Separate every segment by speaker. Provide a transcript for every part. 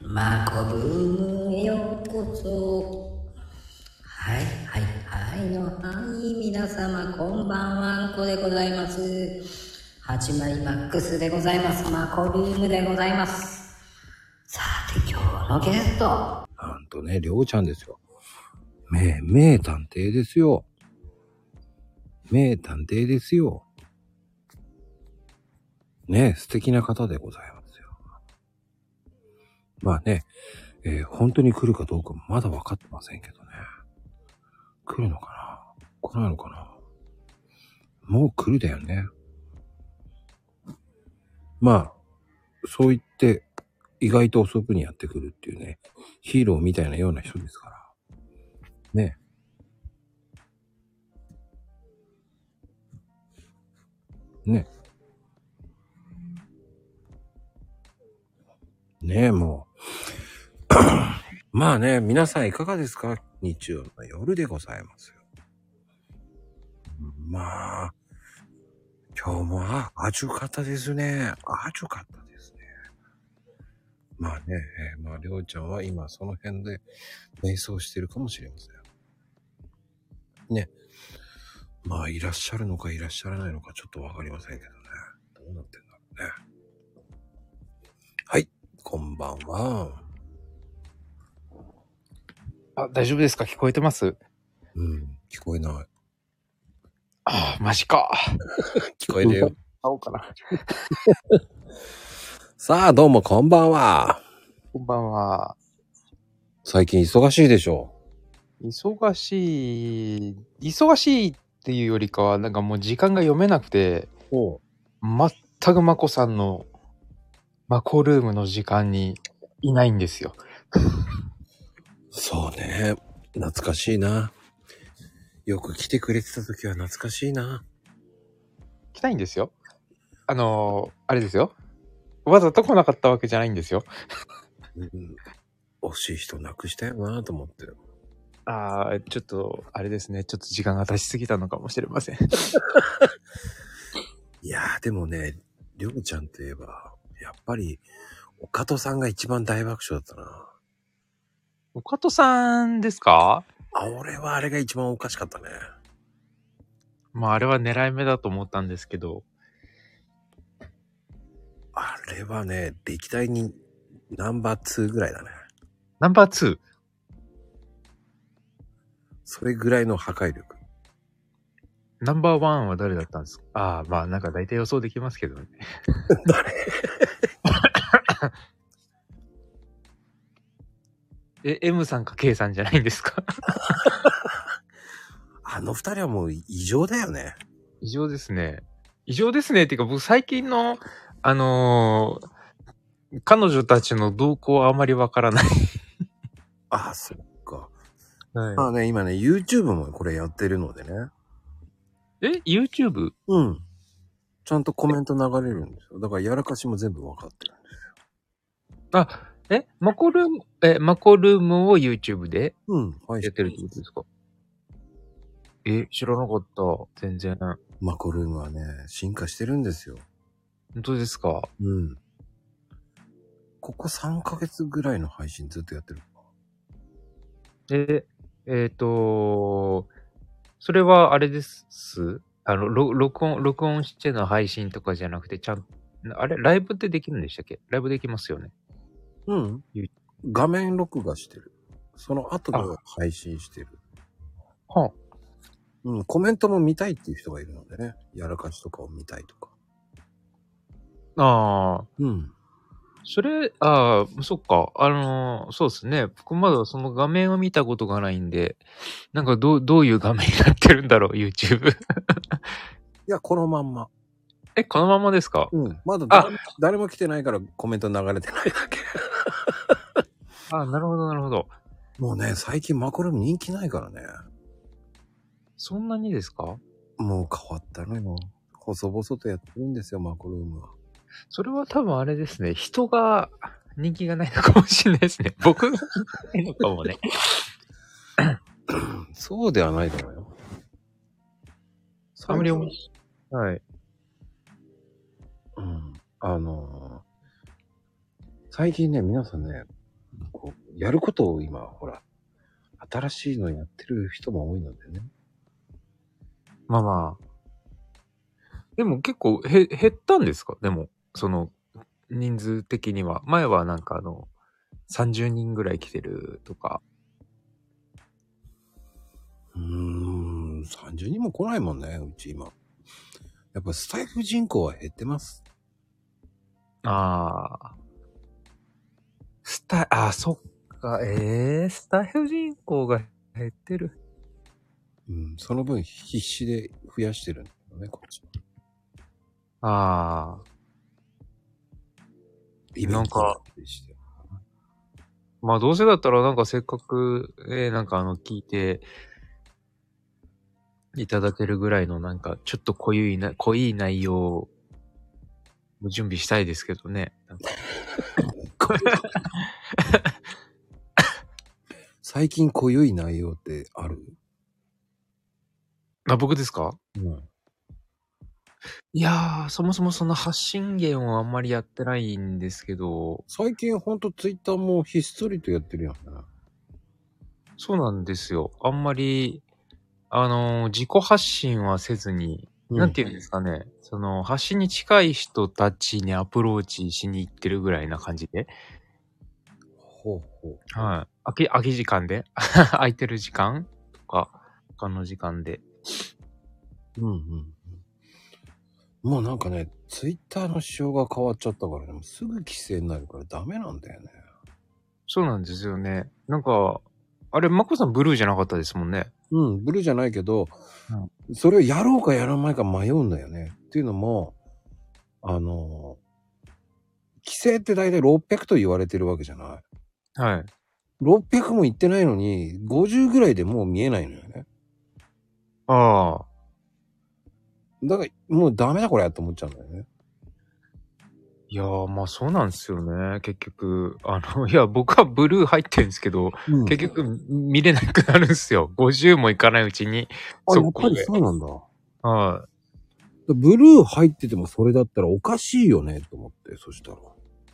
Speaker 1: マコブームへようこそ。はい、はい、はいの、はい、皆様、こんばんは、んこでございます。始まりマックスでございます。マコブームでございます。さて、今日のゲスト、
Speaker 2: なんとね、りょうちゃんですよ。めい、めい探偵ですよ。めい探偵ですよ。ね、素敵な方でございますよ。まあね、えー本当に来るかどうかまだ分かってませんけどね。来るのかな来ないのかなもう来るだよね。まあ、そう言って、意外と遅くにやってくるっていうね。ヒーローみたいなような人ですから。ね。ね。ねえ、もう。 まあね、皆さんいかがですか日曜の夜でございますよ。まあ、今日も、あ、暑かったですね。暑かったですね。まあね、えーまあ、りょうちゃんは今その辺で瞑想してるかもしれません。ね。まあ、いらっしゃるのかいらっしゃらないのかちょっとわかりませんけどね。どうなってんだろうね。はい、こんばんは。
Speaker 3: あ、大丈夫ですか聞こえてます
Speaker 2: うん、聞こえない。
Speaker 3: ああ、マジか。
Speaker 2: 聞こえる よ。
Speaker 3: 会おうかな。
Speaker 2: さあ、どうもこんばんは。
Speaker 3: こんばんは。
Speaker 2: 最近忙しいでしょ
Speaker 3: 忙しい、忙しいっていうよりかは、なんかもう時間が読めなくて、
Speaker 2: お
Speaker 3: 全くまこさんの、まこルームの時間にいないんですよ。
Speaker 2: そうね。懐かしいな。よく来てくれてた時は懐かしいな。
Speaker 3: 来たいんですよ。あのー、あれですよ。わざと来なかったわけじゃないんですよ。
Speaker 2: うん、惜しい人なくしたよなと思って。
Speaker 3: ああ、ちょっと、あれですね。ちょっと時間が経ちすぎたのかもしれません。
Speaker 2: いやー、でもね、りょうちゃんといえば、やっぱり、岡戸さんが一番大爆笑だったな。
Speaker 3: 岡戸さんですか
Speaker 2: あ、俺はあれが一番おかしかったね。
Speaker 3: まあ、あれは狙い目だと思ったんですけど、
Speaker 2: あれはね、歴代にナンバー2ぐらいだね。
Speaker 3: ナンバー 2?
Speaker 2: それぐらいの破壊力。
Speaker 3: ナンバーワンは誰だったんですかああ、まあなんか大体予想できますけどね。誰 え、M さんか K さんじゃないんですか
Speaker 2: あの二人はもう異常だよね。
Speaker 3: 異常ですね。異常ですね。っていうか僕最近の、あのー彼女たちの動向はあまりわからない。
Speaker 2: あ、そっか。ま
Speaker 3: は
Speaker 2: あね、今ね、YouTube もこれやってるのでね。
Speaker 3: い、え、YouTube?
Speaker 2: うん。ちゃんとコメント流れるんですよ。だからやらかしも全部わかってる。
Speaker 3: あ、え、マコルーム、え、マコルームを YouTube で
Speaker 2: うん。はい
Speaker 3: やってるってことですかえ、知らなかった。全然。本
Speaker 2: マコルームはね、進化してるんですよ。
Speaker 3: 当ですか
Speaker 2: うん。ここ3ヶ月ぐらいの配信ずっとやってる。
Speaker 3: え、えっ、とそれはあれですあの、ろ録音、録音しての配信とかじゃなくて、ちゃん、あれライブってできるんでしたっけライブできますよね。
Speaker 2: うん。画面録画してる。その後で配信してる。
Speaker 3: は
Speaker 2: うん。コメントも見たいっていう人がいるのでね。やらかしとかを見たいとか。
Speaker 3: あ。ああ。
Speaker 2: うん。
Speaker 3: それ、ああ、そっか。あのーそうですね。僕まだその画面を見たことがないんで、なんかどう、どういう画面になってるんだろう、YouTube。
Speaker 2: いや、このまんま。
Speaker 3: え、このままですか
Speaker 2: うん。まだ
Speaker 3: あ
Speaker 2: 誰も誰も来てないからコメント流れてないだけ。
Speaker 3: あ、なるほど、なるほど。
Speaker 2: もうね、最近マコルーム人気ないからね。
Speaker 3: そんなにですか
Speaker 2: もう変わったのよ。細々とやってるんですよ、マコルームは。
Speaker 3: それは多分あれですね。人が人気がないのかもしれないですね。 僕が人 気ないのかもね。
Speaker 2: そうではないと思うよ。サムリオも、
Speaker 3: はい。
Speaker 2: うん、あのー最近ね、皆さんね、こう、やることを今、ほら、新しいのやってる人も多いのでね。
Speaker 3: まあまあ。でも結構へ、減ったんですかでも、その、人数的には。前はなんかあの、30人ぐらい来てるとか。
Speaker 2: うーん、30人も来ないもんね、うち今。やっぱスタイフ人口は減ってます。
Speaker 3: ああ。スタイ、あー、そっか。ええスタイフ人口が減ってる。
Speaker 2: うん、その分必死で増やしてるんだよね、こっち。
Speaker 3: ああ。
Speaker 2: イベント
Speaker 3: なんか
Speaker 2: して
Speaker 3: まあどうせだったらなんかせっかく、えーなんかあの聞いていただけるぐらいのなんかちょっと濃いな、濃い内容を準備したいですけどね。なんか
Speaker 2: 最近濃ゆい内容ってある
Speaker 3: あ僕ですか
Speaker 2: うん。
Speaker 3: いやー、そもそもその発信源をあんまりやってないんですけど、
Speaker 2: 最近ほんとツイッターもひっそりとやってるよね。
Speaker 3: そうなんですよ。あんまり、あのー自己発信はせずに、なんて言うんですかね。その、橋に近い人たちにアプローチしに行ってるぐらいな感じで。
Speaker 2: ほうほう。
Speaker 3: はい。空き、空き時間で 空いてる時間とか、他の時間で。
Speaker 2: うんうんうん。もうなんかね、ツイッターの仕様が変わっちゃったからね、もうすぐ規制になるからダメなんだよね。
Speaker 3: そうなんですよね。なんか、あれ、マコさんブルーじゃなかったですもんね。
Speaker 2: うん、ブルーじゃないけど、それをやろうかやらないか迷うんだよね。っていうのも、あの、規制って大体600と言われてるわけじゃない。
Speaker 3: はい。
Speaker 2: 600も行ってないのに、50ぐらいでもう見えないのよね。
Speaker 3: ああ。
Speaker 2: だから、もうダメだこれと思っちゃうんだよね。
Speaker 3: いやー、まあそうなんですよね。結局、あの、いや、僕はブルー入ってるんですけど、結局見れなくなるんですよ。50もいかないうちに。
Speaker 2: あ、や
Speaker 3: そ
Speaker 2: っぱ
Speaker 3: こ
Speaker 2: り
Speaker 3: で。
Speaker 2: そうなんだ。だか
Speaker 3: は
Speaker 2: らブルー入っててもそれだったらおかしいよね、と思って、そしたら。
Speaker 3: い。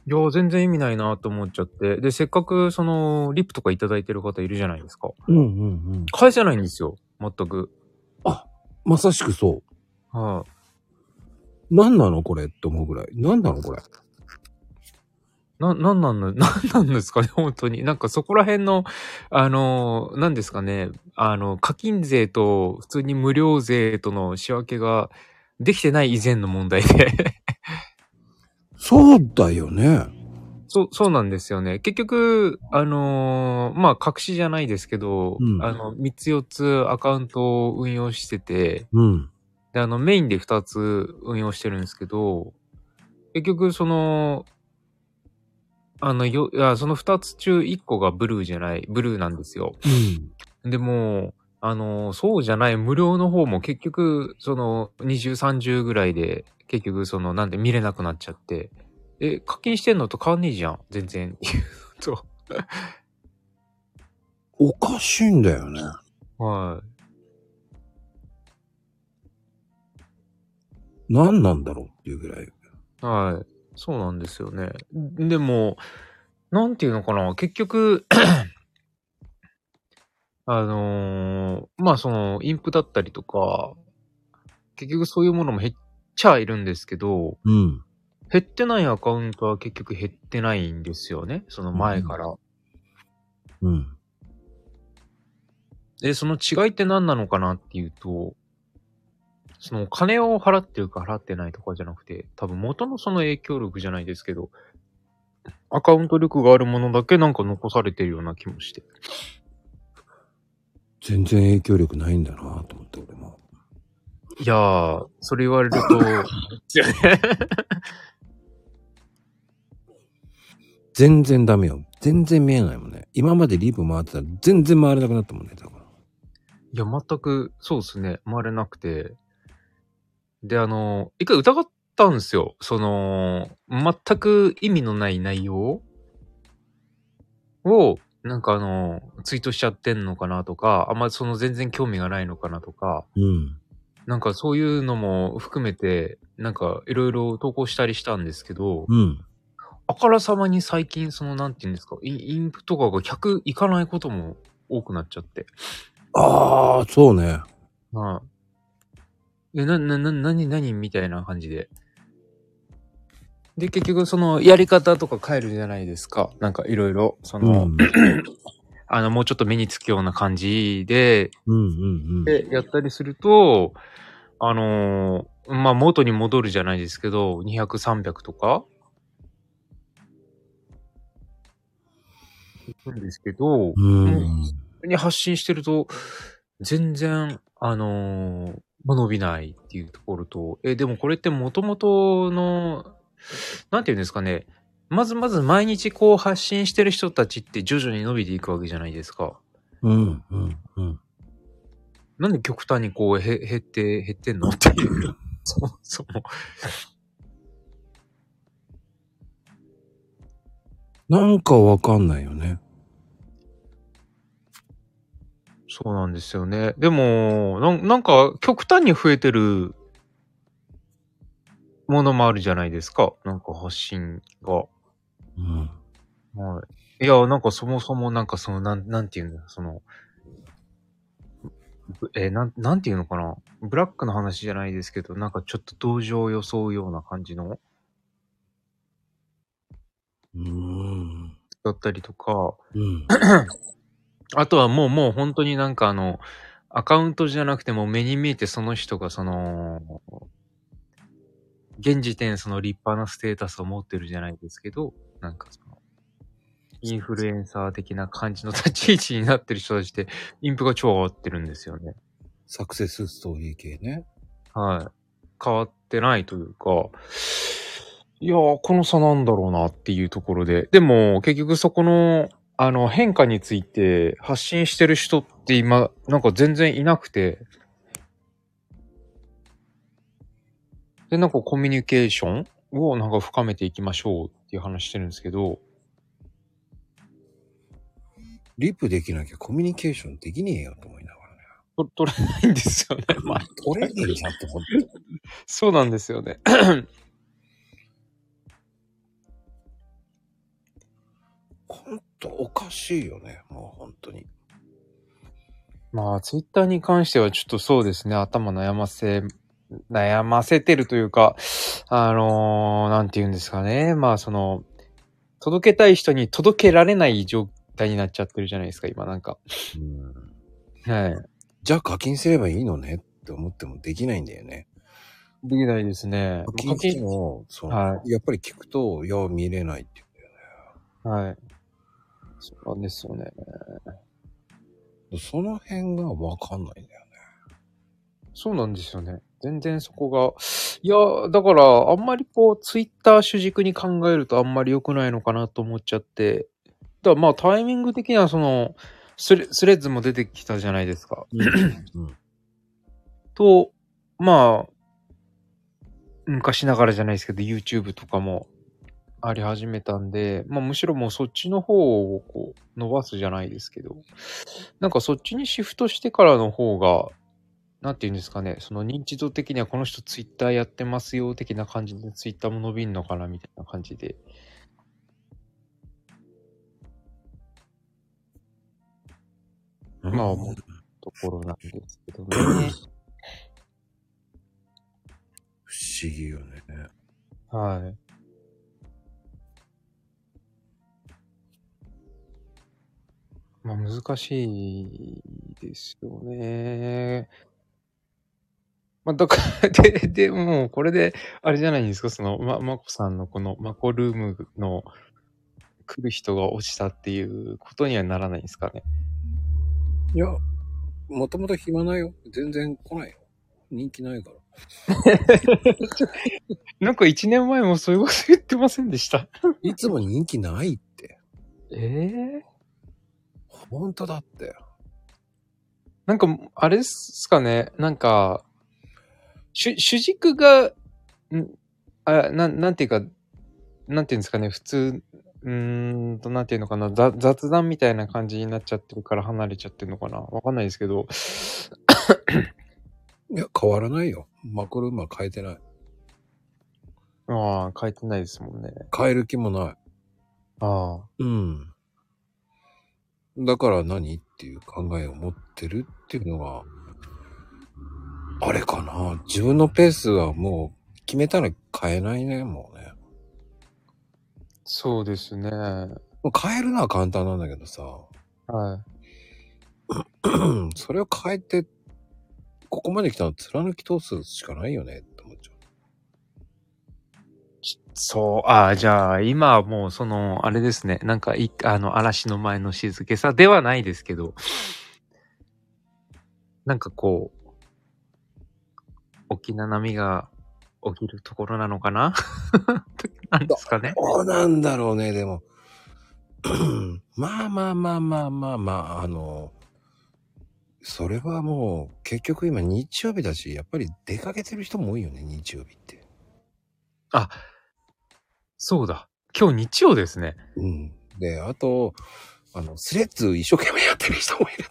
Speaker 3: いやー、全然意味ないなと思っちゃって。で、せっかく、その、リップとかいただいてる方いるじゃないですか。
Speaker 2: うんうんうん。
Speaker 3: 返せないんですよ。全く。
Speaker 2: まさしくそ。
Speaker 3: はいう
Speaker 2: 何なのこれって思うぐらい。何なのこれ。
Speaker 3: な、なんなんの、 なんなんですかね、本当に。なんかそこら辺の、あのー、なんですかね、あの、課金税と普通に無料税との仕分けができてない以前の問題で。
Speaker 2: そうだよね。
Speaker 3: そう、そうなんですよね。結局、あのーまあ、隠しじゃないですけど、
Speaker 2: うん
Speaker 3: あの、3つ4つアカウントを運用してて、
Speaker 2: うん。
Speaker 3: で、あの、メインで2つ運用してるんですけど、結局、その、あの、よ、いやその2つ中1個がブルーじゃない、ブルーなんですよ。
Speaker 2: うん。
Speaker 3: でも、あの、そうじゃない無料の方も結局、その、20、30ぐらいで、結局、その、なんで見れなくなっちゃって、え、課金してんのと変わんねえじゃん、全然。 っていうの
Speaker 2: おかしいんだよね。
Speaker 3: と。は
Speaker 2: 何なんだろうっていうぐらい。
Speaker 3: い。はい。そうなんですよね。でも、なんていうのかな、結局、 あのーまあ、その、インプだったりとか、結局そういうものも減っちゃいるんですけど、
Speaker 2: うん。
Speaker 3: 減ってないアカウントは結局減ってないんですよね。その前から。
Speaker 2: うん。
Speaker 3: で、その違いって何なのかなっていうと、そのお金を払ってるか払ってないとかじゃなくて、多分元のその影響力じゃないですけど、アカウント力があるものだけなんか残されてるような気もして。
Speaker 2: 全然影響力ないんだなと思って、俺も。
Speaker 3: いやー、それ言われると、ですよね。
Speaker 2: 全然ダメよ。全然見えないもんね。今までリープ回ってたら全然回れなくなったもんね、だから。
Speaker 3: いや、全く、そうですね。回れなくて。で、あの、一回疑ったんですよ。その、全く意味のない内容を、なんかあの、ツイートしちゃってんのかなとか、あんまその全然興味がないのかなとか、
Speaker 2: うん。
Speaker 3: なんかそういうのも含めて、なんかいろいろ投稿したりしたんですけど、
Speaker 2: うん。
Speaker 3: あからさまに最近その、なんて言うんですか、インインプとかが100いかないことも多くなっちゃって。
Speaker 2: ああ、そうね。
Speaker 3: はい。え、な、な、な、なに、なにみたいな感じで。で、結局その、やり方とか変えるじゃないですか。なんかいろいろ、そうの、
Speaker 2: ん。
Speaker 3: あの、もうちょっと目につくような感じで、
Speaker 2: うんうんうん。
Speaker 3: でやったりすると、あのーまあ、元に戻るじゃないですけど、200、300とかいくんですけど、
Speaker 2: うん。
Speaker 3: に発信してると、全然、あのーまあ伸びないっていうところと、え、でもこれって元々の、なんていうんですかね、まずまず毎日こう発信してる人たちって徐々に伸びていくわけじゃないですか。
Speaker 2: うんうんうん。
Speaker 3: なんで極端にこう、へ、減って、減ってんの っていう。そもそも。
Speaker 2: なんかわかんないよね。
Speaker 3: そうなんですよね。でも、なんなんか、極端に増えてるものもあるじゃないですか。なんか発信が。
Speaker 2: うん。
Speaker 3: はい。いや、なんかそもそもなんかその、なん、なんていうんだ、その、ぶえーなん、なんていうのかな。ブラックの話じゃないですけど、なんかちょっと同情を装うような感じの、
Speaker 2: うん。
Speaker 3: だったりとか、
Speaker 2: うん。
Speaker 3: あとはもうもう本当になんかあの、アカウントじゃなくても目に見えてその人がその、現時点その立派なステータスを持ってるじゃないですけど、なんかその、インフルエンサー的な感じの立ち位置になってる人たちって、インプが超上がってるんですよね。
Speaker 2: サクセスストーリー系ね。
Speaker 3: はい。変わってないというか、いやー、この差なんだろうなっていうところで。でも、結局そこの、あの、変化について発信してる人って今、なんか全然いなくて。で、なんかコミュニケーションをなんか深めていきましょうっていう話してるんですけど、
Speaker 2: リップできなきゃコミュニケーションできねえよと思いながらね。
Speaker 3: と取れないんですよね。まあ、
Speaker 2: 取れねえじゃんと思って。
Speaker 3: そうなんですよね。
Speaker 2: ほんとおかしいよね。もう本当に。
Speaker 3: まあ、ツイッターに関してはちょっとそうですね、頭悩ませ、悩ませてるというか、あのーなんて言うんですかね。まあ、その、届けたい人に届けられない状態になっちゃってるじゃないですか、今なんか。
Speaker 2: うん。
Speaker 3: はい。
Speaker 2: じゃあ課金すればいいのねって思ってもできないんだよね。
Speaker 3: できないですね。
Speaker 2: 課金しても、そう、
Speaker 3: は
Speaker 2: やっぱり聞くと、いや、見れないって言うんだよ
Speaker 3: はい。そうなんですよね。
Speaker 2: ね。その辺がわかんないんだよね。
Speaker 3: そうなんですよね。全然そこが。いや、だから、あんまりこう、ツイッター主軸に考えるとあんまり良くないのかなと思っちゃって。だからまあ、タイミング的にはその、スレスレッズも出てきたじゃないですか。
Speaker 2: うん
Speaker 3: と、まあ、昔ながらじゃないですけど、YouTube とかもあり始めたんで、まあむしろもうそっちの方をこう伸ばすじゃないですけど、なんかそっちにシフトしてからの方が、なんて言うんですかね、その認知度的にはこの人 Twitter やってますよ的な感じで Twitter も伸びんのかなみたいな感じで。まあ思うところなんですけどね。
Speaker 2: 不思議よね。
Speaker 3: はい。まあ難しいですよね。まあだから、 で、でもうこれで、あれじゃないんですか、その、ま、まこさんのこの、まこルームの来る人が落ちたっていうことにはならないんですかね。
Speaker 2: いや、もともと暇ないよ。全然来ないよ。人気ないから。
Speaker 3: なんか一年前もそういうこと言ってませんでした。
Speaker 2: いつも人気ないって。
Speaker 3: ええ
Speaker 2: 本当だって。
Speaker 3: なんか、あれっすかね、なんか、主主軸が、んあなん、なんていうか、なんていうんですかね、普通、うーんと、なんていうのかな、ざ雑談みたいな感じになっちゃってるから離れちゃってるのかなわかんないですけど、
Speaker 2: いや、変わらないよ。マコルームは変えてない。
Speaker 3: ああ、変えてないですもんね。
Speaker 2: 変える気もない。
Speaker 3: ああ。
Speaker 2: うん。だから何っていう考えを持ってるっていうのが、あれかな。自分のペースはもう決めたら変えないね、もうね。
Speaker 3: そうですね。は
Speaker 2: もう変えるのは簡単なんだけどさ、 それを変えて、ここまで来たら貫き通すしかないよねって思っちゃ
Speaker 3: い。きそう、ああ、じゃあ、今はもう、その、あれですね。なんか、い、あの、嵐の前の静けさではないですけど、なんかこう、大きな波が起きるところなのかな なんですかね。
Speaker 2: う。どうなんだろうね、でも。 まあまあまあまあまあまあ、あの、それはもう結局今日曜日だし、やっぱり出かけてる人も多いよね、日曜日って。
Speaker 3: あ、そうだ。今日日曜ですね。
Speaker 2: うん。で、あと、あの、スレッズ一生懸命やってる人もいる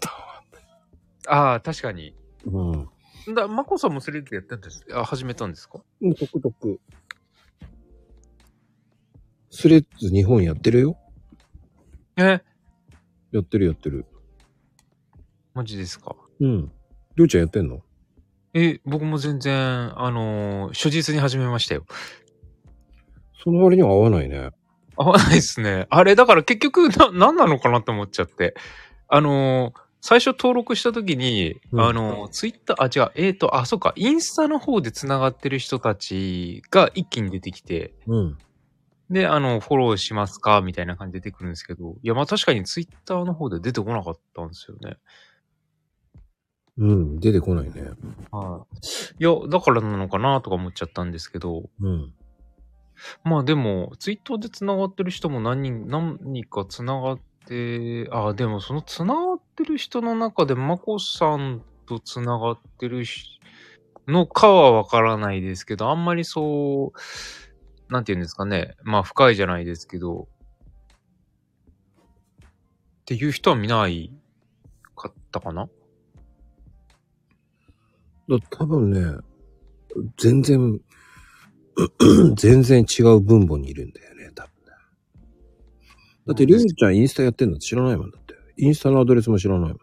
Speaker 3: ああ、確かに。
Speaker 2: と思う。
Speaker 3: だ、マコさんもスレッズやってんです。あ、始めたんですか
Speaker 2: うん。独特。スレッズ日本やってるよ。
Speaker 3: え
Speaker 2: やってるやってる。
Speaker 3: マジですか
Speaker 2: うん。りょうちゃんやってんの
Speaker 3: え、僕も全然、あのー初日に始めましたよ。
Speaker 2: その割には合わないね。
Speaker 3: 合わないですね。あれ、だから結局、 な、なんなのかなって思っちゃって。あのー最初登録した時に、
Speaker 2: うん
Speaker 3: あのーツイッター、あ、違う、えっ、と、あ、そうか、インスタの方で繋がってる人たちが一気に出てきて、
Speaker 2: うん。
Speaker 3: で、あの、フォローしますかみたいな感じで出てくるんですけど、いや、まあ確かにツイッターの方で出てこなかったんですよね。
Speaker 2: うん、出てこないね。
Speaker 3: はい。いや、だからなのかなとか思っちゃったんですけど、
Speaker 2: うん。
Speaker 3: まあでも、ツイッターで繋がってる人も何人、何人か繋がって、ああ、でもその繋がってる人の中で、マコさんと繋がってるしのかはわからないですけど、あんまりそう、なんて言うんですかね、まあ深いじゃないですけど、っていう人は見ないかったかな
Speaker 2: だ多分ね、全然、 全然違う分母にいるんだよね、多分ね。だって、りょうちゃんインスタやってんの知らないもんだって。インスタのアドレスも知らないも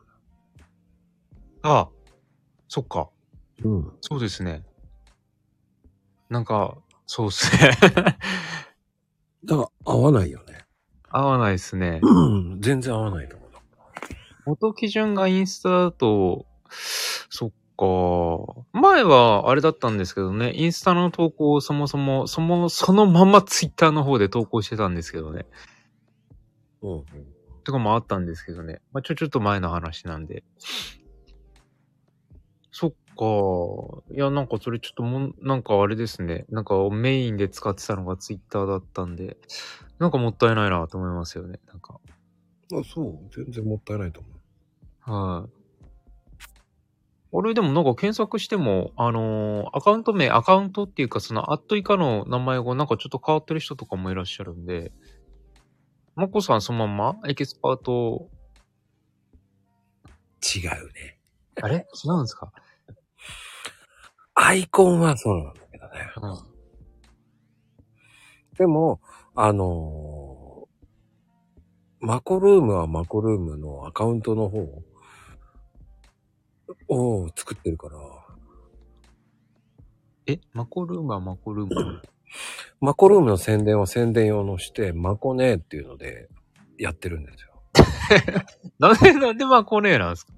Speaker 3: ああ、そっか。
Speaker 2: ん。うん。
Speaker 3: そうですね。なんか、そうですね。
Speaker 2: だ から、合わないよね。
Speaker 3: 合わないですね。
Speaker 2: うん、全然合わないと思う。
Speaker 3: 元基準がインスタだと、そっか。前はあれだったんですけどね、インスタの投稿をそもそも、そも、そのままツイッターの方で投稿してたんですけどね。
Speaker 2: うん。
Speaker 3: とかもあったんですけどね。まあ、ちょ、ちょっと前の話なんで。そっか。いや、なんかそれちょっともん、なんかあれですね。なんかメインで使ってたのがツイッターだったんで、なんかもったいないなと思いますよね。なんか。
Speaker 2: あ、そう。全然もったいないと思う。
Speaker 3: はい。俺でもなんか検索しても、あのーアカウント名、アカウントっていうか、その、アット以下の名前がなんかちょっと変わってる人とかもいらっしゃるんで、マコさんそのまんまエキスパート、
Speaker 2: 違うね。
Speaker 3: あれ違うんですか
Speaker 2: アイコンはそうなんだけどね。
Speaker 3: うん。
Speaker 2: でも、あのーマコルームはマコルームのアカウントの方を作ってるから、
Speaker 3: えマコルームはマコルーム。
Speaker 2: マコルームの宣伝を宣伝用のして、マコネーっていうのでやってるんですよ。
Speaker 3: なんで、なんでマコネーなんですか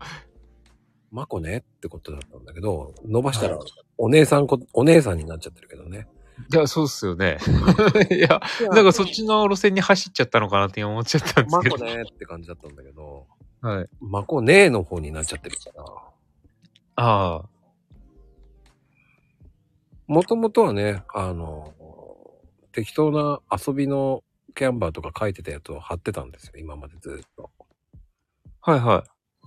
Speaker 2: マコネってことだったんだけど、伸ばしたらお姉さんこ、お姉さんになっちゃってるけどね。
Speaker 3: いや、そうっすよね。 いや、なんかそっちの路線に走っちゃったのかなって今思っちゃったんです
Speaker 2: マ
Speaker 3: けど
Speaker 2: コ。ネーって感じだったんだけど、
Speaker 3: はい。
Speaker 2: マコネーの方になっちゃってるから。
Speaker 3: ああ。
Speaker 2: もともとはね、あの、適当な遊びのキャンバーとか書いてたやつを貼ってたんですよ、今までずっと。
Speaker 3: はいはい。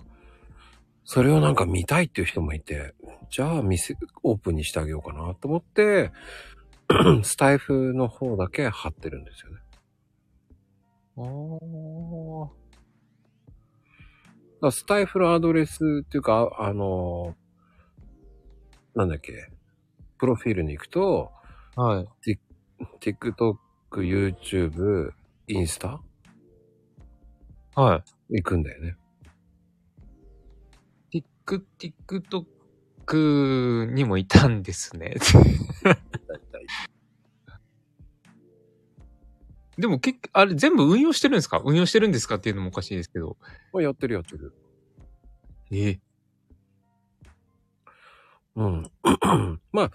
Speaker 2: それをなんか見たいっていう人もいて、じゃあ店、オープンにしてあげようかなと思って、 スタイフの方だけ貼ってるんですよね。だか
Speaker 3: ああ。
Speaker 2: らスタイフのアドレスっていうか、ああの、なんだっけ、プロフィールに行くと、
Speaker 3: はい。
Speaker 2: TikTok、YouTube、インスタ
Speaker 3: は
Speaker 2: 行くんだよね。
Speaker 3: い。ティック、ティックトックにもいたんですね。
Speaker 2: 大体。
Speaker 3: でも結構、あれ全部運用してるんですか運用してるんですかっていうのもおかしいですけど。
Speaker 2: まあ、やってるやってる。
Speaker 3: ええ。
Speaker 2: うん。 まあ、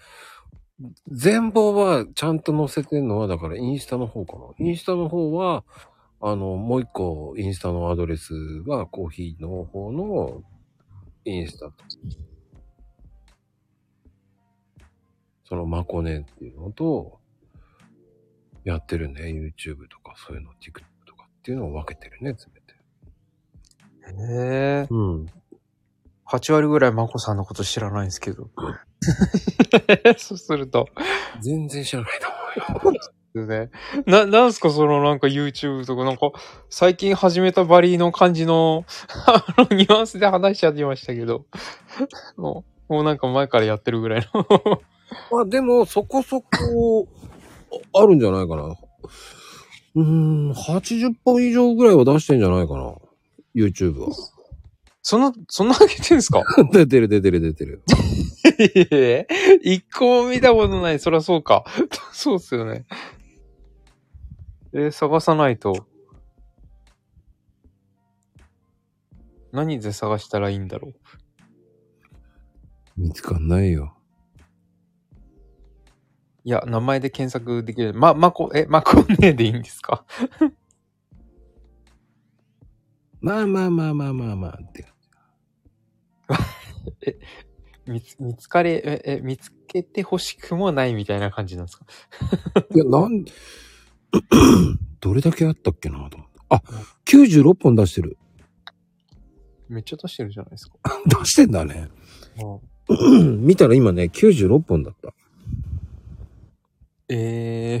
Speaker 2: 全貌はちゃんと載せてんのは、だからインスタの方かな。インスタの方は、あの、もう一個インスタのアドレスはコーヒーの方のインスタと。そのマコネっていうのと、やってるね。YouTube とかそういうの、TikTok とかっていうのを分けてるね、全て。
Speaker 3: へえ。
Speaker 2: うん。
Speaker 3: 8割ぐらいマコさんのこと知らないんですけど。 そうすると。
Speaker 2: 全然知らないと思うよ。
Speaker 3: ね。な、なんすかそのなんか YouTube とかなんか最近始めたバリの感じのあのニュアンスで話しちゃってましたけど。もう、もうなんか前からやってるぐらいの。
Speaker 2: まあでも、そこそこ、ああるんじゃないかな。うーん、80本以上ぐらいは出してんじゃないかな。YouTube は。
Speaker 3: そんな、そんな上げてるんですか
Speaker 2: 出てる出てる出てる。
Speaker 3: いえ一個も見たことない。そりゃそうか。そうっすよね。えー探さないと。何で探したらいいんだろう。
Speaker 2: 見つかんないよ。
Speaker 3: いや、名前で検索できる。ま、まこ、え、まこねでいいんですか
Speaker 2: まあまあまあまあまあまあって。
Speaker 3: 見つ、見つかれ、え、え、見つけて欲しくもないみたいな感じなんですか
Speaker 2: いや、なん、 どれだけあったっけなと思って。あ、96本出してる。
Speaker 3: めっちゃ出してるじゃない ですか。
Speaker 2: 出してんだね。
Speaker 3: うん
Speaker 2: うん見たら今ね、96本だった。
Speaker 3: ええ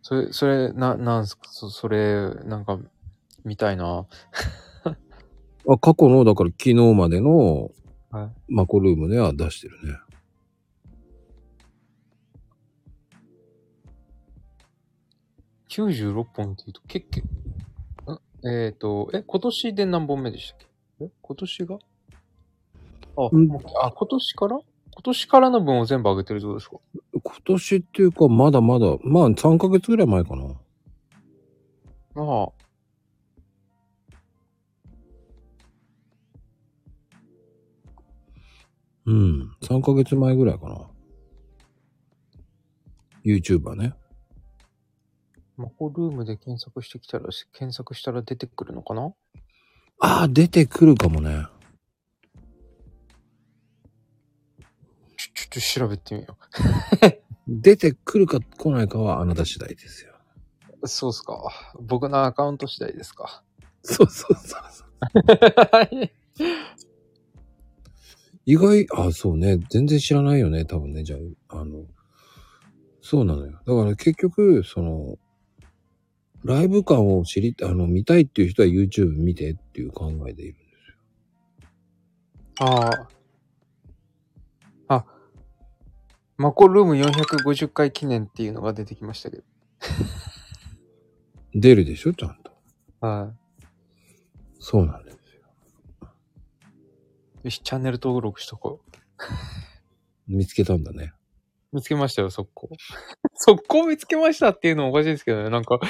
Speaker 3: それ、それ、な、なんすかそ、それ、なんか、見たいな。
Speaker 2: あ、過去の、だから昨日までの
Speaker 3: は、
Speaker 2: マコルームでは出してるね。
Speaker 3: 96本っていうと、結構、んえっ、と、え、今年で何本目でしたっけえ、今年があ、
Speaker 2: うん
Speaker 3: もうあ、今年から今年からの分を全部上げてるってことですか
Speaker 2: 今年っていうか、まだまだ、まあ3ヶ月ぐらい前かな。
Speaker 3: ああ。
Speaker 2: うん。3ヶ月前ぐらいかな。YouTuber ね。
Speaker 3: マコルームで検索してきたら、検索したら出てくるのかな
Speaker 2: ああ、出てくるかもね。
Speaker 3: ちょ、ちょっと調べてみよ
Speaker 2: 出てくるか来ないかはあなた次第ですよ。
Speaker 3: う。そうっすか。僕のアカウント次第ですか。
Speaker 2: そうそうそうそう。意外、あそうね。全然知らないよね。多分ね。じゃあ、あの、そうなのよ。だから結局、その、ライブ感を知り、あの、見たいっていう人は YouTube 見てっていう考えでいる。
Speaker 3: ああ。あ、マコルーム450回記念っていうのが出てきましたけど。
Speaker 2: 出るでしょちゃんと。
Speaker 3: は
Speaker 2: そうなんです。
Speaker 3: い。よし、チャンネル登録しとこ
Speaker 2: 見つけたんだね。
Speaker 3: う。見つけましたよ、速攻。 速攻見つけましたっていうのもおかしいですけどね。なんか、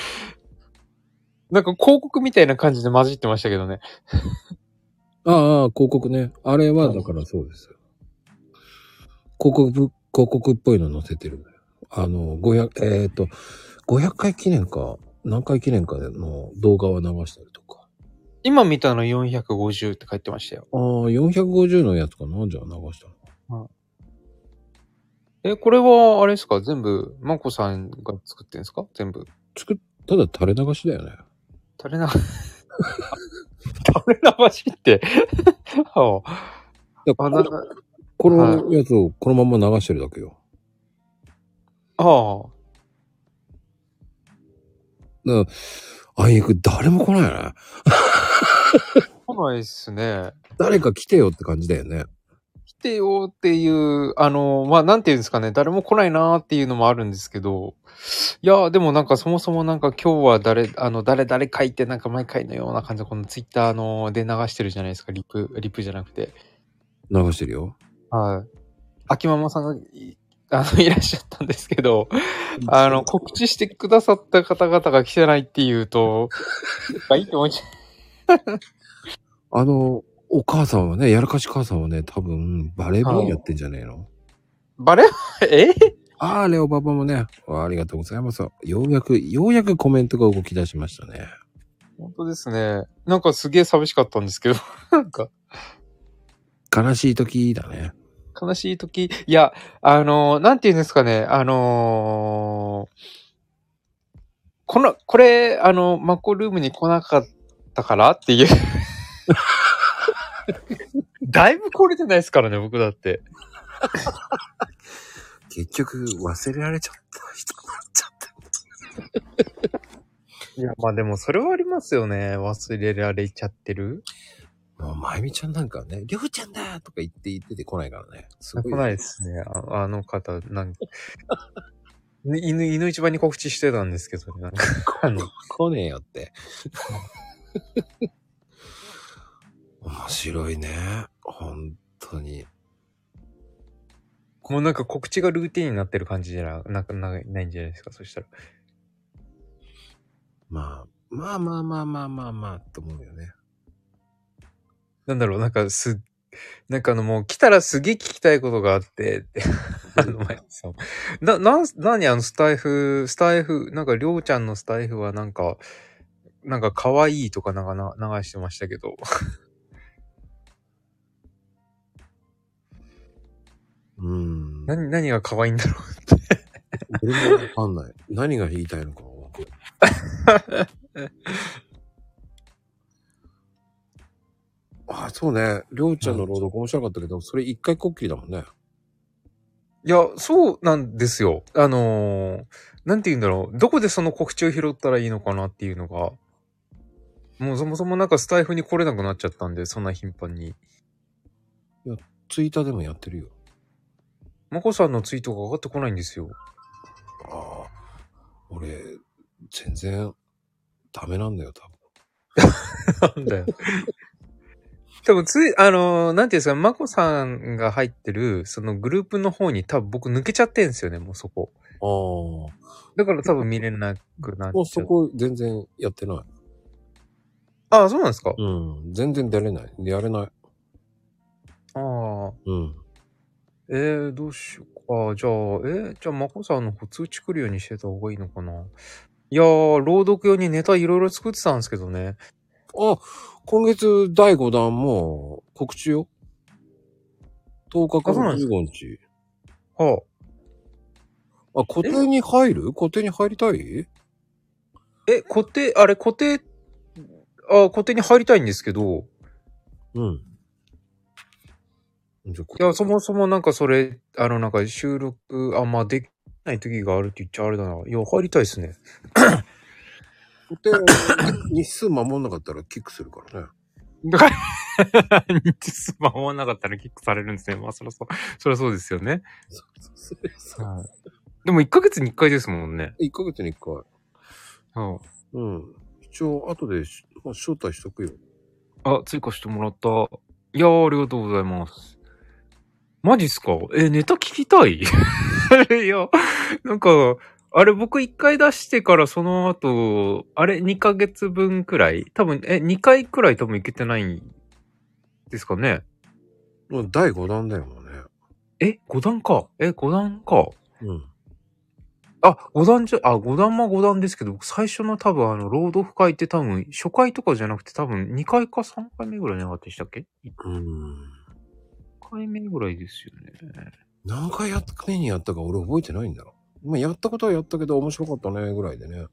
Speaker 3: なんか広告みたいな感じで混じってましたけどね。
Speaker 2: ああ、広告ね。あれは、だからそうですよ。広告、広告っぽいの載せてるのよ。あの、500、えっ、と、500回記念か、何回記念かの動画は流したりとか。
Speaker 3: 今見たの450って書いてましたよ。
Speaker 2: ああ、450のやつかなじゃあ流したの。
Speaker 3: え、これは、あれですか全部、マコさんが作ってるんですか全部。
Speaker 2: 作っただ垂れ流しだよね。
Speaker 3: 垂れ流 し。垂れ流しって。 はあ
Speaker 2: だか
Speaker 3: あ、
Speaker 2: ら
Speaker 3: なん
Speaker 2: こ
Speaker 3: か、
Speaker 2: このやつをこのまんま流してるだけよ。
Speaker 3: あ
Speaker 2: だからあいにく誰も来ないね。
Speaker 3: あ。ないっすね。
Speaker 2: 誰か来てよって感じだよね。
Speaker 3: 来てよっていう、あの、まあ、なんていうんですかね、誰も来ないなーっていうのもあるんですけど、いや、でもなんかそもそもなんか今日は誰、あの、誰誰書いてなんか毎回のような感じで、このツイッターので流してるじゃないですか、リプ、リプじゃなくて。
Speaker 2: 流してるよ。
Speaker 3: はい。秋ママさんがい、あの、いらっしゃったんですけど、あの、告知してくださった方々が来てないっていうと、やっぱいいと思っちゃ
Speaker 2: あの、お母さんはね、やらかし母さんはね、多分、バレーボールやってんじゃねえの、
Speaker 3: う。バレえ
Speaker 2: ああ、レオパパもね、ありがとうございます。ようやく、ようやくコメントが動き出しましたね。
Speaker 3: 本当ですね。なんかすげえ寂しかったんですけど、 なんか、
Speaker 2: 悲しい時だね。
Speaker 3: 悲しい時、いや、あのーなんて言うんですかね、あのーこの、これ、あの、マコルームに来なかったからって いう。だいぶ来れてないですからね、僕だって。
Speaker 2: 結局、忘れられちゃった人になっちゃった。
Speaker 3: いや、まあでもそれはありますよね。忘れられちゃってる。
Speaker 2: もう、まゆみちゃんなんかね、りょうちゃんだとか言って言ってて来ないからね。す
Speaker 3: 来
Speaker 2: ごい。
Speaker 3: ないですね。ああの方、なんか。 犬、犬市場に告知してたんですけど、なんか、あの、
Speaker 2: 来ねえよって。面白いね。本当に。
Speaker 3: もうなんか告知がルーティンになってる感じじゃな、な、なないんじゃないですか、そしたら。
Speaker 2: まあ、まあまあまあまあまあまあ、と思うよ ね。
Speaker 3: なんだろう、なんかす、なんかあのもう来たらすげえ聞きたいことがあって、ってあの前さん。な、なん、何あのスタイフ、スタイフ、なんかりょうちゃんのスタイフはなんか、なんか可愛いとかなんかな流してましたけど。
Speaker 2: うん。
Speaker 3: 何、何が可愛いんだろうって。
Speaker 2: 俺もわかんない。 何が言いたいのかわかんない。ああ、そうね。りょうちゃんの朗読面白かったけど、それ一回こっきりだもんね。
Speaker 3: いや、そうなんですよ。あのーなんて言うんだろう。どこでその告知を拾ったらいいのかなっていうのが。もうそもそもなんかスタイフに来れなくなっちゃったんで、そんな頻繁に。
Speaker 2: ツイッターでもやってるよ。
Speaker 3: マコさんのツイートが上がってこないんですよ。
Speaker 2: ああ、俺、全然、ダメなんだよ、多分。
Speaker 3: なんだよ。多分つい、あのーなんていうんですか、マコさんが入ってる、そのグループの方に多分僕抜けちゃってんですよね、もうそこ。
Speaker 2: あ
Speaker 3: だから多分見れなくな
Speaker 2: あ、
Speaker 3: っ
Speaker 2: もう
Speaker 3: ちゃ。
Speaker 2: そうこ全然やってない。
Speaker 3: ああ、そうなんですか。
Speaker 2: うん、全然出れない。やれない。
Speaker 3: ああ。
Speaker 2: うん。
Speaker 3: えー、どうしようか。じゃあ、えーじゃあ、マコさんの方通知来るようにしてた方がいいのかな。いやー、朗読用にネタいろいろ作ってたんですけどね。
Speaker 2: あ、今月第5弾も告知よ。10日か
Speaker 3: あそう
Speaker 2: ら
Speaker 3: なんです
Speaker 2: 15日。
Speaker 3: は
Speaker 2: あ、固定に入る固定に入りたい
Speaker 3: あ。え、固定、あれ、固定、あ、固定に入りたいんですけど、
Speaker 2: うん。じゃ
Speaker 3: いや、そもそもなんかそれ、あの、なんか収録、あんまできない時があるって言っちゃあれだな。いや、入りたいです ね。
Speaker 2: 固定日数守んなかったらキックするからね。
Speaker 3: だから、日数守らなかったらキックされるんですね。まあ、そりゃそう、そりゃそうですよね。でも1ヶ月に1回ですもんね。
Speaker 2: 1ヶ月に1回。うん。一応、後でし、まあ、招待しとくよ。
Speaker 3: あ、追加してもらった。いやー、ありがとうございます。マジっすかえ、ネタ聞きたい いや、なんか、あれ僕一回出してからその後、あれ2ヶ月分くらい多分、え、2回くらい多分いけてないんですかね
Speaker 2: もう第5弾だよ、もうね。
Speaker 3: え、5段か。え、5段か。
Speaker 2: うん。
Speaker 3: あ、5段じゃ、あ、5段は5段ですけど、僕最初の多分あの、朗読会って多分、初回とかじゃなくて多分2回か3回目ぐらいじゃなかったでしたっけ
Speaker 2: うん。
Speaker 3: ?1 回目ぐらいですよね。
Speaker 2: 何回やっ目にやったか俺覚えてないんだろ。まあ、やったことはやったけど面白かったね、ぐらいでね。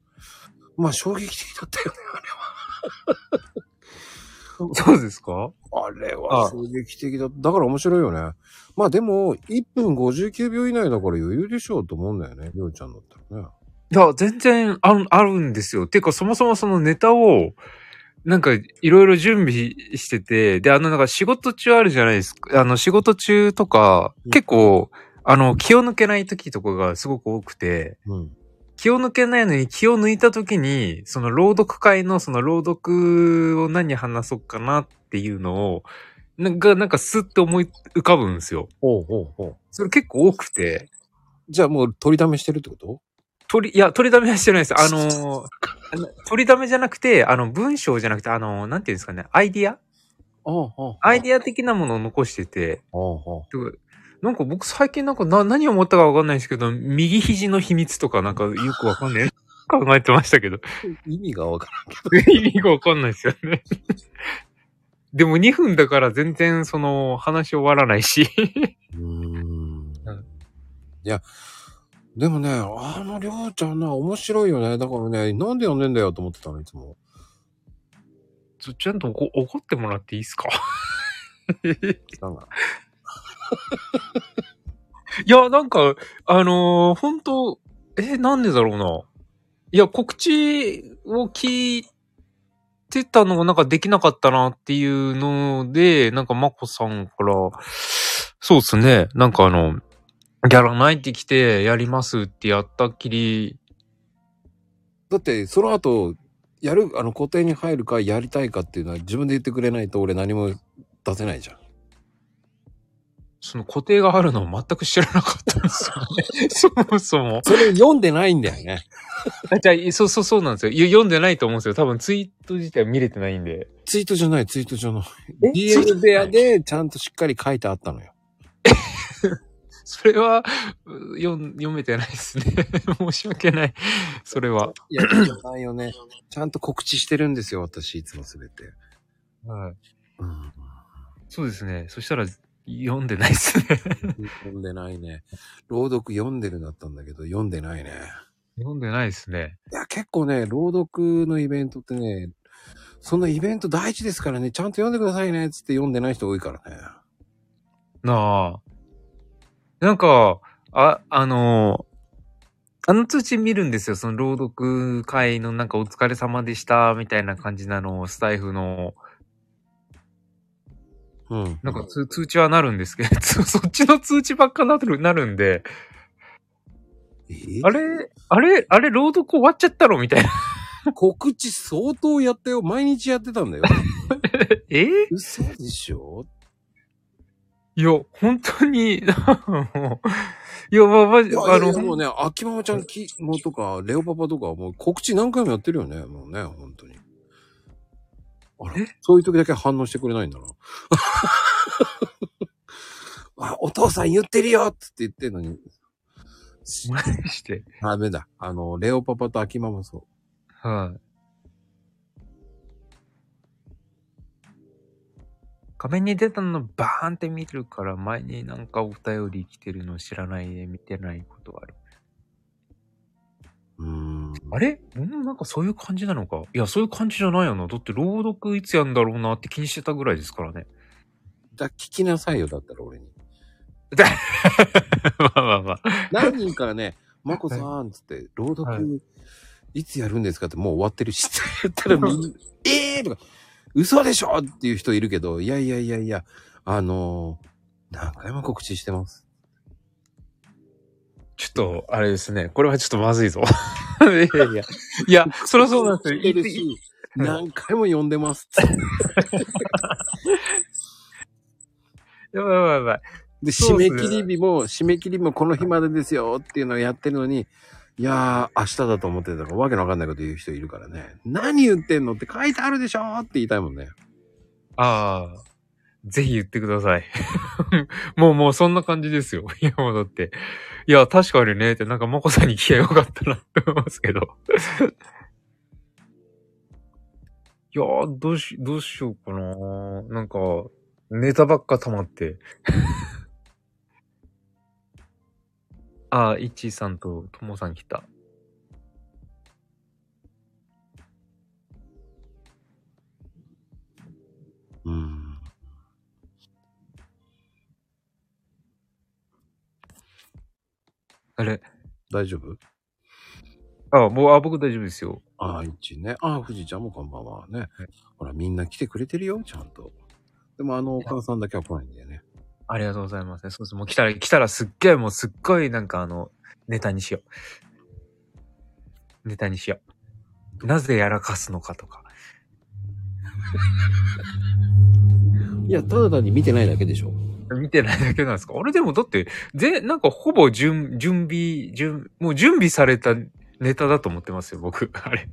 Speaker 2: まあ、衝撃的だったよね、
Speaker 3: そうですか
Speaker 2: あれは衝撃的だ。だから面白いよね。まあでも、1分59秒以内だから余裕でしょうと思うんだよね、りょうちゃんだったらね。
Speaker 3: いや、全然あるあるんですよ。ていうか、そもそもそのネタを、なんか、いろいろ準備してて、で、あの、なんか仕事中あるじゃないですか。あの、仕事中とか、
Speaker 2: うん
Speaker 3: 結構、あの、気を抜けない時とかがすごく多くて、
Speaker 2: うん。
Speaker 3: 気を抜けないのに気を抜いた時に、その朗読会のその朗読を何話そうかなっていうのを、なんか、なんかスッと思い浮かぶんですよ。
Speaker 2: ほうほうほう。
Speaker 3: それ結構多くて、
Speaker 2: じゃあもう取りだめしてるってこと
Speaker 3: 取り、いや、取りだめはしてないです。あ の、あの取りだめじゃなくて、あの、文章じゃなくて、あの、なんていうんですかね、アイディア
Speaker 2: ああ、あ
Speaker 3: アイディア的なものを残してて、
Speaker 2: あ。ああ。
Speaker 3: てかなんか僕最近なんかな何を思ったかわかんないですけど、右肘の秘密とかなんかよくわかん ない。考えてましたけど。
Speaker 2: 意味がわからんけど。
Speaker 3: 意味がわかんないですよね。でも2分だから全然その話終わらないし。
Speaker 2: うーん
Speaker 3: うん
Speaker 2: いや、でもね、あのりょうちゃんな、面白いよね。だからね、なんで呼んでんだよと思ってたの、いつも。
Speaker 3: ちょちゃんと怒怒ってもらっていいですか
Speaker 2: なんか、
Speaker 3: いや、なんか、あのー本当え、なんでだろうな。いや、告知を聞いてたのがなんかできなかったなっていうので、なんかまこさんから、そうですね、なんかあの、やらないって来て、やりますってやったっきり、
Speaker 2: だって、その後、やる、あの、固定に入るか、やりたいかっていうのは自分で言ってくれないと俺何も出せないじゃん。
Speaker 3: その固定があるのを全く知らなかったんですよ ね。そもそも。
Speaker 2: それ読んでないんだよね。
Speaker 3: あじゃあそうそうそうなんですよ。い読んでないと思うんですよ。多分ツイート自体は見れてないんで。
Speaker 2: ツイートじゃない、ツイートじゃない。
Speaker 3: えツイー
Speaker 2: DM 部屋でちゃんとしっかり書いてあったのよ。
Speaker 3: それは、う読ん読めてないですね。 申し訳ない。それは。
Speaker 2: いや、いいないよね。ちゃんと告知してるんですよ、私、いつもすべて。うん。
Speaker 3: そうですね。そしたら、読んでないですね。
Speaker 2: 読んでないね。朗読読んでるだったんだけど、読んでないね。
Speaker 3: 読んでないですね。
Speaker 2: いや、結構ね、朗読のイベントってね、そのイベント大事ですからね、ちゃんと読んでくださいね、つって読んでない人多いからね。
Speaker 3: なあ。なんか、あ、あのあの通知見るんですよ。その朗読会のなんかお疲れ様でした、みたいな感じなのをスタイフの、
Speaker 2: うん。
Speaker 3: なんかつ、通知はなるんですけど、 つそっちの通知ばっかなる、なるんで、
Speaker 2: え
Speaker 3: あれ、あれ、あれ朗読終わっちゃったろみたいな。
Speaker 2: 告知相当やったよ。毎日やってたんだよ。
Speaker 3: えー
Speaker 2: 嘘でしょ
Speaker 3: いや、本当に、 もういや、まあ、ま
Speaker 2: いや、
Speaker 3: あ、あ
Speaker 2: いやもう
Speaker 3: の、
Speaker 2: ね、秋ママちゃんきもとか、レオパパとか、もう告知何回もやってるよね、もうね、本当に。あら
Speaker 3: え、
Speaker 2: そういう時だけ反応してくれないんだ な。あ、お父さん言ってるよっつって言ってるのに。
Speaker 3: マジして。
Speaker 2: ダメだ。あの、レオパパと秋ママそう。
Speaker 3: はい。画面に出たのバーンって見るから、前になんかお便り来てるの知らないで見てないことはある。
Speaker 2: うーん。
Speaker 3: あれうん、なんかそういう感じなのか。いや、そういう感じじゃないよな。だって朗読いつやんだろうなって気にしてたぐらいですからね。
Speaker 2: だ、聞きなさいよ、だったら俺に。
Speaker 3: まあまあまあ。
Speaker 2: 何人か ね、マコさんっつって、朗読、、
Speaker 3: はい
Speaker 2: つやるんですかってもう終わってるし、って言ったらみんな、 ええーとか、嘘でしょっていう人いるけど、いやいやいやいや、あのー何回も告知してます。
Speaker 3: ちょっと、あれですね。これはちょっとまずいぞ。 いやい やいや。いや、そりゃそうなんですよ。
Speaker 2: してる
Speaker 3: い
Speaker 2: し、
Speaker 3: うん
Speaker 2: 何回も呼んでますっつって。
Speaker 3: やばいやばいやばい。
Speaker 2: で、
Speaker 3: そ
Speaker 2: 締
Speaker 3: うです
Speaker 2: め
Speaker 3: ね
Speaker 2: 切り日も、締め切りもこの日までですよっていうのをやってるのに、いやー、明日だと思ってたからわけのわかんないこと言う人いるからね。何言ってんのって書いてあるでしょって言いたいもんね。
Speaker 3: ああ。ぜひ言ってください。 もうもうそんな感じですよ。 いやもうだって。いや、確かにね、ってなんかマコさんに聞きゃよかったなって思いますけど。 いやー、どうし、どうしようかな。なんか、ネタばっか溜まって。 ああ、イッチーさんとトモさん来た。
Speaker 2: うん。
Speaker 3: あれ
Speaker 2: 大丈夫
Speaker 3: ああ、もう、あ、僕大丈夫ですよ。
Speaker 2: ああ、一ね。ああ、富士ちゃんもこんばんは。ね。ほら、みんな来てくれてるよ、ちゃんと。でも、あの、お母さんだけは来ないんだよね。
Speaker 3: ありがとうございます。そうです。もう来たら、来たらすっげえ、もうすっごい、なんかあの、ネタにしよう。ネタにしよう。なぜやらかすのかとか。
Speaker 2: いや、ただ単に見てないだけでしょ。
Speaker 3: 見てないだけなんですかあれでもだって、ぜ、なんかほぼ準、準備、準、もう準備されたネタだと思ってますよ、僕。 あれ。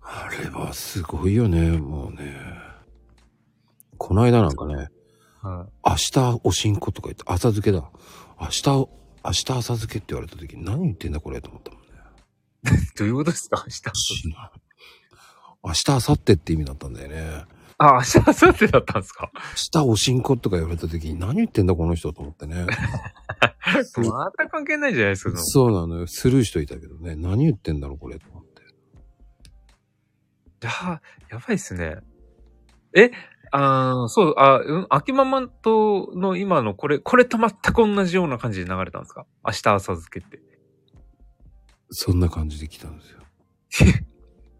Speaker 2: あれはすごいよね、もうね。こないだなんかね、
Speaker 3: は
Speaker 2: 明日おしんことか言って、朝付けだ。明日、明日朝漬けって言われた時に何言ってんだこれと思ったもんね。
Speaker 3: い。どういうことですか明日。
Speaker 2: しない明日、明後日って意味だったんだよね。
Speaker 3: あ、明日、明後日だったんですか
Speaker 2: 明日おしんことか言われた時に何言ってんだこの人と思ってね。そう
Speaker 3: また関係ないじゃないですか。
Speaker 2: そうなのよ。スルーしといたけどね。何言ってんだろうこれと思って。
Speaker 3: じゃあ、やばいっすね。え、あーそう、あ、うん、秋ママとの今のこれ、これと全く同じような感じで流れたんですか明日朝付けって。
Speaker 2: そんな感じで来たんですよ。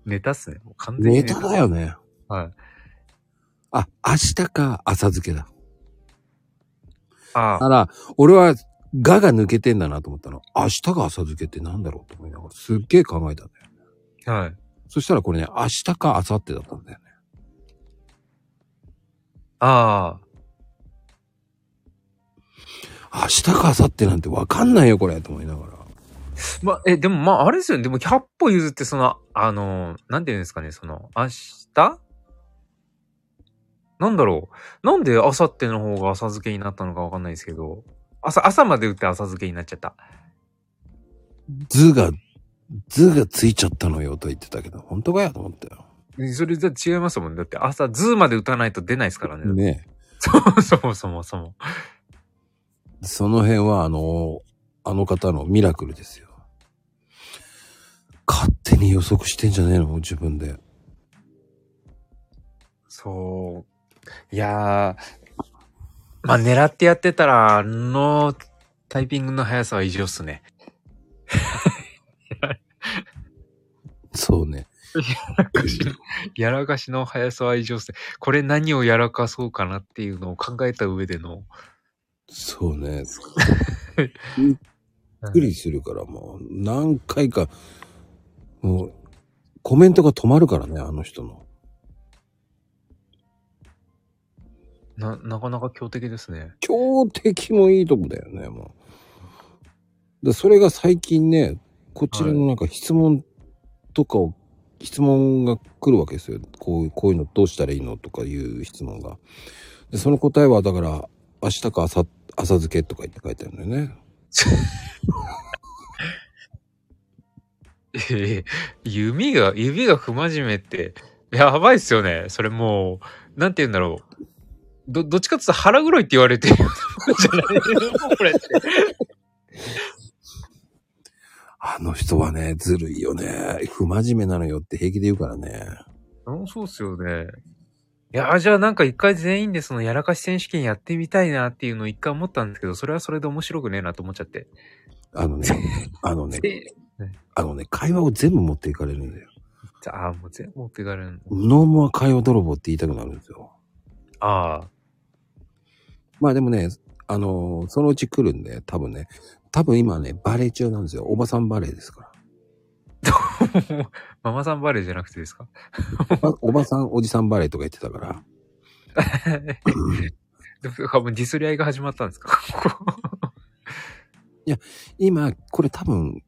Speaker 3: ネタっすね。もう完全に
Speaker 2: ネタだよね。
Speaker 3: はい。
Speaker 2: あ、明日か朝漬けだ。
Speaker 3: あ
Speaker 2: あら、俺は、がが抜けてんだなと思ったの。明日が朝漬けってなんだろうと思いながら、すっげえ考えたんだよ。
Speaker 3: あ、はい。
Speaker 2: そしたらこれね、明日か明後日だったんだよね。
Speaker 3: ああ、
Speaker 2: 明日か明後日なんてわかんないよ、これ、と思いながら。
Speaker 3: ま、え、でもまあ、あれですよね。でも、100歩譲って、その、あの、なんて言うんですかね、その、明日なんだろう。なんで明後日の方が朝漬けになったのかわかんないですけど、朝、朝まで打って朝漬けになっちゃった。
Speaker 2: 図が、図がついちゃったのよ、と言ってたけど、本当かよ、と思ったよ。
Speaker 3: えそれじゃ違いますもん。だって朝、ズーまで打たないと出ないですからね。
Speaker 2: ね
Speaker 3: そう、 そもそもそも。
Speaker 2: えその辺は、あの、あの方のミラクルですよ。勝手に予測してんじゃねえの、もう自分で。
Speaker 3: そう。いやー、まあ、狙ってやってたら、あの、タイピングの速さは異常っすね。
Speaker 2: そうね。
Speaker 3: やらかしの速さは異常っすね。これ何をやらかそうかなっていうのを考えた上での。
Speaker 2: そうね。びっくりするから、もう何回か、もうコメントが止まるからね、あの人の。
Speaker 3: な、なかなか強敵ですね。
Speaker 2: 強敵もいいとこだよね、もう。で、それが最近ね、こちらのなんか質問とかを、質問が来るわけですよ。こういう、こういうのどうしたらいいのとかいう質問が。で、その答えはだから、明日か明後朝付けとか言って書いてあるんだよね。
Speaker 3: ええ 指が、指が不真面目って、やばいっすよね。それもう、なんて言うんだろう。ど、どっちかっていうと腹黒いって言われてるじゃないこれって。
Speaker 2: あの人はね、ずるいよね。不真面目なのよって平気で言うからね。
Speaker 3: うんそうっすよね。いやー、じゃあなんか一回全員でそのやらかし選手権やってみたいなっていうのを一回思ったんですけど、それはそれで面白くねえなと思っちゃって。
Speaker 2: あのね、あのね、
Speaker 3: で
Speaker 2: あのね、会話を全部持っていかれるんだよ。
Speaker 3: じゃあ、もう全部持っていかれるの。
Speaker 2: ノームは会話泥棒って言いたくなるんですよ。
Speaker 3: あ
Speaker 2: まあでもね、あのーそのうち来るんで、多分ね、多分今ね、バレー中なんですよ。おばさんバレーですか
Speaker 3: あ。ママさんバレーじゃなくてですか
Speaker 2: ら。 おばおばさん、おじさんバレーとか言ってたから。
Speaker 3: でもうディスり合いが始まったんですか
Speaker 2: 今、これ多分、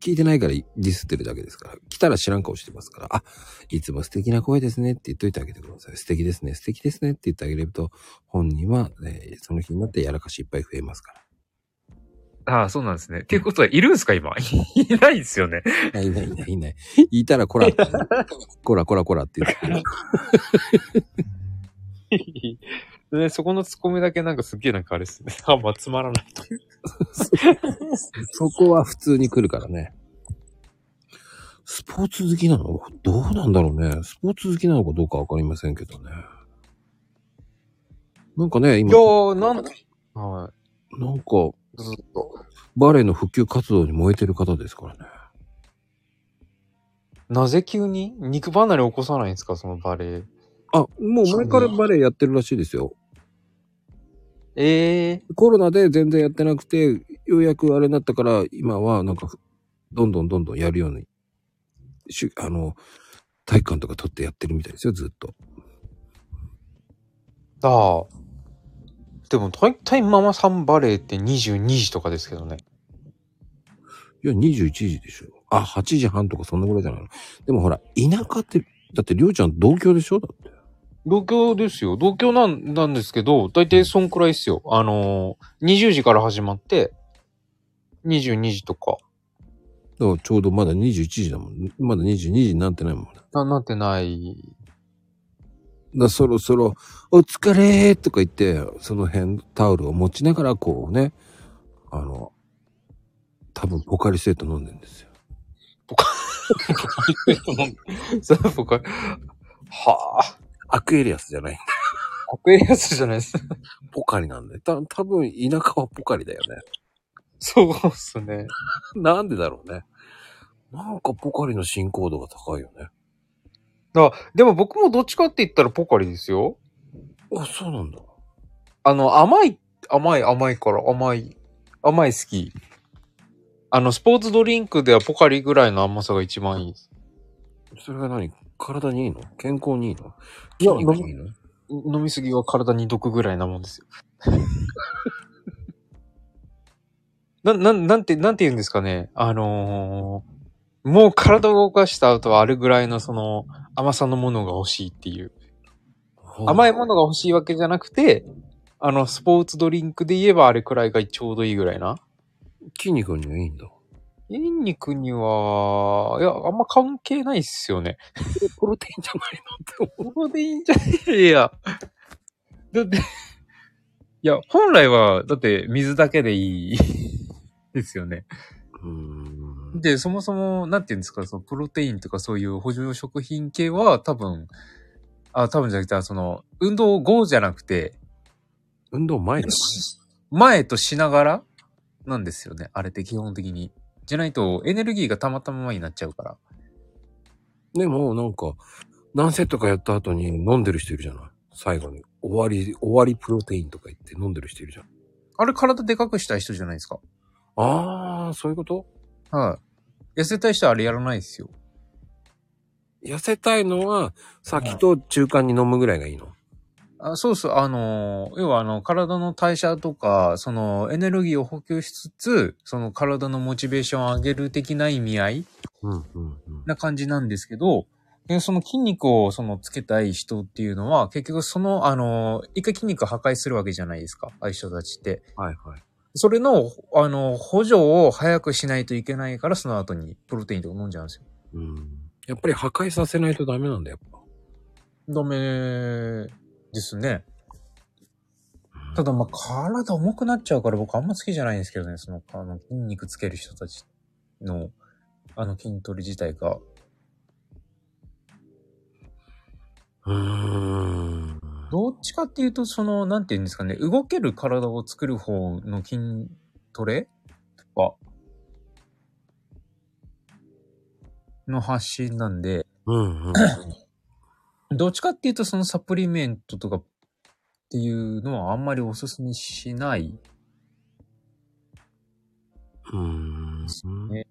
Speaker 2: 聞いてないからディスってるだけですから。来たら知らん顔してますから。あ、いつも素敵な声ですねって言っといてあげてください。素敵ですね、素敵ですねって言ってあげれると、本人は、えーその日になってやらかしいっぱい増えますから。
Speaker 3: ああ、そうなんですね。っていうことは、いるんすか今。 いないですよね。
Speaker 2: い ないいないいないいない。 いたらこら、こらこらこらって言って。
Speaker 3: ね、そこのツッコミだけなんかすっげえなんかあれですね。 あ、まあ、つまらないと。
Speaker 2: そこは普通に来るからね。スポーツ好きなのどうなんだろうね。スポーツ好きなのかどうかわかりませんけどね。なんかね、
Speaker 3: い
Speaker 2: 今
Speaker 3: や、ー、なん、はい。
Speaker 2: なんか、ずっと、バレエの復旧活動に燃えてる方ですからね。
Speaker 3: なぜ急に肉離れ起こさないんですかそのバレエ。
Speaker 2: あ、もう前からバレエやってるらしいですよ。
Speaker 3: ええ
Speaker 2: コロナで全然やってなくて、ようやくあれになったから、今はなんか、どんどんどんどんやるように、しゅあの、体育館とか取ってやってるみたいですよ、ずっと。
Speaker 3: ああ。でも、大体ママさんバレーって22時とかですけどね。
Speaker 2: いや、21時でしょ。あ、8時半とかそんなぐらいじゃないの。でもほら、田舎って、だってりょうちゃん同居でしょだって。
Speaker 3: 同居ですよ。同居なん、なんですけど、大体そんくらいですよ。あのー、20時から始まって、22時とか。
Speaker 2: だからちょうどまだ21時だもん。まだ22時になってないもん。だか
Speaker 3: な、なってない。
Speaker 2: らそろそろ、お疲れーとか言って、その辺タオルを持ちながらこうね、あの、多分ポカリスエット飲んでんですよ。
Speaker 3: そう、僕は、はあ、
Speaker 2: アクエリアスじゃない。
Speaker 3: アクエリアスじゃないです。
Speaker 2: ポカリなんだよ。た多分田舎はポカリだよね。
Speaker 3: そうっすね。
Speaker 2: なんでだろうね。なんかポカリの進行度が高いよね。
Speaker 3: あ、でも僕もどっちかって言ったらポカリですよ。
Speaker 2: あ、そうなんだ。
Speaker 3: あの、甘い、甘い、甘いから、甘い、甘い好き。あの、スポーツドリンクではポカリぐらいの甘さが一番いいです。
Speaker 2: それが何体にいいの健康にいいの
Speaker 3: いや
Speaker 2: 筋肉にいいの
Speaker 3: 飲みすぎは体に毒ぐらいなもんですよ。 な、なん、なんて、なんて言うんですかね。あのーもう体を動かした後はあれぐらいのその甘さのものが欲しいっていう。甘いものが欲しいわけじゃなくて、あの、スポーツドリンクで言えばあれくらいがちょうどいいぐらいな。
Speaker 2: 筋肉にはいいんだ。
Speaker 3: 筋肉には、いや、あんま関係ないっすよね。
Speaker 2: プロテインじゃないのって
Speaker 3: ここでいいんじゃねいや。だって、いや、本来は、だって水だけでいいですよね。
Speaker 2: 思う。
Speaker 3: で、そもそも、なんていうんですか、そのプロテインとかそういう補助食品系は多分、あ、多分じゃなくて、その、運動後じゃなくて、
Speaker 2: 運動前だよね。
Speaker 3: 前としながらなんですよね。あれって基本的に。じゃないと、エネルギーがたまたまになっちゃうから。
Speaker 2: でも、なんか、何セットかやった後に飲んでる人いるじゃない最後に。終わり、終わりプロテインとか言って飲んでる人いるじゃん。
Speaker 3: あれ体でかくしたい人じゃないですか。
Speaker 2: あー、そういうこと
Speaker 3: はい。痩せたい人はあれやらないですよ。
Speaker 2: 痩せたいのは、先と中間に飲むぐらいがいいの。
Speaker 3: あそうそう、あのー、要はあの、体の代謝とか、その、エネルギーを補給しつつ、その体のモチベーションを上げる的な意味合い
Speaker 2: うん、うん、うん。
Speaker 3: な感じなんですけど、でその筋肉をそのつけたい人っていうのは、結局その、あのー、一回筋肉破壊するわけじゃないですか、ああいう人たちって。
Speaker 2: はい、はい。
Speaker 3: それの、あのー、補助を早くしないといけないから、その後にプロテインとか飲んじゃうんですよ。
Speaker 2: うん。やっぱり破壊させないとダメなんだよ、やっ
Speaker 3: ダメですね。
Speaker 2: ぱ。
Speaker 3: ただまあ体重くなっちゃうから僕あんま好きじゃないんですけどね、その、あの、筋肉つける人たちの、あの筋トレ自体が。
Speaker 2: うーん。
Speaker 3: どっちかっていうと、その、なんて言うんですかね、動ける体を作る方の筋トレとか、の発信なんで、
Speaker 2: うん、うん。
Speaker 3: どっちかっていうとそのサプリメントとかっていうのはあんまりおすすめしない。
Speaker 2: うーん
Speaker 3: ね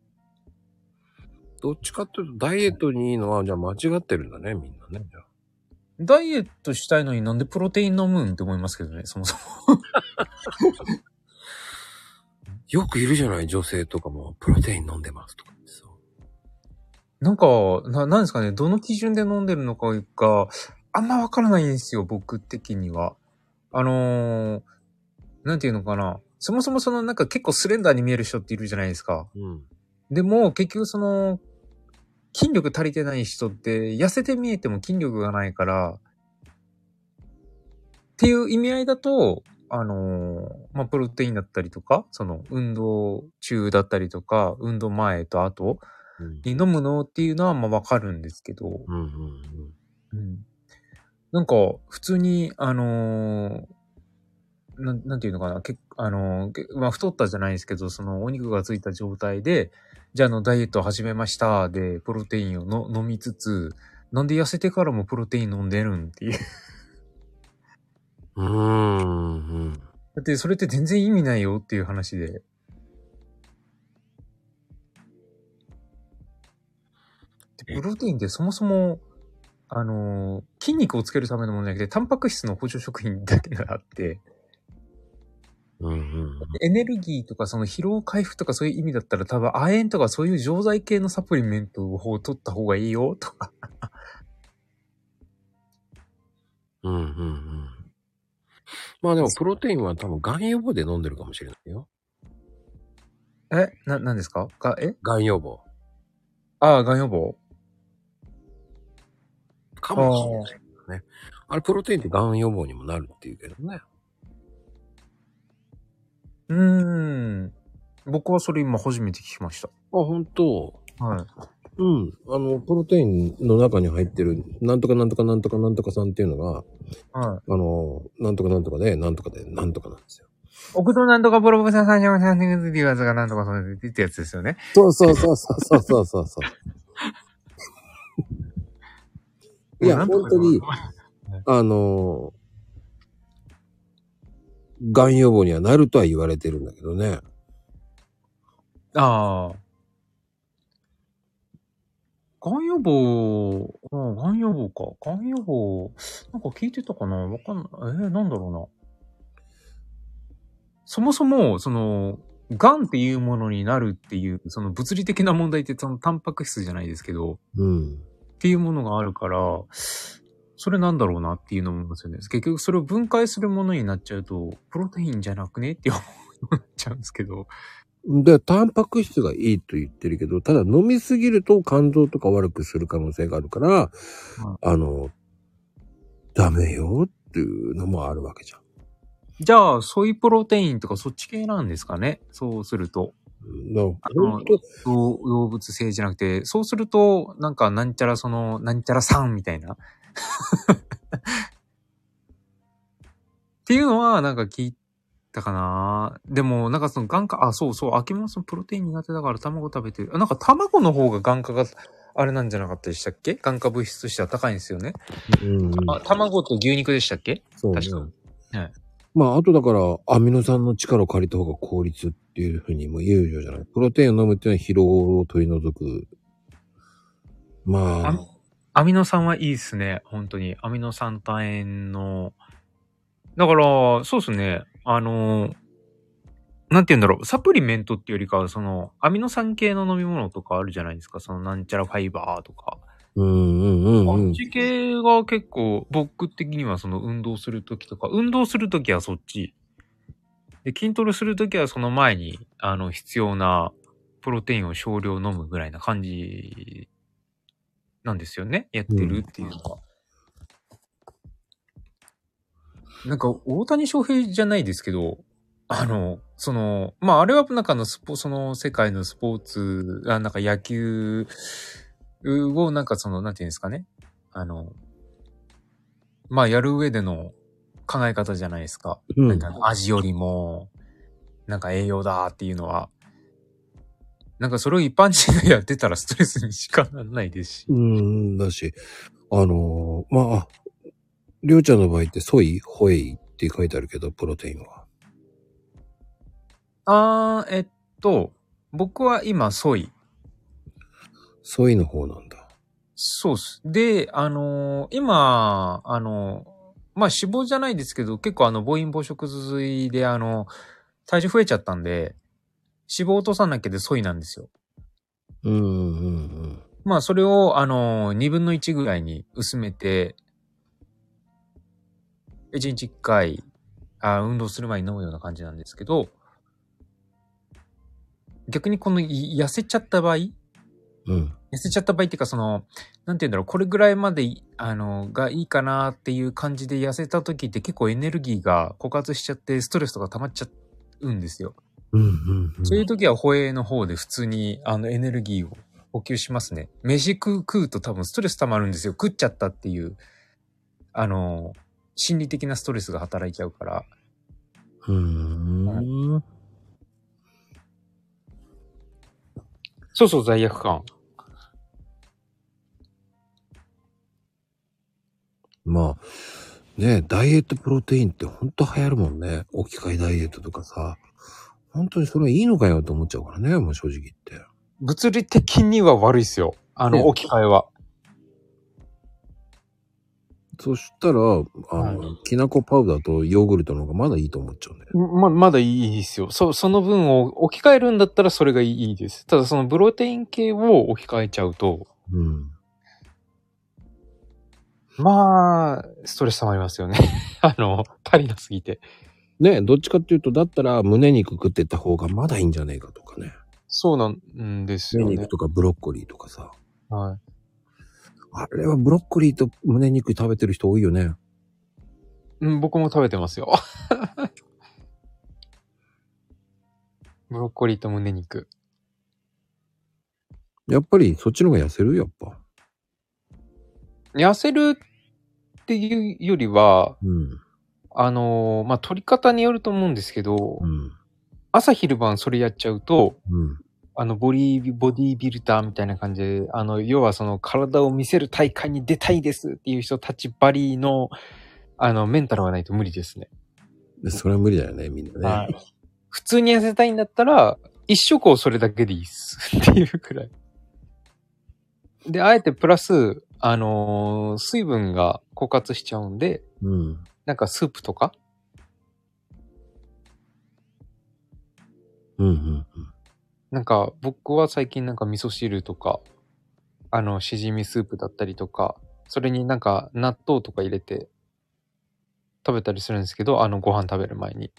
Speaker 2: どっちかっていうと、ダイエットにいいのは、じゃあ間違ってるんだね、みんなね。じゃあ
Speaker 3: ダイエットしたいのになんでプロテイン飲むんって思いますけどね、そもそも。
Speaker 2: よくいるじゃない、女性とかも、プロテイン飲んでますとかってさ。
Speaker 3: なんか、な、なんですかね、どの基準で飲んでるのかが、あんまわからないんですよ、僕的には。あのー、なんていうのかな。そもそもその、なんか結構スレンダーに見える人っているじゃないですか。
Speaker 2: うん。
Speaker 3: でも、結局その、筋力足りてない人って、痩せて見えても筋力がないから、っていう意味合いだと、あのーまあ、プロテインだったりとか、その、運動中だったりとか、運動前と後
Speaker 2: うん
Speaker 3: に飲むのっていうのは、まあ、わかるんですけど、
Speaker 2: うんうん
Speaker 3: うん。なんか、普通に、あのーななん、なんていうのかな、けあの、けまあ、太ったじゃないですけど、その、お肉がついた状態で、じゃあ、あの、ダイエットを始めました、で、プロテインをの飲みつつ、なんで痩せてからもプロテイン飲んでるんっていう。
Speaker 2: うーん。
Speaker 3: だって、それって全然意味ないよっていう話で。でプロテインってそもそも、あのー筋肉をつけるためのものじゃなくて、タンパク質の補助食品だけがあって、
Speaker 2: うんうん。
Speaker 3: エネルギーとかその疲労回復とかそういう意味だったら多分亜鉛とかそういう錠剤系のサプリメントを取った方がいいよとか。
Speaker 2: うんうんうん。まあでも、プロテインは多分、がん予防で飲んでるかもしれないよ。
Speaker 3: えな、なんですかが、え
Speaker 2: がん予防。
Speaker 3: ああ、がん予防
Speaker 2: かもしれないけどね。あれ、プロテインってがん予防にもなるっていうけどね。
Speaker 3: うーん。僕はそれ今初めて聞きまし
Speaker 2: あ、本当
Speaker 3: た。はい。
Speaker 2: うん。あの、プロテインの中に入ってる、なんとかなんとかなんとかなんとかさんっていうのが、
Speaker 3: はい。
Speaker 2: あの、なんとかなんとかで、なんとかで、なんとかなんですよ。
Speaker 3: 奥戸なんとかボロボロさんさんにゃんさんにゃんさんにゃんさんなんとかそんでってやつですよね。
Speaker 2: そうそうそうそうそうそうそう そう。いや、
Speaker 3: なんと
Speaker 2: 本
Speaker 3: か
Speaker 2: 当に、あの、がん予防にはなるとは言われてるんだけどね。
Speaker 3: ああ。がん予防、うん、がん予防か。がん予防、なんか聞いてたかなわかんない。えー、なんだろうな。そもそも、その、がんっていうものになるっていう、その物理的な問題って、そのタンパク質じゃないですけど、
Speaker 2: うん。
Speaker 3: っていうものがあるから、それなんだろうなっていうのも思いますよね。結局それを分解するものになっちゃうと、プロテインじゃなくねって思っちゃうんですけど。
Speaker 2: で、タンパク質がいいと言ってるけど、ただ飲みすぎると肝臓とか悪くする可能性があるから、あの、ダメよっていうのもあるわけじゃん。
Speaker 3: じゃあ、ソイプロテインとかそっち系なんですかねそうすると。
Speaker 2: うんだから
Speaker 3: あの
Speaker 2: 本当
Speaker 3: 動動物性じゃなくて、そうすると、なんか、なんちゃらその、なんちゃらさんみたいな。っていうのは、なんか聞いたかなでも、なんかその眼科、あ、そうそう、秋元さんプロテイン苦手だから卵食べてる。あなんか卵の方が眼科が、あれなんじゃなかったでしたっけ眼科物質としては高いんですよね。
Speaker 2: うん、
Speaker 3: あ、卵と牛肉でしたっけ
Speaker 2: そうね
Speaker 3: 確かにはい
Speaker 2: まあ、あとだから、アミノ酸の力を借りた方が効率っていうふうにも言うようじゃない。プロテインを飲むっていうのは疲労を取り除く。まあ
Speaker 3: あ、アミノ酸はいいっすね。本当に。アミノ酸単塩の。だから、そうっすね。あのー、なんて言うんだろう。サプリメントっていうよりかは、その、アミノ酸系の飲み物とかあるじゃないですか。その、なんちゃらファイバーとか。
Speaker 2: うんうんうん
Speaker 3: あ
Speaker 2: う
Speaker 3: っ
Speaker 2: ん。
Speaker 3: ち系が結構、僕的にはその、運動するときとか、運動するときはそっち。で、筋トレするときはその前に、あの、必要なプロテインを少量飲むぐらいな感じなんですよね。やってるっていうのは。なんか、大谷翔平じゃないですけど、あの、その、まあ、あれはなんかあのスポ、その世界のスポーツ、あなんか野球をなんかその、なんていうんですかね。あの、まあ、やる上での考え方じゃないですか。
Speaker 2: うん
Speaker 3: なんか味よりも、なんか栄養だっていうのは、なんかそれを一般人がやってたらストレスにしかならないですし。
Speaker 2: うん、だし、あのーまあ、りょうちゃんの場合って、ソイ、ホエイって書いてあるけど、プロテインは。
Speaker 3: あー、えっと、僕は今、ソイ。
Speaker 2: ソイの方なんだ。
Speaker 3: そうっす。で、あのー今、あのーまあ、脂肪じゃないですけど、結構あの、暴飲暴食続いで、あの、体重増えちゃったんで、脂肪落とさなきゃでソイなんですよ。
Speaker 2: うんうん
Speaker 3: まあ、それを、あのー、2分の1ぐらいに薄めて、1日1回、あー運動する前に飲むような感じなんですけど、逆にこのい痩せちゃった場合、
Speaker 2: うん。うん。
Speaker 3: 痩せちゃった場合っていうか、その、なんて言うんだろう、これぐらいまでい、あの、がいいかなっていう感じで痩せた時って結構エネルギーが枯渇しちゃって、ストレスとか溜まっちゃうんですよ。
Speaker 2: うんうん、うん。
Speaker 3: そういう時は、保栄の方で普通に、あの、エネルギーを補給しますね。飯食う、食うと多分ストレス溜まるんですよ。食っちゃったっていう、あの、心理的なストレスが働いちゃうから。
Speaker 2: うーん。
Speaker 3: そうそう、罪悪感。
Speaker 2: まあ、ねダイエットプロテインってほんと流行るもんね。置き換えダイエットとかさ。本当にそれいいのかよと思っちゃうからね、もう正直言って。
Speaker 3: 物理的には悪いっすよ。あ
Speaker 2: ね
Speaker 3: の、置き換えは。
Speaker 2: そしたら、あの、
Speaker 3: は
Speaker 2: きなこパウダーとヨーグルトの方がまだいいと思っちゃうんだよ。
Speaker 3: ま、まだいいですよ。そ、その分を置き換えるんだったらそれがいいです。ただそのプロテイン系を置き換えちゃうと、
Speaker 2: うん。
Speaker 3: まあ、ストレス溜まりますよね。 あの、足りなすぎて。
Speaker 2: ねどっちかっていうと、だったら胸肉食ってった方がまだいいんじゃねえかとかね。
Speaker 3: そうなんです
Speaker 2: 胸
Speaker 3: よ
Speaker 2: 肉
Speaker 3: ね。
Speaker 2: とかブロッコリーとかさ。
Speaker 3: は
Speaker 2: あれはブロッコリーと胸肉食べてる人多いよね。
Speaker 3: い、うん。僕も食べてますよ。 ブロッコリーと胸肉。
Speaker 2: やっぱりそっちの方が痩せるやっぱ。
Speaker 3: 痩せるっていうよりは、
Speaker 2: うん。
Speaker 3: あのまあ、取り方によると思うんですけど、
Speaker 2: うん。
Speaker 3: 朝昼晩それやっちゃうと、
Speaker 2: うん。
Speaker 3: あの、ボリー、ボディービルダーみたいな感じで、あの、要はその体を見せる大会に出たいですっていう人たちばりの、あの、メンタルがないと無理ですね。
Speaker 2: でそれは無理だよね、みんなね。
Speaker 3: はい普通に痩せたいんだったら、一食をそれだけでいいっす。っていうくらい。で、あえてプラス、あのー水分が枯渇しちゃうんで、
Speaker 2: うん。
Speaker 3: なんかスープとか
Speaker 2: うんうん。
Speaker 3: なんか僕は最近なんか味噌汁とか、あの、しじみスープだったりとか、それになんか納豆とか入れて食べたりするんですけど、あのご飯食べる前に。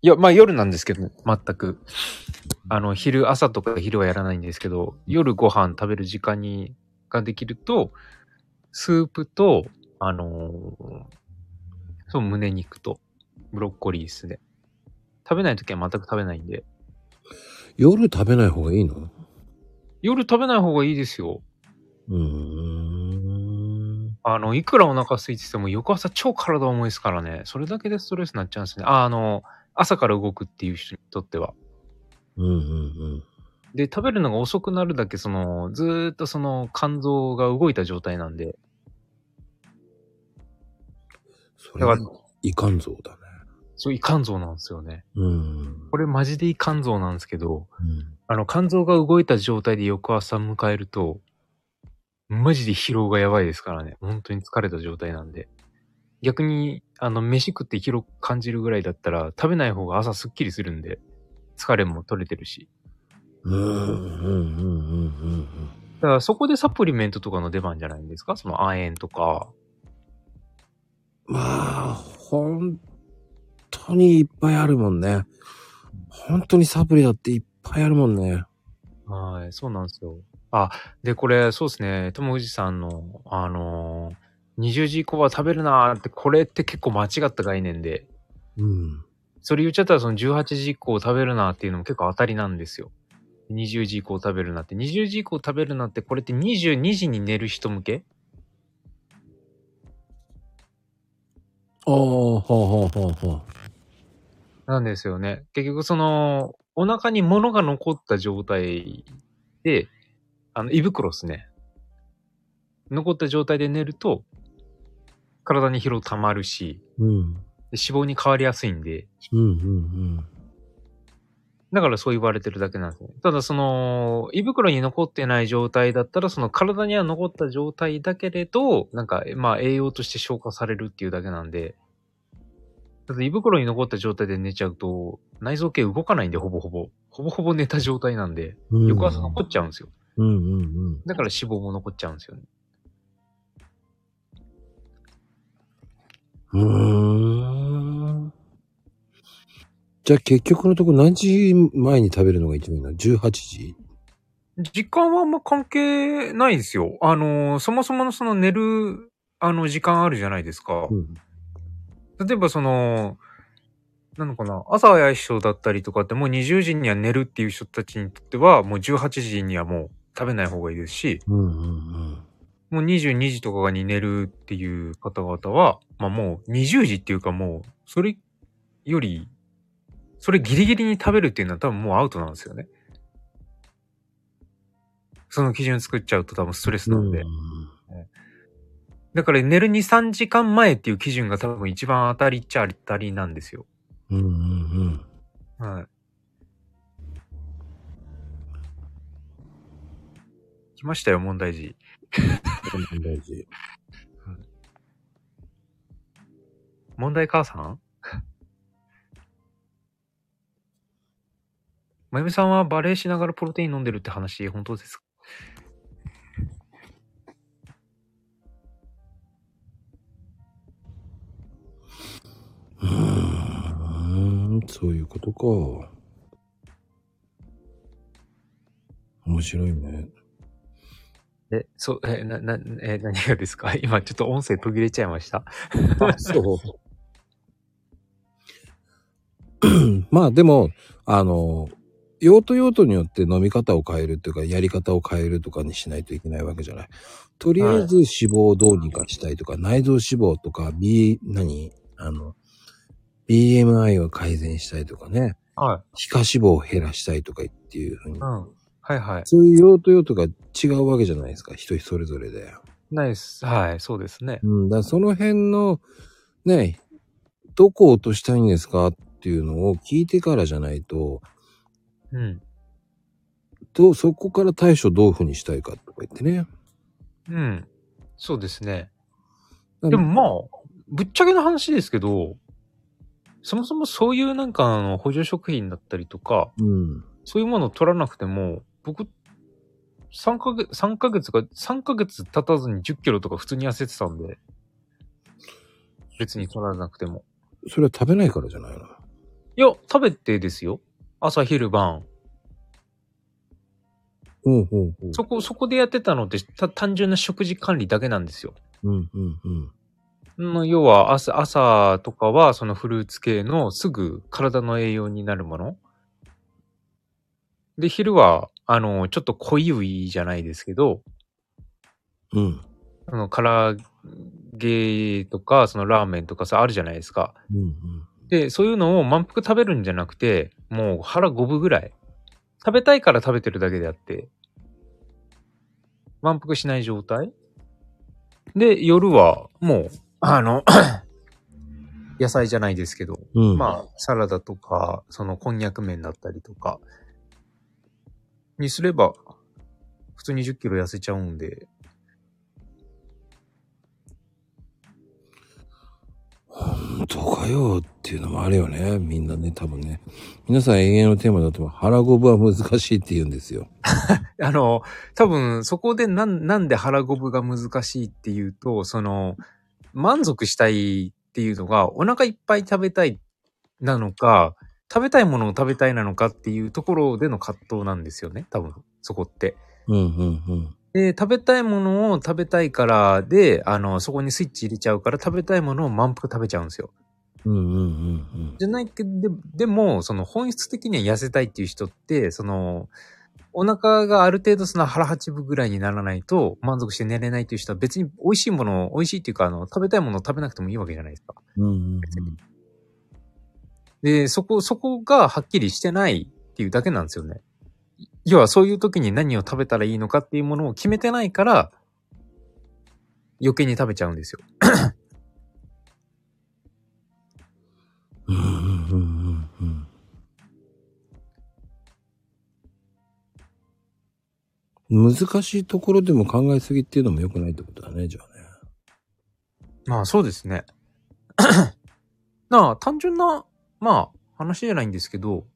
Speaker 3: いや、まあ夜なんですけどね、全く。あの、昼、朝とか昼はやらないんですけど、夜ご飯食べる時間に、ができると、スープと、あのーそう、胸肉と、ブロッコリーですね。食べないときは全く食べないんで。
Speaker 2: 夜食べない方がいいの
Speaker 3: 夜食べない方がいいですよ。
Speaker 2: うーん。
Speaker 3: あの、いくらお腹空いてても翌朝超体重いですからね。それだけでストレスになっちゃうんですね。あ、あの、朝から動くっていう人にとっては。
Speaker 2: うんうん
Speaker 3: で、食べるのが遅くなるだけ、その、ずーっとその肝臓が動いた状態なんで。
Speaker 2: それ
Speaker 3: だ
Speaker 2: は
Speaker 3: から
Speaker 2: いかんぞうだね。
Speaker 3: そう、胃肝臓なんですよね。
Speaker 2: うん。
Speaker 3: これマジで胃肝臓なんですけど、
Speaker 2: うん
Speaker 3: あの、肝臓が動いた状態で翌朝迎えると、マジで疲労がやばいですからね。本当に疲れた状態なんで。逆に、あの、飯食って疲労感じるぐらいだったら、食べない方が朝スッキリするんで、疲れも取れてるし。
Speaker 2: うんうんうんうんうん
Speaker 3: だからそこでサプリメントとかの出番じゃないんですかその亜鉛とか。
Speaker 2: まあ、本当にいっぱいあるもんね。本当にサプリだっていっぱいあるもんね。
Speaker 3: はい、そうなんですよ。あ、で、これ、そうですね、友藤さんの、あのー20時以降は食べるなーって、これって結構間違った概念で、
Speaker 2: うん。
Speaker 3: それ言っちゃったら、その18時以降食べるなっていうのも結構当たりなんですよ。20時以降食べるなって。20時以降食べるなって、これって22時に寝る人向け
Speaker 2: ああ、はあはあはあは
Speaker 3: なんですよね。結局、その、お腹に物が残った状態で、あの、胃袋ですね。残った状態で寝ると、体に疲労溜まるし、
Speaker 2: うん。
Speaker 3: で脂肪に変わりやすいんで、
Speaker 2: うんうん
Speaker 3: だからそう言われてるだけなんですね。ただその、胃袋に残ってない状態だったら、その体には残った状態だけれど、なんか、まあ栄養として消化されるっていうだけなんで、だって胃袋に残った状態で寝ちゃうと、内臓系動かないんで、ほぼほぼ。ほぼほぼ寝た状態なんで、
Speaker 2: うん。
Speaker 3: 翌朝残っちゃうんですよ。
Speaker 2: うんうんうん。
Speaker 3: だから脂肪も残っちゃうんですよね。
Speaker 2: うーん。じゃあ結局のとこ何時前に食べるのが一番いいの ?18 時
Speaker 3: 時間はあんま関係ないですよ。あの、そもそものその寝る、あの、時間あるじゃないですか。
Speaker 2: うん。
Speaker 3: 例えばその、なのかな、朝早い人だったりとかってもう20時には寝るっていう人たちにとっては、もう18時にはもう食べない方がいいですし、
Speaker 2: うんうん
Speaker 3: もう22時とかに寝るっていう方々は、まあもう20時っていうかもう、それより、それギリギリに食べるっていうのは多分もうアウトなんですよね。その基準作っちゃうと多分ストレスなんで。だから寝る2、3時間前っていう基準が多分一番当たりっちゃ当たりなんですよ。
Speaker 2: うんうん
Speaker 3: はい。来ましたよ、問題児。
Speaker 2: うん。大事。
Speaker 3: 問題母さん まゆみさんはバレーしながらプロテイン飲んでるって話、本当ですか
Speaker 2: うーん、そういうことか。面白いね。
Speaker 3: え、そう、え、な、な、え、何がですか 今ちょっと音声途切れちゃいました。
Speaker 2: そう。 まあでも、あの、用途用途によって飲み方を変えるっていうか、やり方を変えるとかにしないといけないわけじゃない。とりあえず脂肪をどうにかしたいとか、内臓脂肪とか、B、何あの、BMI を改善したいとかね、
Speaker 3: は
Speaker 2: 皮下脂肪を減らしたいとかっていうふうに
Speaker 3: い。う。ん。はいはい。
Speaker 2: そういう用途用途が違うわけじゃないですか、人それぞれで。
Speaker 3: ナイス。はい、そうですね。
Speaker 2: うん、だからその辺の、ね、どこを落としたいんですかっていうのを聞いてからじゃないと、
Speaker 3: うん。
Speaker 2: どうそこから対処どういうふうにしたいかとか言ってね。
Speaker 3: うん。そうですね。
Speaker 2: うん
Speaker 3: でもまあ、ぶっちゃけの話ですけど、そもそもそういうなんかあの補助食品だったりとか、
Speaker 2: うん。
Speaker 3: そういうものを取らなくても、僕、3ヶ月、三ヶ月か、3ヶ月経たずに10キロとか普通に痩せてたんで、別に取らなくても。
Speaker 2: それは食べないからじゃないの。
Speaker 3: いや、食べてですよ。朝、昼、晩。
Speaker 2: うんうんうん。
Speaker 3: そこ、そこでやってたのって、た単純な食事管理だけなんですよ。
Speaker 2: うんうんうん。
Speaker 3: の要は朝、朝とかは、そのフルーツ系のすぐ体の栄養になるもの。で、昼は、あの、ちょっと濃いウイじゃないですけど、
Speaker 2: うん。
Speaker 3: あの、唐揚げとか、そのラーメンとかさ、あるじゃないですか。
Speaker 2: うんうん。
Speaker 3: で、そういうのを満腹食べるんじゃなくて、もう腹五分ぐらい。食べたいから食べてるだけであって、満腹しない状態で、夜は、もう、あの、 野菜じゃないですけど、
Speaker 2: うん、
Speaker 3: まあ、サラダとか、その、こんにゃく麺だったりとか、にすれば、普通に10キロ痩せちゃうんで、
Speaker 2: 本当かよっていうのもあるよね。みんなね、多分ね。皆さん永遠のテーマだと思う腹ごぶは難しいって言うんですよ。
Speaker 3: あの、多分、そこでなん、なんで腹ごぶが難しいっていうと、その、満足したいっていうのが、お腹いっぱい食べたいなのか、食べたいものを食べたいなのかっていうところでの葛藤なんですよね、多分、そこって。
Speaker 2: うんうんうん。
Speaker 3: で、食べたいものを食べたいからで、あの、そこにスイッチ入れちゃうから、食べたいものを満腹食べちゃうんですよ。
Speaker 2: うんうんうん
Speaker 3: じゃないけど、ででも、その本質的には痩せたいっていう人って、その、お腹がある程度その腹八分ぐらいにならないと満足して寝れないという人は別に美味しいものを、美味しいっていうか、あの、食べたいものを食べなくてもいいわけじゃないですか。
Speaker 2: うん。うんうん
Speaker 3: で、そこ、そこがはっきりしてないっていうだけなんですよね。要はそういう時に何を食べたらいいのかっていうものを決めてないから、余計に食べちゃうんですよ。
Speaker 2: うん。うんうんうんうん。難しいところでも考えすぎっていうのも良くないってことだね、じゃあね。
Speaker 3: まあそうですね。 なあ、単純な、まあ話じゃないんですけど、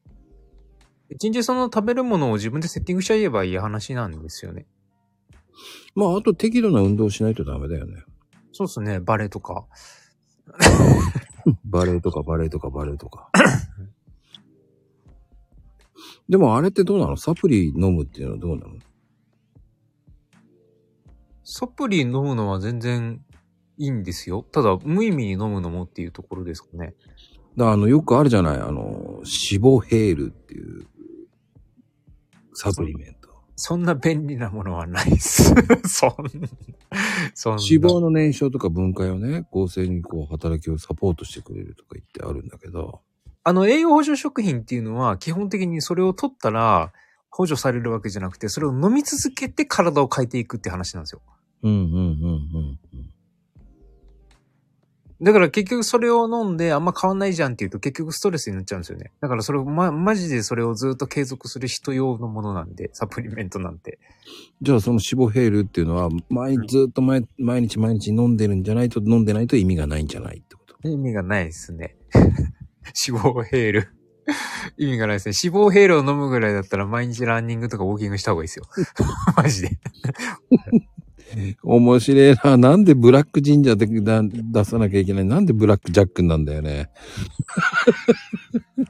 Speaker 3: 一日その食べるものを自分でセッティングしちゃえばいい話なんですよね。
Speaker 2: まあ、あと適度な運動をしないとダメだよね。
Speaker 3: そうですね、バレエとか。
Speaker 2: バレーとかバレーとかバレーとか。でもあれってどうなのサプリ飲むっていうのはどうなの
Speaker 3: サプリ飲むのは全然いいんですよ。ただ、無意味に飲むのもっていうところですかね。
Speaker 2: だあの、よくあるじゃないあの、シボヘールっていうサプリメント。
Speaker 3: そんな便利なものはないです。 そんな、そんな。
Speaker 2: 脂肪の燃焼とか分解をね、合成にこう働きをサポートしてくれるとか言ってあるんだけど、
Speaker 3: あの、栄養補助食品っていうのは、基本的にそれを取ったら、補助されるわけじゃなくて、それを飲み続けて体を変えていくって話なんですよ。
Speaker 2: うんうんうん
Speaker 3: だから結局それを飲んであんま変わんないじゃんって言うと結局ストレスになっちゃうんですよね。だからそれをま、マジでそれをずっと継続する人用のものなんで、サプリメントなんて。
Speaker 2: じゃあそのシボヘールっていうのは毎日ずっと毎毎日毎日飲んでるんじゃないと飲んでないと意味がないんじゃないってこと
Speaker 3: 意味がないですね。 脂肪ヘール。意味がないですね。脂肪ヘールを飲むぐらいだったら毎日ランニングとかウォーキングした方がいいですよ。 マジで。
Speaker 2: 面白いな。なんでブラック神社でだ出さなきゃいけないなんでブラックジャックなんだよね。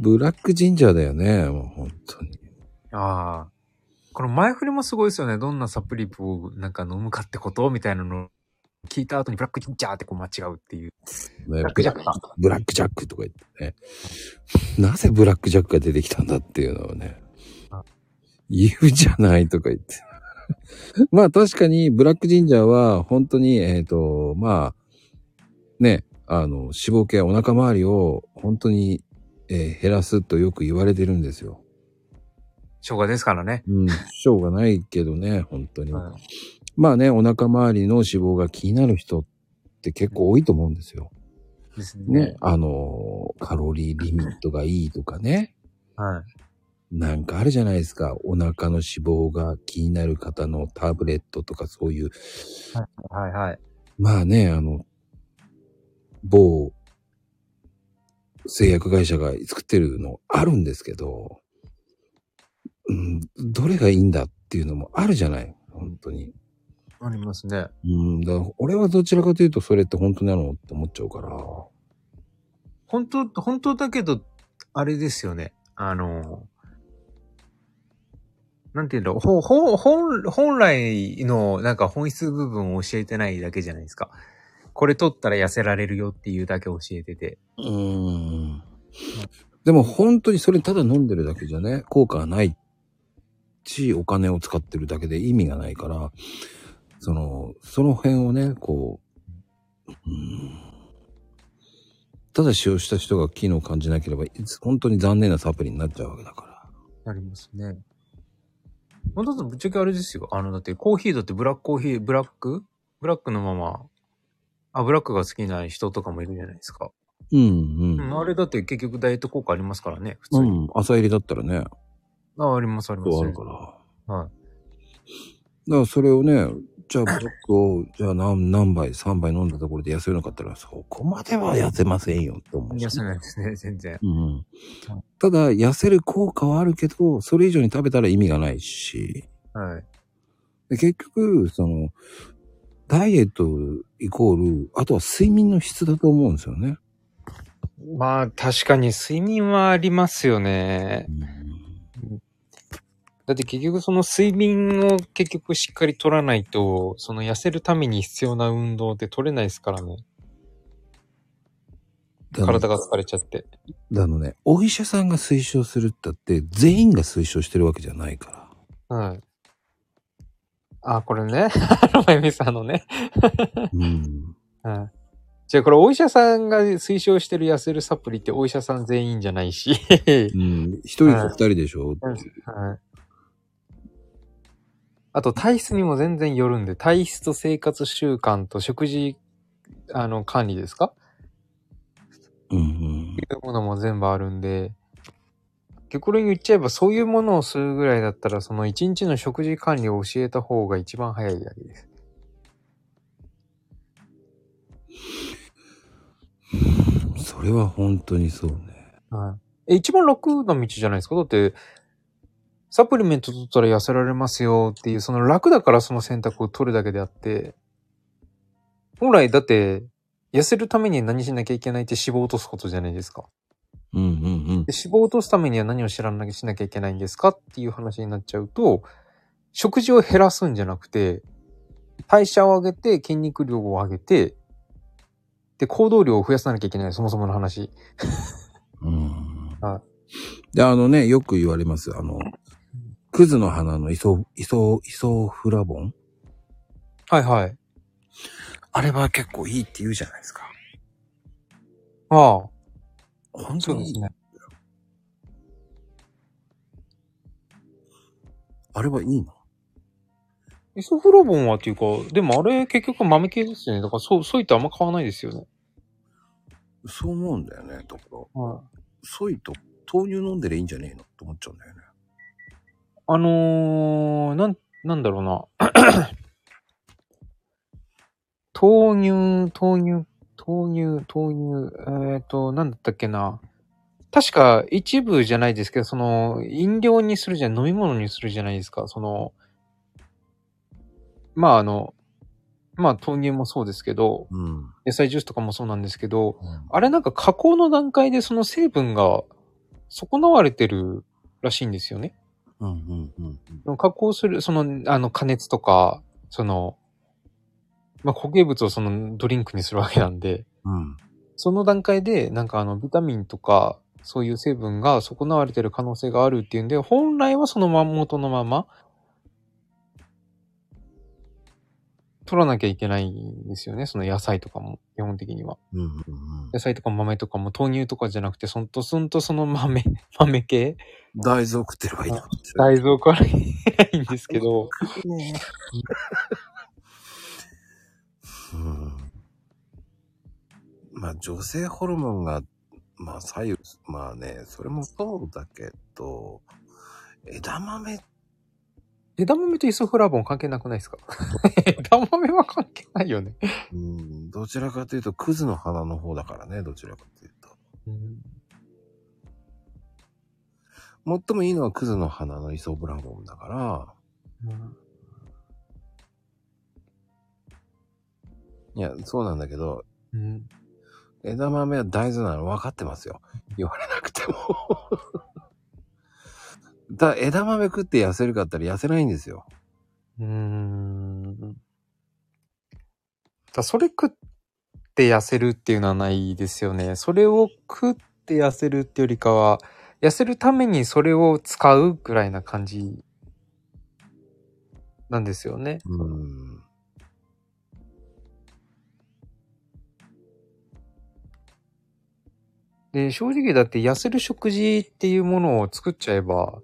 Speaker 2: ブラック神社だよね。もう本当に。
Speaker 3: ああ。この前振りもすごいですよね。どんなサプリをなんか飲むかってことみたいなのを聞いた後にブラックジンジャーってこう間違うっていう。
Speaker 2: ね
Speaker 3: ブラックジャックだ。
Speaker 2: ブラックジャックとか言ってね。なぜブラックジャックが出てきたんだっていうのをね
Speaker 3: あ。
Speaker 2: 言うじゃないとか言って。まあ確かにブラックジンジャーは本当に、えっ、と、まあ、ね、あの、脂肪系、お腹周りを本当に、えー減らすとよく言われてるんですよ。
Speaker 3: 生姜ですからね。
Speaker 2: うん、しょうがないけどね、本当に。
Speaker 3: うん
Speaker 2: まあね、お腹周りの脂肪が気になる人って結構多いと思うんですよ。
Speaker 3: ですね。
Speaker 2: ね、あの、カロリーリミットがいいとかね。
Speaker 3: はい。
Speaker 2: なんかあるじゃないですか。お腹の脂肪が気になる方のタブレットとかそういう。
Speaker 3: はいはい。
Speaker 2: まあね、あの、某製薬会社が作ってるのあるんですけど、うん、どれがいいんだっていうのもあるじゃない。本当に。
Speaker 3: ありますね。
Speaker 2: うん、だから俺はどちらかというとそれって本当なのって思っちゃうから。
Speaker 3: 本当、本当だけど、あれですよね。あの、なんていうんだろう。ほ、ほ、本、本来のなんか本質部分を教えてないだけじゃないですか。これ取ったら痩せられるよっていうだけ教えてて。
Speaker 2: うーんでも本当にそれただ飲んでるだけじゃね、効果はないし、お金を使ってるだけで意味がないから、その、その辺をね、こう、うーんただ使用した人が機能を感じなければ、いつ本当に残念なサプリになっちゃうわけだか
Speaker 3: ありますね。本当だとぶっちゃけあれですよ。あの、だってコーヒーだってブラックコーヒー、ブラックブラックのまま、あ、ブラックが好きな人とかもいるじゃないですか。
Speaker 2: ら。うんう。
Speaker 3: うんん、あれだって結局ダイエット効果ありますからね、普通
Speaker 2: う
Speaker 3: に。
Speaker 2: ん、朝入りだったらね、
Speaker 3: あ、あります、あります。
Speaker 2: そうあるから。だ
Speaker 3: はい。
Speaker 2: からそれをね、じゃあブラックを、じゃあ何何杯、3杯飲んだところで痩せなかったら、そこまでは痩せませんよって思うし。
Speaker 3: 痩せないですね、全然。
Speaker 2: うん。ただ、痩せる効果はあるけど、それ以上に食べたら意味がないし、
Speaker 3: はい。
Speaker 2: で結局、その、ダイエットイコール、あとは睡眠の質だと思うんですよね。
Speaker 3: まあ、確かに睡眠はありますよね。だって結局その睡眠を結局しっかり取らないと、その痩せるために必要な運動って取れないですからね。体
Speaker 2: が。
Speaker 3: が疲れちゃって。
Speaker 2: だのね、お医者さんが推奨するったって、全員が推奨してるわけじゃないから。
Speaker 3: はい。あ、これね。 あの、まゆみさんのね。
Speaker 2: うん。
Speaker 3: はい。じゃあこれお医者さんが推奨してる痩せるサプリってお医者さん全員じゃないし。
Speaker 2: うん。一人か二人でしょ、
Speaker 3: はい。あと体質にも全然よるんで、体質と生活習慣と食事、あの、管理ですか
Speaker 2: うんうん。
Speaker 3: いうものも全部あるんで、逆に言っちゃえばそういうものをするぐらいだったら、その一日の食事管理を教えた方が一番早いわけです。
Speaker 2: それは本当にそうね。
Speaker 3: はい。え、一番楽な道じゃないですかだって、サプリメント取ったら痩せられますよっていう、その楽だからその選択を取るだけであって、本来だって、痩せるために何しなきゃいけないって脂肪を落とすことじゃないですか。
Speaker 2: うんうん
Speaker 3: で脂肪を落とすためには何を知らなきゃしなきゃいけないんですかっていう話になっちゃうと、食事を減らすんじゃなくて、代謝を上げて筋肉量を上げて、で、行動量を増やさなきゃいけない、そもそもの話。
Speaker 2: うん。うん。
Speaker 3: は
Speaker 2: で、あのね、よく言われます。あの、クズの花のイソ、イソ、イソフラボン
Speaker 3: はいはい。
Speaker 2: あれは結構いいって言うじゃないですか。
Speaker 3: ああ。
Speaker 2: 本当
Speaker 3: そうです
Speaker 2: に、
Speaker 3: ね。
Speaker 2: あれはいいの
Speaker 3: イソフラボンはっていうか、でもあれ結局豆系ですよね。だからそう、そういったあんま買わないですよね。
Speaker 2: そう思うんだよね。だから、
Speaker 3: はい。
Speaker 2: ソイと豆乳飲んでりゃいいんじゃねえのと思っちゃうんだよね。
Speaker 3: あのー、なん、なんだろうな。 豆乳、豆乳、豆乳、豆乳、えっ、と、なんだったっけな。確か一部じゃないですけど、その、飲料にするじゃん、飲み物にするじゃないですか。その、まああの、まあ豆乳もそうですけど、
Speaker 2: うん。
Speaker 3: 野菜ジュースとかもそうなんですけど、あれなんか加工の段階でその成分が損なわれてるらしいんですよね。
Speaker 2: うんうんうん
Speaker 3: 加工する、その、あの、加熱とか、その、まあ、固形物をそのドリンクにするわけなんで、
Speaker 2: うん。うん。
Speaker 3: その段階で、なんかあの、ビタミンとか、そういう成分が損なわれてる可能性があるっていうんで、本来はそのまん元のまま、取らなきゃいけないんですよね。その野菜とかも、基本的には。
Speaker 2: うんうんうん
Speaker 3: 野菜とか豆とかも豆乳とかじゃなくて、そんとそんとその豆、豆系
Speaker 2: 大豆食ってればいいなって。
Speaker 3: 大豆を食わなきゃいけないんですけど、
Speaker 2: うん。まあ女性ホルモンが、まあ左右、まあね、それもそうだけど、枝豆、
Speaker 3: 枝豆とイソフラボン関係なくないですか枝豆は関係ないよね。
Speaker 2: うん、どちらかというと、クズの花の方だからね、どちらかというと。最もいいのはクズの花のイソブラボンだから、いや、そうなんだけど、
Speaker 3: うん
Speaker 2: 枝豆は大豆なの分かってますよ。言われなくても。 だ枝豆食って痩せるかって言ったら痩せないんですよ。
Speaker 3: うん。だそれ食って痩せるっていうのはないですよね。それを食って痩せるってよりかは、痩せるためにそれを使うぐらいな感じなんですよね。
Speaker 2: うん。
Speaker 3: で、正直だって痩せる食事っていうものを作っちゃえば、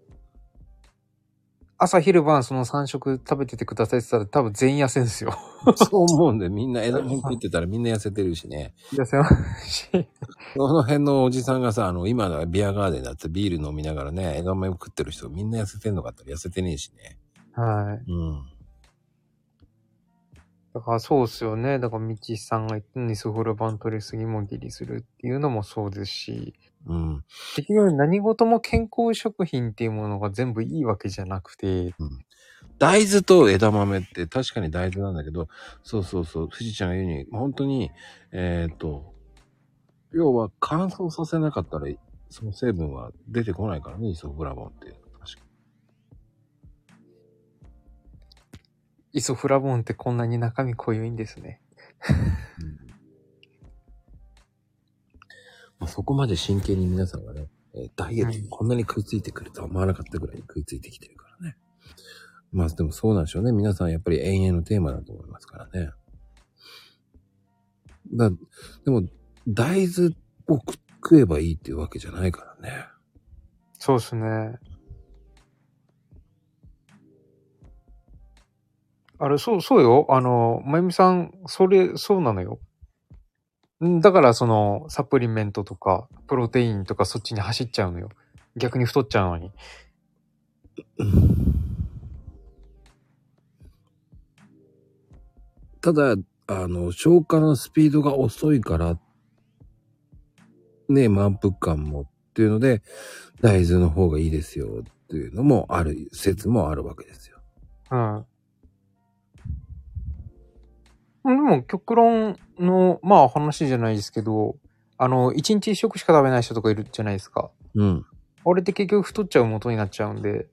Speaker 3: 朝昼晩その3食食べててくださいって言ったら多分全員痩せんですよ。
Speaker 2: そう思うんで、みんな枝豆食ってたらみんな痩せてるし ね。
Speaker 3: 痩せますし。
Speaker 2: その辺のおじさんがさ、あの、今のビアガーデンだってビール飲みながらね、枝豆食ってる人みんな痩せてんのかって言ったら痩せてねえしね。
Speaker 3: はい。
Speaker 2: うん。
Speaker 3: だからそうっすよね。だから道さんが言ってニスフルバン取りすぎもギリするっていうのもそうですし、
Speaker 2: うん。
Speaker 3: 結局何事も健康食品っていうものが全部いいわけじゃなくて、
Speaker 2: 大豆と枝豆って確かに大豆なんだけど、そうそうそう、藤ちゃんが言うに、本当に、えっ、と、要は乾燥させなかったら、その成分は出てこないからね、イソフラボンって。確か
Speaker 3: イソフラボンってこんなに中身濃いんですね。
Speaker 2: に。うんまあ、そこまで真剣に皆さんがね、えーダイエットにこんなに食いついてくるとは思わなかったぐらいに食いついてきてるからね。まあでもそうなんでしょうね。皆さんやっぱり永遠のテーマだと思いますからね。だ、でも、大豆を食食えばいいっていうわけじゃないからね。
Speaker 3: そうですね。あれ、そう、そうよ。あの、まゆみさん、それ、そうなのよ。んだから、その、サプリメントとか、プロテインとか、そっちに走っちゃうのよ。逆に太っちゃうのに。
Speaker 2: ただ、あの、消化のスピードが遅いから、ね、満腹感もっていうので、大豆の方がいいですよっていうのもある、説もあるわけですよ。
Speaker 3: うん。でも、極論の、まあ、話じゃないですけど、あの、一日一食しか食べない人とかいるじゃないですか。
Speaker 2: うん。
Speaker 3: 俺って結局太っちゃう元になっちゃうんで。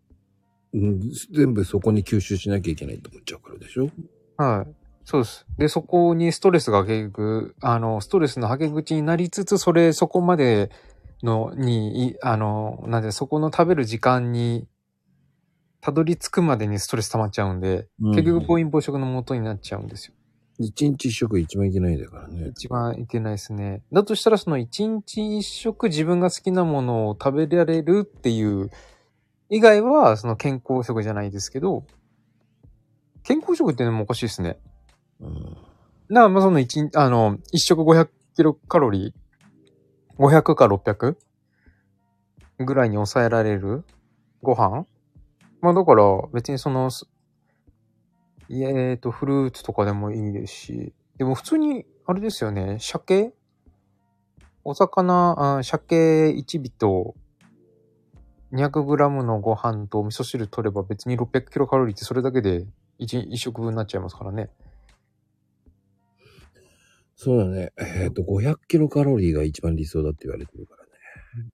Speaker 2: うん全部そこに吸収しなきゃいけないと思っちゃうからでしょ
Speaker 3: はい。そうです。で、そこにストレスが結局、あの、ストレスのはけ口になりつつ、それ、そこまでの、に、いあの、なんで、そこの食べる時間に、たどり着くまでにストレス溜まっちゃうんで、結局暴飲暴食の元になっちゃうんですよ。
Speaker 2: 一日一食一番いけないんだからね。
Speaker 3: 一番いけないですね。だとしたらその一日一食自分が好きなものを食べられるっていう以外はその健康食じゃないですけど、健康食ってのもおかしいですね。
Speaker 2: うん。
Speaker 3: なあ、まあ、その一日、あの、一食500キロカロリー、500か600ぐらいに抑えられるご飯まあだから別にその、すいやえっ、と、フルーツとかでもいいですし、でも普通に、あれですよね、鮭お魚、あ鮭1尾と 200g のご飯とお味噌汁取れば別に600キロカロリーってそれだけで一一食分になっちゃいますからね。
Speaker 2: そうだね。えっ、と、500キロカロリーが一番理想だって言われてるからね。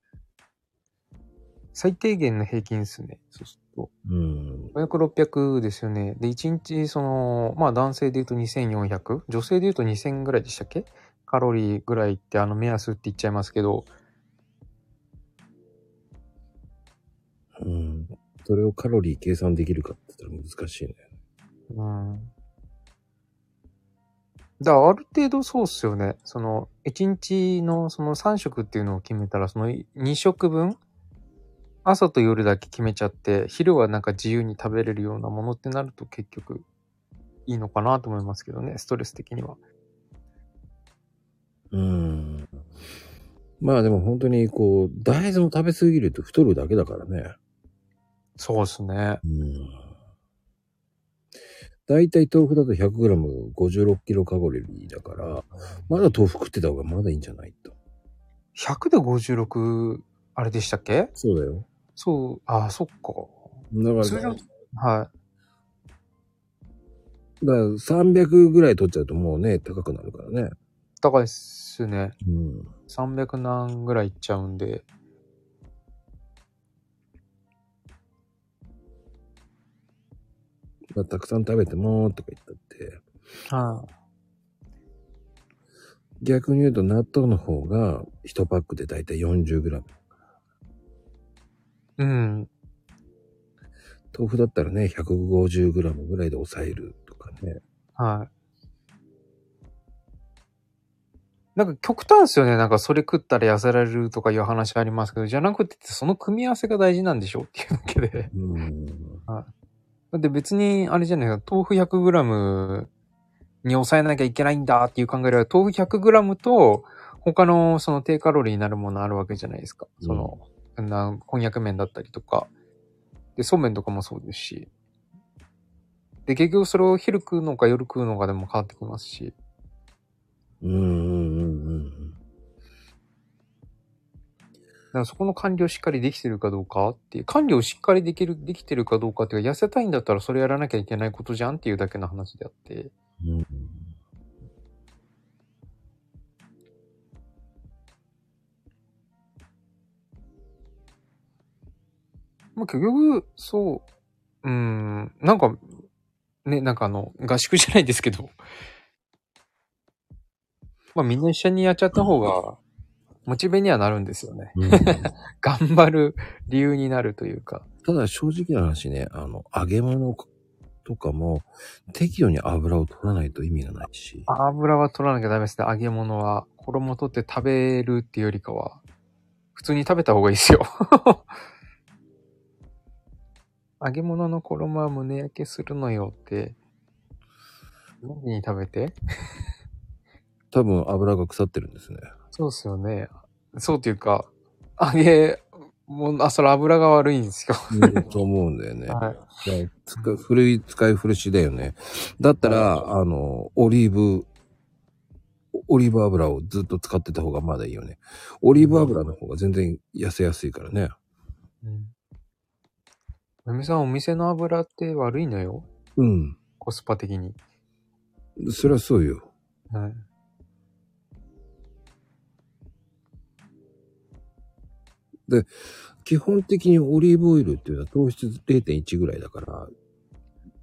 Speaker 3: 最低限の平均ですね。そうすると。
Speaker 2: うん。
Speaker 3: 500、600ですよね。で、1日、その、まあ男性で言うと2400、女性で言うと2000ぐらいでしたっけカロリーぐらいって、あの、目安って言っちゃいますけど、
Speaker 2: うん。それをカロリー計算できるかって言ったら難しいね。
Speaker 3: うん。だからある程度そうっすよね。その、1日のその3食っていうのを決めたら、その2食分、朝と夜だけ決めちゃって、昼はなんか自由に食べれるようなものってなると結局いいのかなと思いますけどね、ストレス的には。
Speaker 2: うん。まあでも本当にこう、大豆も食べ過ぎると太るだけだからね。
Speaker 3: そうですね。
Speaker 2: うん。大体豆腐だと 100g56 キロカロリーだから、まだ豆腐食ってた方がまだいいんじゃないと。
Speaker 3: 100で56、あれでしたっけ
Speaker 2: そうだよ。
Speaker 3: そう、ああ、そっか。
Speaker 2: だから、
Speaker 3: 通常、は
Speaker 2: だから300ぐらい取っちゃうともうね、高くなるからね。
Speaker 3: い。高いっすね。
Speaker 2: うん。
Speaker 3: 300何ぐらいいっちゃうんで。
Speaker 2: だからたくさん食べてもとか言ったって。
Speaker 3: はい。
Speaker 2: 逆に言うと納豆の方が1パックで大体 40g。
Speaker 3: うん。
Speaker 2: 豆腐だったらね、150g ぐらいで抑えるとかね。
Speaker 3: はい。なんか極端ですよね。なんかそれ食ったら痩せられるとかいう話ありますけど、じゃなくてその組み合わせが大事なんでしょうっていうだけで。
Speaker 2: うん。
Speaker 3: だって別に、あれじゃないですか、豆腐 100g に抑えなきゃいけないんだっていう考えでは、豆腐 100g と他のその低カロリーになるものあるわけじゃないですか。その、なこんにゃく麺だったりとか。で、そうめんとかもそうですし。で、結局それを昼食うのか夜食うのかでも変わってきますし。
Speaker 2: うんうんうんうん。
Speaker 3: だからそこの管理をしっかりできてるかどうかっていう、管理をしっかりできる、できてるかどうかっていうか、痩せたいんだったらそれやらなきゃいけないことじゃんっていうだけの話であって。
Speaker 2: うん
Speaker 3: まあ、結局、そう、うーん、なんか、ね、なんかあの、合宿じゃないですけど、 まあみんな一緒にやっちゃった方が、モチベにはなるんですよね。
Speaker 2: うん
Speaker 3: 頑張る理由になるというか。
Speaker 2: ただ正直な話ね、あの、揚げ物とかも適度に油を取らないと意味がないし、
Speaker 3: 油は取らなきゃダメですね。揚げ物は。衣取って食べるっていうよりかは、普通に食べた方がいいですよ。 揚げ物の衣は胸焼けするのよって、何に食べて
Speaker 2: 多分油が腐ってるんですね。
Speaker 3: そうですよね。そうっていうか、揚げ、もう、あ、それ油が悪いんですよ。
Speaker 2: と思うんだよね。
Speaker 3: は
Speaker 2: だか
Speaker 3: い。
Speaker 2: ら使い古い使い古しだよね。だったら、あの、オリーブ、オリーブ油をずっと使ってた方がまだいいよね。オリーブ油の方が全然痩せやすいからね。
Speaker 3: うん。おみさん、お店の油って悪いのよ。
Speaker 2: うん。
Speaker 3: コスパ的に。
Speaker 2: そりゃそうよ。
Speaker 3: はい。
Speaker 2: 基本的にオリーブオイルっていうのは糖質0.1ぐらいだから、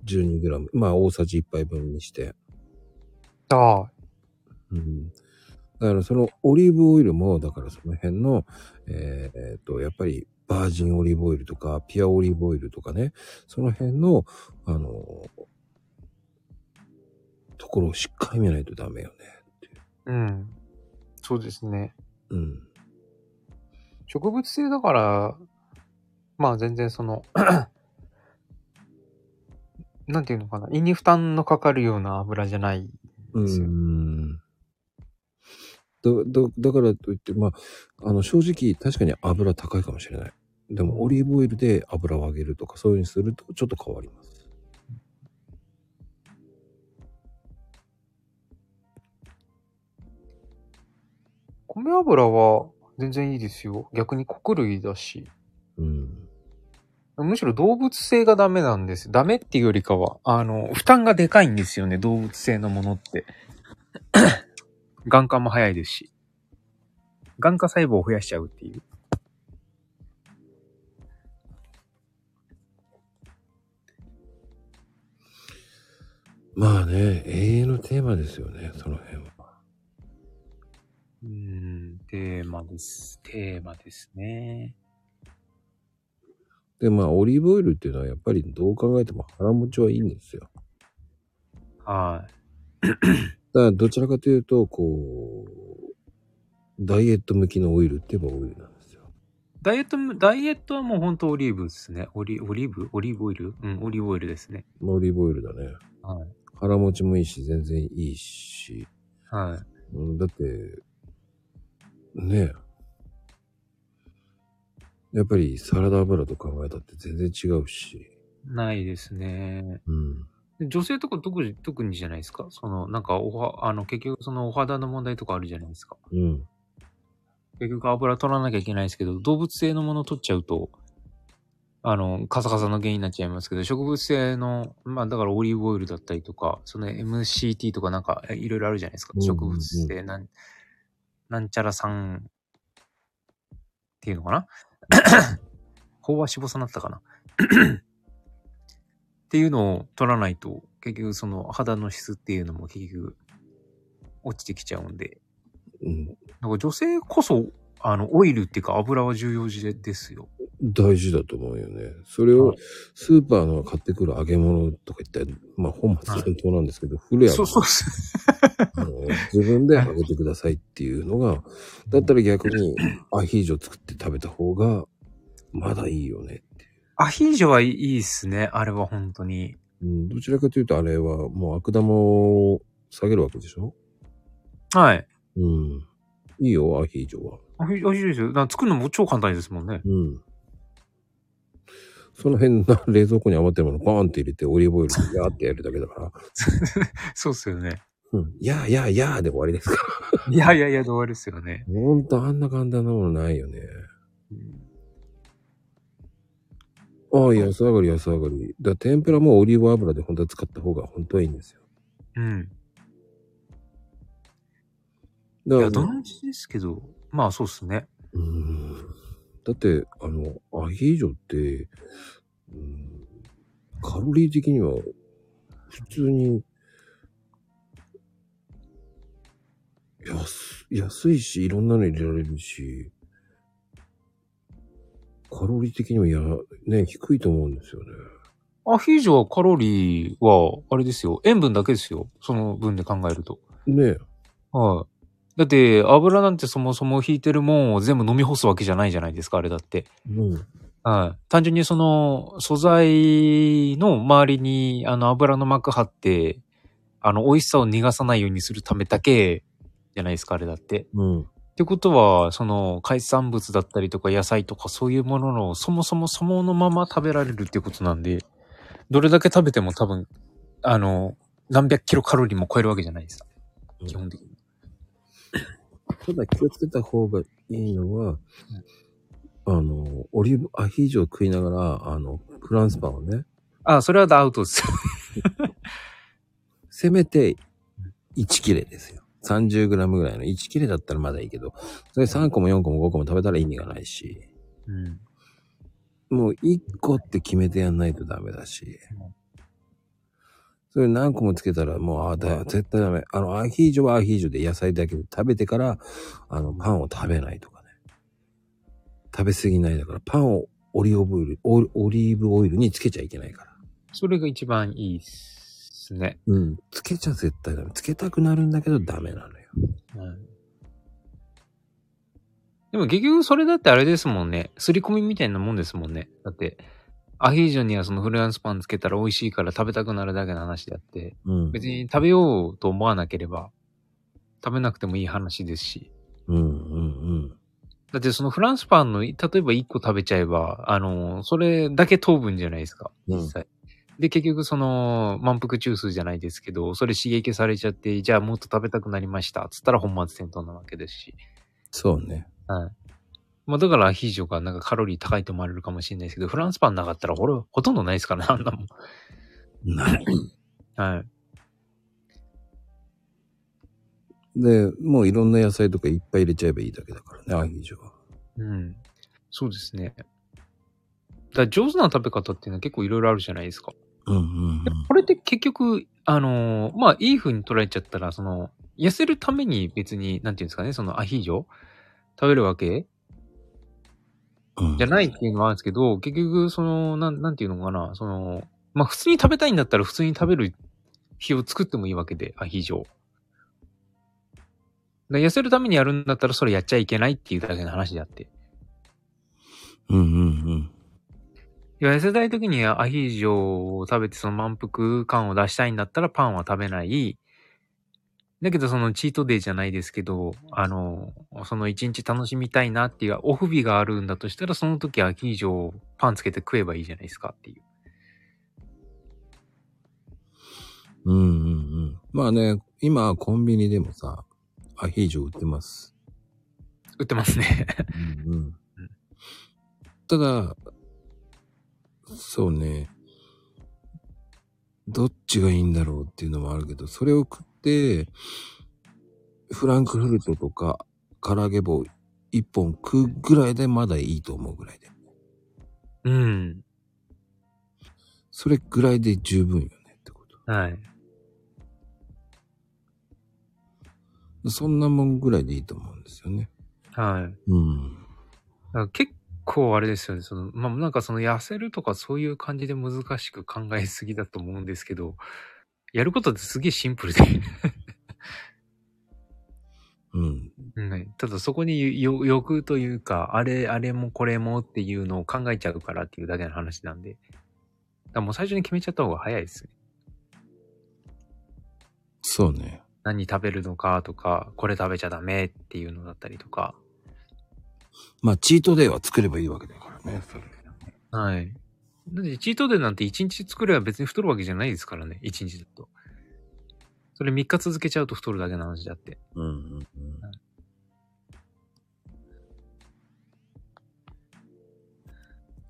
Speaker 2: 12g。まあ、大さじ1杯分にして。
Speaker 3: ああ、
Speaker 2: うん。だから、そのオリーブオイルも、だからその辺の、えーえーっと、やっぱり、バージンオリーブオイルとか、ピュアオリーブオイルとかね、その辺の、あの、ところをしっかり見ないとダメよね。
Speaker 3: うん。そうですね。
Speaker 2: うん。
Speaker 3: 植物性だから、まあ全然その、 なんていうのかな、胃に負担のかかるような油じゃない。
Speaker 2: う
Speaker 3: ですよ
Speaker 2: ん。だ、だ、だからといって、まあ、あの、正直、確かに油高いかもしれない。でも、オリーブオイルで油を揚げるとか、そういうふうにすると、ちょっと変わります。
Speaker 3: 米油は全然いいですよ。逆に穀類だし。
Speaker 2: うん。
Speaker 3: むしろ動物性がダメなんです。ダメっていうよりかは、あの、負担がでかいんですよね、動物性のものって。 眼科も早いですし。眼科細胞を増やしちゃうっていう。
Speaker 2: まあね、永遠のテーマですよね、その辺は。
Speaker 3: うーん、テーマです。テーマですね。
Speaker 2: で、まあ、オリーブオイルっていうのは、やっぱりどう考えても腹持ちはいいんですよ。
Speaker 3: は
Speaker 2: だから、どちらかというと、こう、ダイエット向きのオイルって言えばオイルなんですよ。
Speaker 3: い。ダイエットも、ダイエットはもう本当オリーブですね。オリ、オリーブオリーブオイルうん、オリーブオイルですね。
Speaker 2: オリーブオイルだね。
Speaker 3: はい。
Speaker 2: 腹持ちもいいし、全然いいし。
Speaker 3: はい。
Speaker 2: うんだって、ねえ。やっぱりサラダ油と考えたって全然違うし。
Speaker 3: ないですね。
Speaker 2: うん。
Speaker 3: 女性とか特に、特にじゃないですかその、なんか、おは、あの、結局そのお肌の問題とかあるじゃないですか。
Speaker 2: うん。
Speaker 3: 結局油取らなきゃいけないですけど、動物性のもの取っちゃうと、あの、カサカサの原因になっちゃいますけど、植物性の、まあだからオリーブオイルだったりとか、その MCT とかなんかえいろいろあるじゃないですか
Speaker 2: う。んうんうん
Speaker 3: 植物性なん、なんちゃら酸っていうのかな 飽和脂肪酸だったかな っていうのを取らないと、結局その肌の質っていうのも結局落ちてきちゃうんで、
Speaker 2: うん、
Speaker 3: なんか女性こそ、あの、オイルっていうか油は重要事ですよ。
Speaker 2: 大事だと思うよね。それを
Speaker 3: はい
Speaker 2: スーパーの買ってくる揚げ物とか言ったら、まあ本末転倒なんですけど、古谷
Speaker 3: そうそう
Speaker 2: が
Speaker 3: です。
Speaker 2: あの自分で揚げてくださいっていうのが、だったら逆にアヒージョ作って食べた方がまだいいよね
Speaker 3: アヒージョはいいっすね。あれは本当に。
Speaker 2: うん、どちらかというとあれはもう悪玉を下げるわけでしょ
Speaker 3: はい。
Speaker 2: うん。いいよ、アヒージョは。
Speaker 3: アヒアヒージョですよ。だから作るのも超簡単ですもんね。
Speaker 2: うん。その辺な冷蔵庫に余ってるものバーンって入れてオリーブオイルでやーってやるだけだから。
Speaker 3: そうっすよね。
Speaker 2: うん。やーやーやーで終わりですか
Speaker 3: いやいやいや、どうですよね。
Speaker 2: ら。ほんとあんな簡単なものないよね。ああ、安上がり安上がり。だから天ぷらもオリーブ油で本当は使った方が本当はいいんですよ。
Speaker 3: うん。い
Speaker 2: だ
Speaker 3: や、
Speaker 2: か
Speaker 3: ど
Speaker 2: ら、
Speaker 3: のうちですけど、まあそうっすね。
Speaker 2: うん。だって、あの、アヒージョって、うん、カロリー的には、普通に、安、安いし、いろんなの入れられるし、カロリー的にもや、ね、低いと思うんですよね。
Speaker 3: アヒージョはカロリーは、あれですよ。塩分だけですよ。その分で考えると。
Speaker 2: ね
Speaker 3: はい。だって、油なんてそもそも引いてるもんを全部飲み干すわけじゃないじゃないですか、あれだって。
Speaker 2: うん。
Speaker 3: はい。単純にその素材の周りにあの油の膜張って、あの美味しさを逃がさないようにするためだけじゃないですか、あれだって。
Speaker 2: うん。
Speaker 3: ってことは、その海産物だったりとか野菜とかそういうもののそもそもそのまま食べられるっていうことなんで、どれだけ食べても多分、あの、何百キロカロリーも超えるわけじゃないですか。基本的に。
Speaker 2: ただ気をつけた方がいいのは、あの、オリーブ、アヒージョを食いながら、あの、フランスパンをね、
Speaker 3: あ、それはアウトです。
Speaker 2: せめて1切れですよ。30g ぐらいの1切れだったらまだいいけど、それ3個も4個も5個も食べたら意味がないし、
Speaker 3: うん。
Speaker 2: もう1個って決めてやんないとダメだし、それ何個もつけたらもう、ああ、だ、絶対ダメ。あの、アヒージョはアヒージョで野菜だけで食べてから、あの、パンを食べないとかね。食べ過ぎないだから、パンをオリーブオイル、オリオリーブオイルにつけちゃいけないから。
Speaker 3: それが一番いいですですね。
Speaker 2: うん。つけちゃ絶対ダメ。つけたくなるんだけどダメなのよ。
Speaker 3: うんでも結局それだってあれですもんね。すり込みみたいなもんですもんね。だって、アヒージョにはそのフランスパンつけたら美味しいから食べたくなるだけの話であって、
Speaker 2: うん。
Speaker 3: 別に食べようと思わなければ、食べなくてもいい話ですし。
Speaker 2: うんうん
Speaker 3: だってそのフランスパンの、例えば1個食べちゃえば、あの、それだけ糖分じゃないですか、
Speaker 2: うん
Speaker 3: 実際。で、結局その、満腹中枢じゃないですけど、それ刺激されちゃって、じゃあもっと食べたくなりました、つったら本末転倒なわけですし。
Speaker 2: そうね。
Speaker 3: はい。まあだからアヒージョがなんかカロリー高いと思われるかもしれないですけど、フランスパンなかったらほらほとんどないですからね、あんなもん。
Speaker 2: ない。
Speaker 3: はい。
Speaker 2: で、もういろんな野菜とかいっぱい入れちゃえばいいだけだからね、アヒージョは。
Speaker 3: うん。そうですね。だから上手な食べ方っていうのは結構いろいろあるじゃないですか。
Speaker 2: うんうんうん。
Speaker 3: これって結局、あのーまあ、いい風に捉えちゃったら、その、痩せるために別に、なんていうんですかね、そのアヒージョ食べるわけ
Speaker 2: うん
Speaker 3: じゃないっていうのはあるんですけど、結局、その、なん、なんていうのかな、その、まあ、普通に食べたいんだったら普通に食べる日を作ってもいいわけで、アヒージョを。だから痩せるためにやるんだったらそれやっちゃいけないっていうだけの話であって。
Speaker 2: うんうん
Speaker 3: いや痩せたい時にアヒージョを食べてその満腹感を出したいんだったらパンは食べない。だけどそのチートデイじゃないですけど、あの、その一日楽しみたいなっていう、オフ日があるんだとしたらその時アヒージョをパンつけて食えばいいじゃないですかっていう。
Speaker 2: うん。うんうんうん。まあね、今コンビニでもさ、アヒージョ売ってます。
Speaker 3: 売ってますね。
Speaker 2: うんうん。ただ、そうね、どっちがいいんだろうっていうのもあるけど、それを食って、フランクフルトとか唐揚げ棒一本食うぐらいでまだいいと思うぐらいで。
Speaker 3: うん。
Speaker 2: それぐらいで十分よねってこと。
Speaker 3: はい。
Speaker 2: そんなもんぐらいでいいと思うんですよね。
Speaker 3: はい。
Speaker 2: う
Speaker 3: だ
Speaker 2: ん。
Speaker 3: から結構あれですよね。その、まあ、なんかその痩せるとかそういう感じで難しく考えすぎだと思うんですけど、やることってすげえシンプルで。
Speaker 2: うん。
Speaker 3: うん、ただそこによ欲というか、あれ、あれもこれもっていうのを考えちゃうからっていうだけの話なんで。だからもう最初に決めちゃった方が早いですね。
Speaker 2: そうね。
Speaker 3: 何食べるのかとか、これ食べちゃダメっていうのだったりとか。
Speaker 2: まあ、チートデイは作ればいいわけだからね。それ
Speaker 3: はい。だってチートデイなんて1日作れば別に太るわけじゃないですからね、1日だと。それ3日続けちゃうと太るだけの話であって。
Speaker 2: うんうんうん。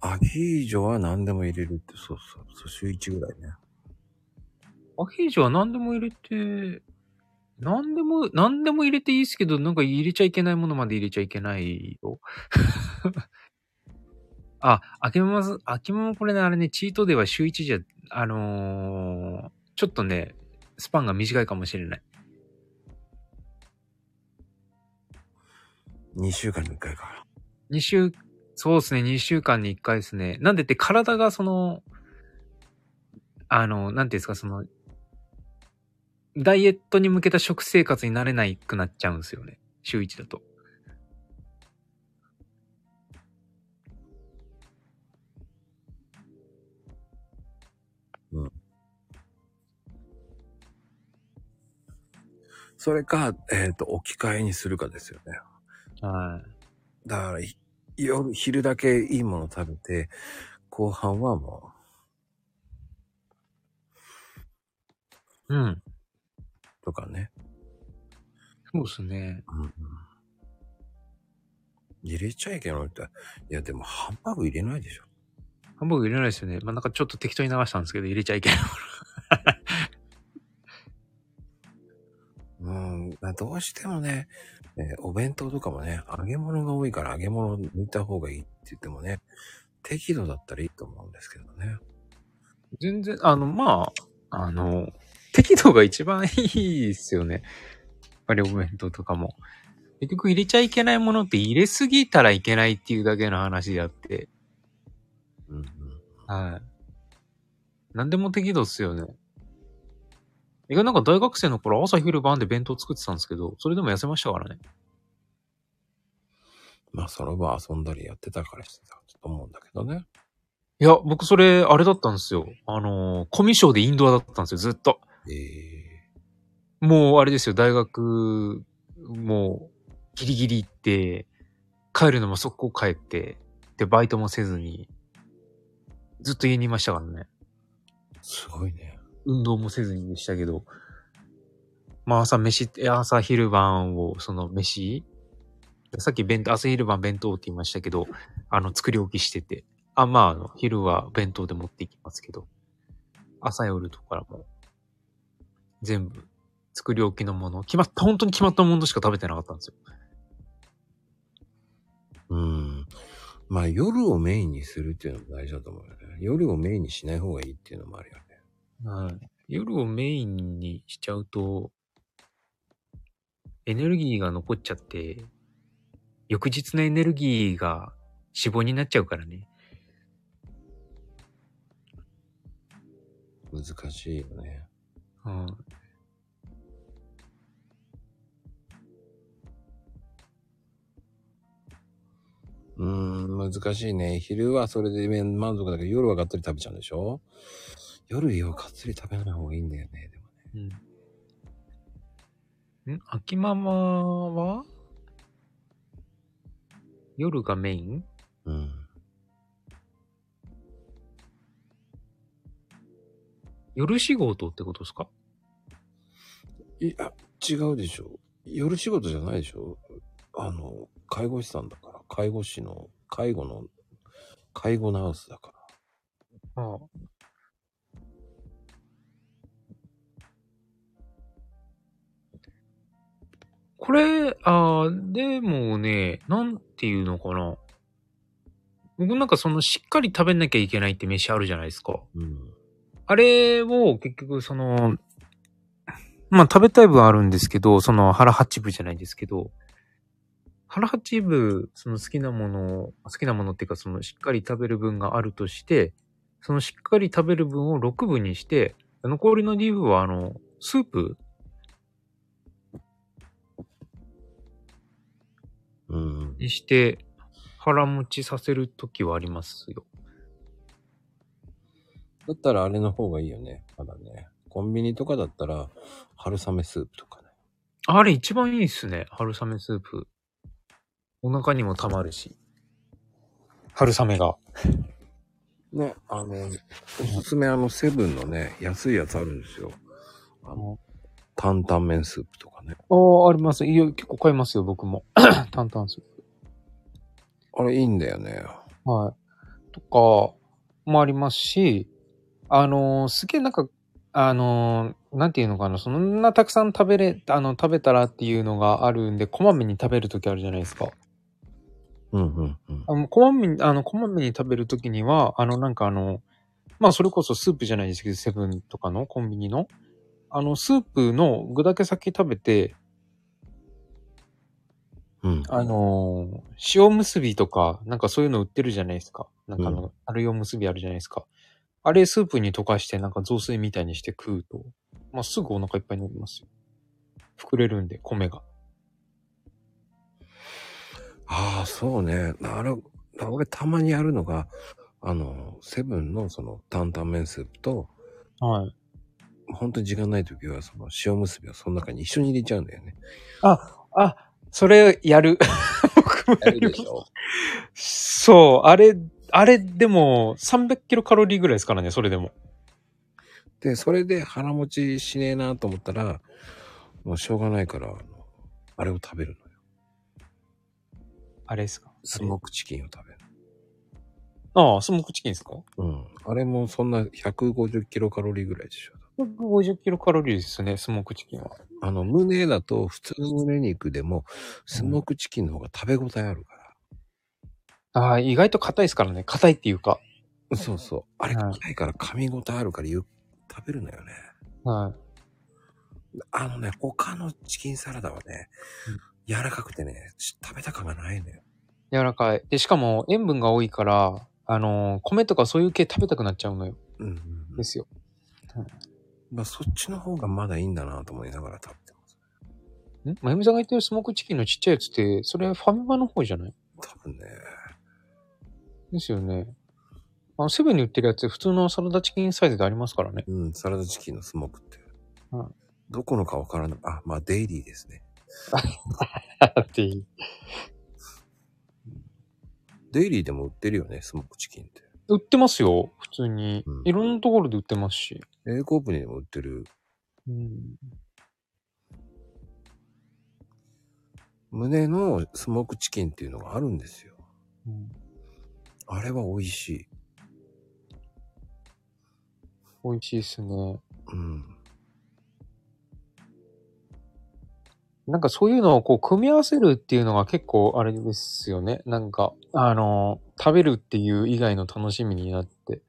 Speaker 2: アヒージョは何でも入れるって、そうそう。そう週1ぐらいね。
Speaker 3: アヒージョは何でも入れて、何でも、何でも入れていいですけど、なんか入れちゃいけないものまで入れちゃいけないよ。 あ、秋ママす、秋ママこれね、あれね、チートでは週1じゃ、あのーちょっとね、スパンが短いかもしれない。
Speaker 2: 2週間に1回か。
Speaker 3: 2週、そうですね、2週間に1回ですね。なんでって体がその、あの、なんていうんですか、その、ダイエットに向けた食生活になれないくなっちゃうんですよね。週1だと。
Speaker 2: それか、えっ、と、置き換えにするかですよね。
Speaker 3: はい。
Speaker 2: だから、ひ夜、昼だけいいもの食べて、後半はも
Speaker 3: うん。
Speaker 2: う、とかね。
Speaker 3: そうですね。
Speaker 2: うんうん入れちゃいけないって。いや、でもハンバーグ入れないでしょ。
Speaker 3: ハンバーグ入れないですよね。まあ、なんかちょっと適当に流したんですけど、入れちゃいけない。
Speaker 2: うん。だからどうしてもね、えーお弁当とかもね、揚げ物が多いから揚げ物抜いた方がいいって言ってもね、適度だったらいいと思うんですけどね。
Speaker 3: 全然、あの、まあ、あの、適度が一番いいですよね。やっぱりお弁当とかも。結局入れちゃいけないものって入れすぎたらいけないっていうだけの話であって。
Speaker 2: うんうん。
Speaker 3: はい。何でも適度っすよね。
Speaker 4: いや、なんか大学生の頃朝昼晩で弁当作ってたんですけど、それでも痩せましたからね。
Speaker 2: まあ、その場遊んだりやってたからしてたと思うんだけどね。
Speaker 4: いや、僕それ、あれだったんですよ。あのー、コミュ障でインドアだったんですよ、ずっと。
Speaker 2: ええ
Speaker 4: もうあれですよ、大学、もう、ギリギリ行って、帰るのも速攻帰って、で、バイトもせずに、ずっと家にいましたからね。
Speaker 2: すごいね。
Speaker 4: 運動もせずにでしたけど、まあ朝飯、え朝昼晩を、その飯、さっき弁当、朝昼晩弁当って言いましたけど、あの、作り置きしてて、あ、まあ、あの昼は弁当で持っていきますけど、朝夜とかも、全部、作り置きのもの、決まった、本当に決まったものしか食べてなかったんですよ。
Speaker 2: うん。まあ、夜をメインにするっていうのも大事だと思うよね。夜をメインにしない方がいいっていうのもあるよね。
Speaker 4: はい。夜をメインにしちゃうと、エネルギーが残っちゃって、翌日のエネルギーが脂肪になっちゃうからね。
Speaker 2: 難しいよね。
Speaker 4: うん。
Speaker 2: うーん、難しいね。昼はそれでね満足だけど、夜はがっつり食べちゃうんでしょ夜よ、がっつり食べない方がいいんだよね。でも
Speaker 4: うん。ん秋ママは夜がメイン
Speaker 2: うん。
Speaker 4: 夜仕事ってことですか
Speaker 2: いや、違うでしょ。夜仕事じゃないでしょ。あの、介護士さんだから、介護士の、介護の、介護ナースだから。
Speaker 4: ああ。これ、ああ、でもね、なんていうのかな。僕なんかそのしっかり食べなきゃいけないって飯あるじゃないですか。
Speaker 2: うん。
Speaker 4: あれを結局その、まあ食べたい分あるんですけど、その腹八分じゃないですけど、腹八分、その好きなものを、好きなものっていうかそのしっかり食べる分があるとして、そのしっかり食べる分を6分にして、残りの2分はあの、スープ
Speaker 2: うん。
Speaker 4: にして腹持ちさせるときはありますよ。
Speaker 2: だったらあれの方がいいよね。まだね。コンビニとかだったら、春雨スープとかね。
Speaker 4: あれ一番いいっすね。春雨スープ。お腹にもたまるし。
Speaker 3: 春雨が。
Speaker 2: ね、あの、おすすめあの、セブンのね、安いやつあるんですよ。あの、担々麺スープとかね。
Speaker 3: ああ、あります。いや、結構買いますよ、僕も。 担々スー
Speaker 2: あれいいんだよね。
Speaker 3: プ。はい。とか、もありますし、あのーすげえなんか、あのーなんていうのかな、そんなたくさん食べれ、あの、食べたらっていうのがあるんで、こまめに食べるときあるじゃないですか。
Speaker 2: うんうんうん。
Speaker 3: あの、こまめに、あの、こまめに食べるときには、あの、なんかあの、まあ、それこそスープじゃないですけど、セブンとかのコンビニの、あの、スープの具だけ先食べて、
Speaker 2: うん。
Speaker 3: あのー塩結びとか、なんかそういうの売ってるじゃないですか。なんかあ
Speaker 2: う
Speaker 3: の、春用結びあるじゃないですか。あれ、スープに溶かして、なんか雑炊みたいにして食うと、まあ、すぐお腹いっぱいになりますよ。膨れるんで、米が。
Speaker 2: ああ、そうね。あれ、俺たまにやるのが、あの、セブンのその担々麺スープと、
Speaker 3: はい。
Speaker 2: 本当に時間ない時はその塩結びをその中に一緒に入れちゃうんだよね。
Speaker 3: あ、それ、やる。 僕も
Speaker 2: やるでしょ。
Speaker 3: そう、あれ、あれでも300キロカロリーぐらいですからね、それでも。
Speaker 2: で、それで腹持ちしねえなと思ったら、もうしょうがないから、あのあれを食べるのよ。
Speaker 3: あれですか
Speaker 2: スモークチキンを食べる。
Speaker 3: ああ、スモークチキンですか
Speaker 2: うん。あれもそんな150キロカロリーぐらいでしょ。
Speaker 3: ?150 キロカロリーですね、スモークチキンは。
Speaker 2: あの、胸だと普通の胸肉でも、スモークチキンの方が食べ応えあるから。
Speaker 3: ああ、意外と硬いですからね、硬いっていうか。
Speaker 2: そうそう。あれ
Speaker 3: はい
Speaker 2: 硬いから噛み応えあるからゆっ食べるのよね。
Speaker 3: は
Speaker 2: あのね、他のチキンサラダはね
Speaker 3: うん、
Speaker 2: 柔らかくてね、し食べた感がないのよ。
Speaker 3: い。柔らかい。で、しかも塩分が多いから、あのー米とかそういう系食べたくなっちゃうのよ。
Speaker 2: うんうんうん
Speaker 3: ですよ。
Speaker 2: まあ、そっちの方がまだいいんだなと思いながら食べてます。
Speaker 3: んまゆみさんが言ってるスモークチキンのちっちゃいやつって、それファミマの方じゃない
Speaker 2: 多分ね。
Speaker 3: ですよね。あの、セブンに売ってるやつ、普通のサラダチキンサイズでありますからね。
Speaker 2: うん、サラダチキンのスモークって。
Speaker 3: うん
Speaker 2: どこのかわからない。あ、まあ、デイリーですね。
Speaker 3: だっていい。
Speaker 2: デイリーでも売ってるよね、スモークチキンって。
Speaker 3: 売ってますよ、普通に
Speaker 2: うん。
Speaker 3: いろんなところで売ってますし。
Speaker 2: A コープにでも売ってる。
Speaker 3: うん。
Speaker 2: 胸のスモークチキンっていうのがあるんですよ。
Speaker 3: うん
Speaker 2: あれは美味しい。
Speaker 3: 美味しいですね。
Speaker 2: うん。
Speaker 3: なんかそういうのをこう組み合わせるっていうのが結構あれですよね。なんか、あの、食べるっていう以外の楽しみになって。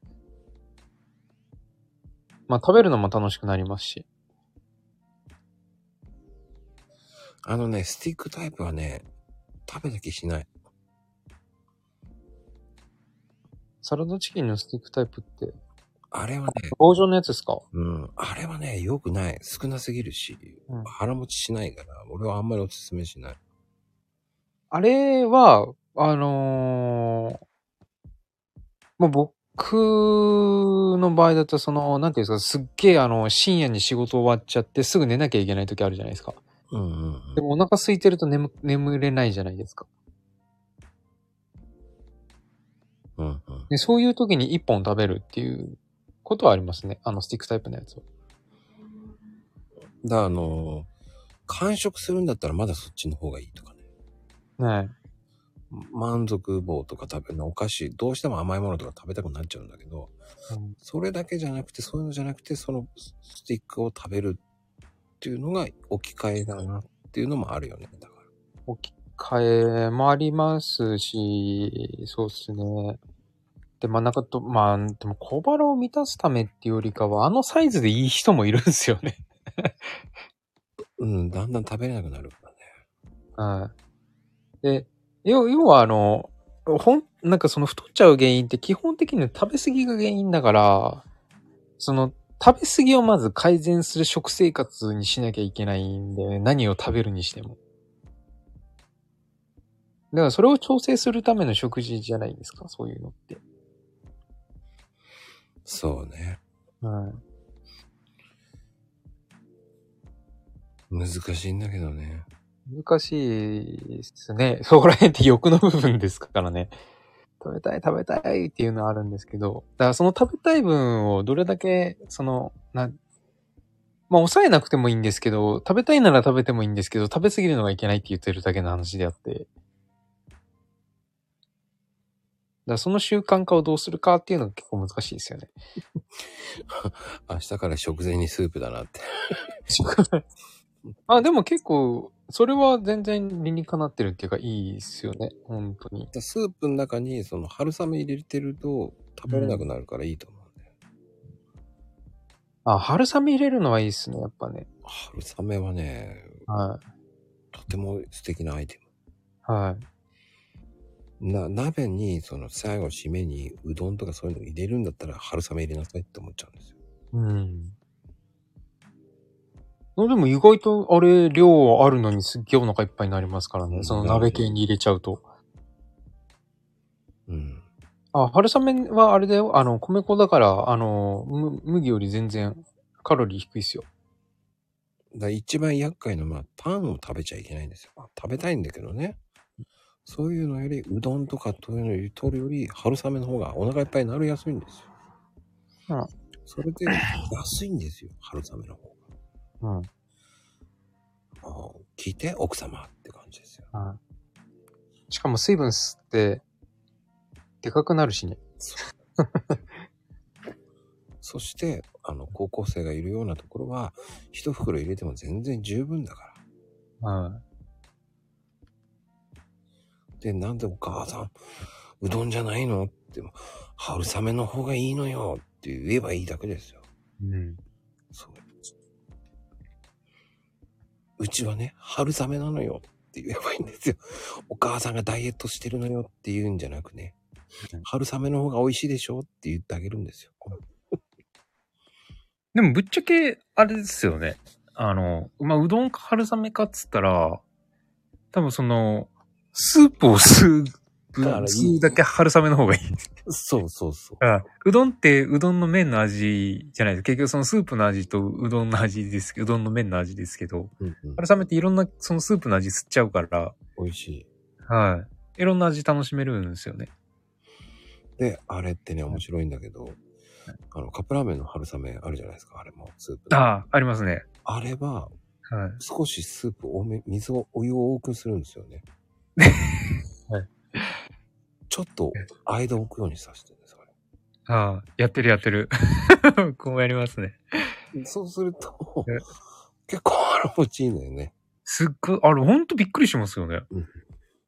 Speaker 3: まあ食べるのも楽しくなりますし。
Speaker 2: あのね、スティックタイプはね、食べた気しない。
Speaker 3: サラダチキンのスティックタイプって、
Speaker 2: あれはね、
Speaker 3: 棒状のやつですか
Speaker 2: うん。あれはね、良くない。少なすぎるし、
Speaker 3: うん
Speaker 2: 腹持ちしないから、俺はあんまりおすすめしない。
Speaker 3: あれは、あのーもう僕の場合だと、その、なんていうんですか、すっげえあの、深夜に仕事終わっちゃってすぐ寝なきゃいけない時あるじゃないですか。
Speaker 2: うんうん、
Speaker 3: でもお腹空いてると眠眠れないじゃないですか。
Speaker 2: うん。うんうん。
Speaker 3: でそういう時に一本食べるっていうことはありますね。あの、スティックタイプのやつを。
Speaker 2: だからあのー完食するんだったらまだそっちの方がいいとかね。
Speaker 3: はい。
Speaker 2: 満足棒とか食べるのお菓子、どうしても甘いものとか食べたくなっちゃうんだけど、
Speaker 3: うん
Speaker 2: それだけじゃなくて、そういうのじゃなくて、そのススティックを食べるっていうのが置き換えだなっていうのもあるよね。だか
Speaker 3: 置き換えもありますし、そうっすね。で、まあなんかと、まあ、でも小腹を満たすためっていうよりかは、あのサイズでいい人もいるんですよね。
Speaker 2: ら。うん、だんだん食べれなくなるからね。
Speaker 3: はい。で、要要はあの、ほん、なんかその太っちゃう原因って基本的には食べ過ぎが原因だから、その食べ過ぎをまず改善する食生活にしなきゃいけないんだよね。何を食べるにしても。だからそれを調整するための食事じゃないですか、そういうのって。
Speaker 2: そうね。
Speaker 3: はい。
Speaker 2: 難しいんだけどね。
Speaker 3: 難しいですね。 そこら辺って欲の部分ですからね。食べたい食べたいっていうのはあるんですけど、だからその食べたい分をどれだけ、その、なん、まあ抑えなくてもいいんですけど、食べたいなら食べてもいいんですけど、食べ過ぎるのがいけないって言ってるだけの話であって。だからその習慣化をどうするかっていうのが結構難しいですよね。
Speaker 2: 明日から食前にスープだなって。
Speaker 3: あ、でも結構、それは全然理にかなってるっていうか、いいですよね。本当に。
Speaker 2: スープの中にその春雨入れてると食べれなくなるからいいと思うんだよ。
Speaker 3: あ、春雨入れるのはいいですね、やっぱね。
Speaker 2: 春雨はね、
Speaker 3: は
Speaker 2: とても素敵なアイテ
Speaker 3: い。はい。
Speaker 2: ム。な、鍋にその最後締めにうどんとかそういうの入れるんだったら春雨入れなさいって思っちゃうんですよ。
Speaker 3: うん。あでも意外と、あれ、量あるのにすっげえお腹いっぱいになりますから
Speaker 2: う
Speaker 3: ね。
Speaker 2: ん
Speaker 3: その鍋系に入れちゃうと。
Speaker 2: うん。
Speaker 3: あ、春雨はあれだよ。あの、米粉だから、あの、む麦より全然カロリー低いっすよ。
Speaker 2: だから一番厄介なのはパンを食べちゃいけないんですよ。まあ食べたいんだけどね。そういうのよりうどんとかそういうのより取るより春雨の方がお腹いっぱいになりやすいんですよ。
Speaker 3: うん
Speaker 2: それで安いんですよ、春雨の方
Speaker 3: うん。
Speaker 2: が。ああ聞いて、奥様って感じですよ。
Speaker 3: はい。しかも水分吸って、でかくなるしね。
Speaker 2: そして、あの、高校生がいるようなところは、一袋入れても全然十分だから。
Speaker 3: は
Speaker 2: で、なんでお母さん、うどんじゃないのって、春雨の方がいいのよって言えばいいだけですよ。
Speaker 3: い。うん。
Speaker 2: そう。うちはね、春雨なのよって言えばいいんですよ。お母さんがダイエットしてるのよって言うんじゃなくね
Speaker 3: うん、
Speaker 2: 春雨の方が美味しいでしょって言ってあげるんですよ。
Speaker 4: でもぶっちゃけ、あれですよね。あの、まあ、うどんか春雨かっつったら、多分その、スープを吸う
Speaker 2: だからい
Speaker 4: 分、吸
Speaker 2: い
Speaker 4: うだけ春雨の方がいい。
Speaker 2: そうそうそう。
Speaker 4: あうどんって、うどんの麺の味じゃないです。結局そのスープの味とうどんの味ですけど、うどんの麺の味ですけど、
Speaker 2: うんうん、
Speaker 4: 春雨っていろんな、そのスープの味吸っちゃうから、
Speaker 2: 美味しい。
Speaker 4: はい。いろんな味楽しめるんですよね。
Speaker 2: で、あれってね、面白いんだけど、あの、カップラーメンの春雨あるじゃないですか、あれも、スープ。
Speaker 4: ああ、ありますね。
Speaker 2: あれは、
Speaker 4: はい。
Speaker 2: 少しスープ多め、水を、お湯を多くするんです よね。
Speaker 4: はい
Speaker 2: ちょっと、間を置くようにさせてるんです、あ
Speaker 4: ああ、やってるやってる。 こうやりますね。
Speaker 2: れ。そうすると
Speaker 4: え、
Speaker 2: 結構腹持ちいいんだよね。
Speaker 4: すっごい、あれ、ほんとびっくりしますよね。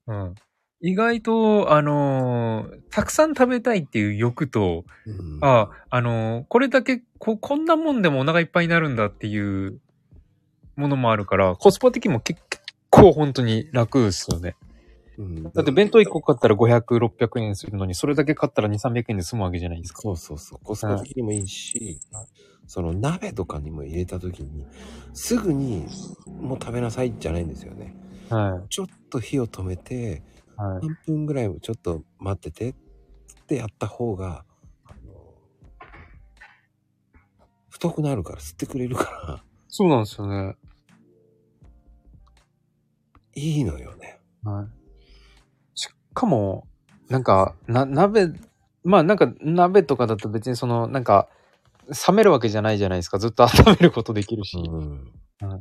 Speaker 4: うん。意外と、あのーたくさん食べたいっていう欲と、
Speaker 2: うん
Speaker 4: ああ、あのーこれだけこ、こんなもんでもお腹いっぱいになるんだっていうものもあるから、コスパ的にも結構本当に楽ですよね。
Speaker 2: うん
Speaker 3: だって弁当1個買ったら500、600円するのに、それだけ買ったら2、300円で済むわけじゃないですか。
Speaker 2: そうそうそう。コスパ的にもいいし、その鍋とかにも入れた時に、すぐにもう食べなさいじゃないんですよね。
Speaker 3: はい。
Speaker 2: ちょっと火を止めて、
Speaker 3: は
Speaker 2: 3分ぐらいちょっと待っててってやった方が、あの、太くなるから、吸ってくれるから、
Speaker 3: い。そうなんですよね。
Speaker 2: いいのよね。
Speaker 3: はい。しかも、なんか、な、鍋、まあなんか鍋とかだと別にその、なんか、冷めるわけじゃないじゃないですか。ずっと 温めることできるし。
Speaker 2: ん。だ
Speaker 3: は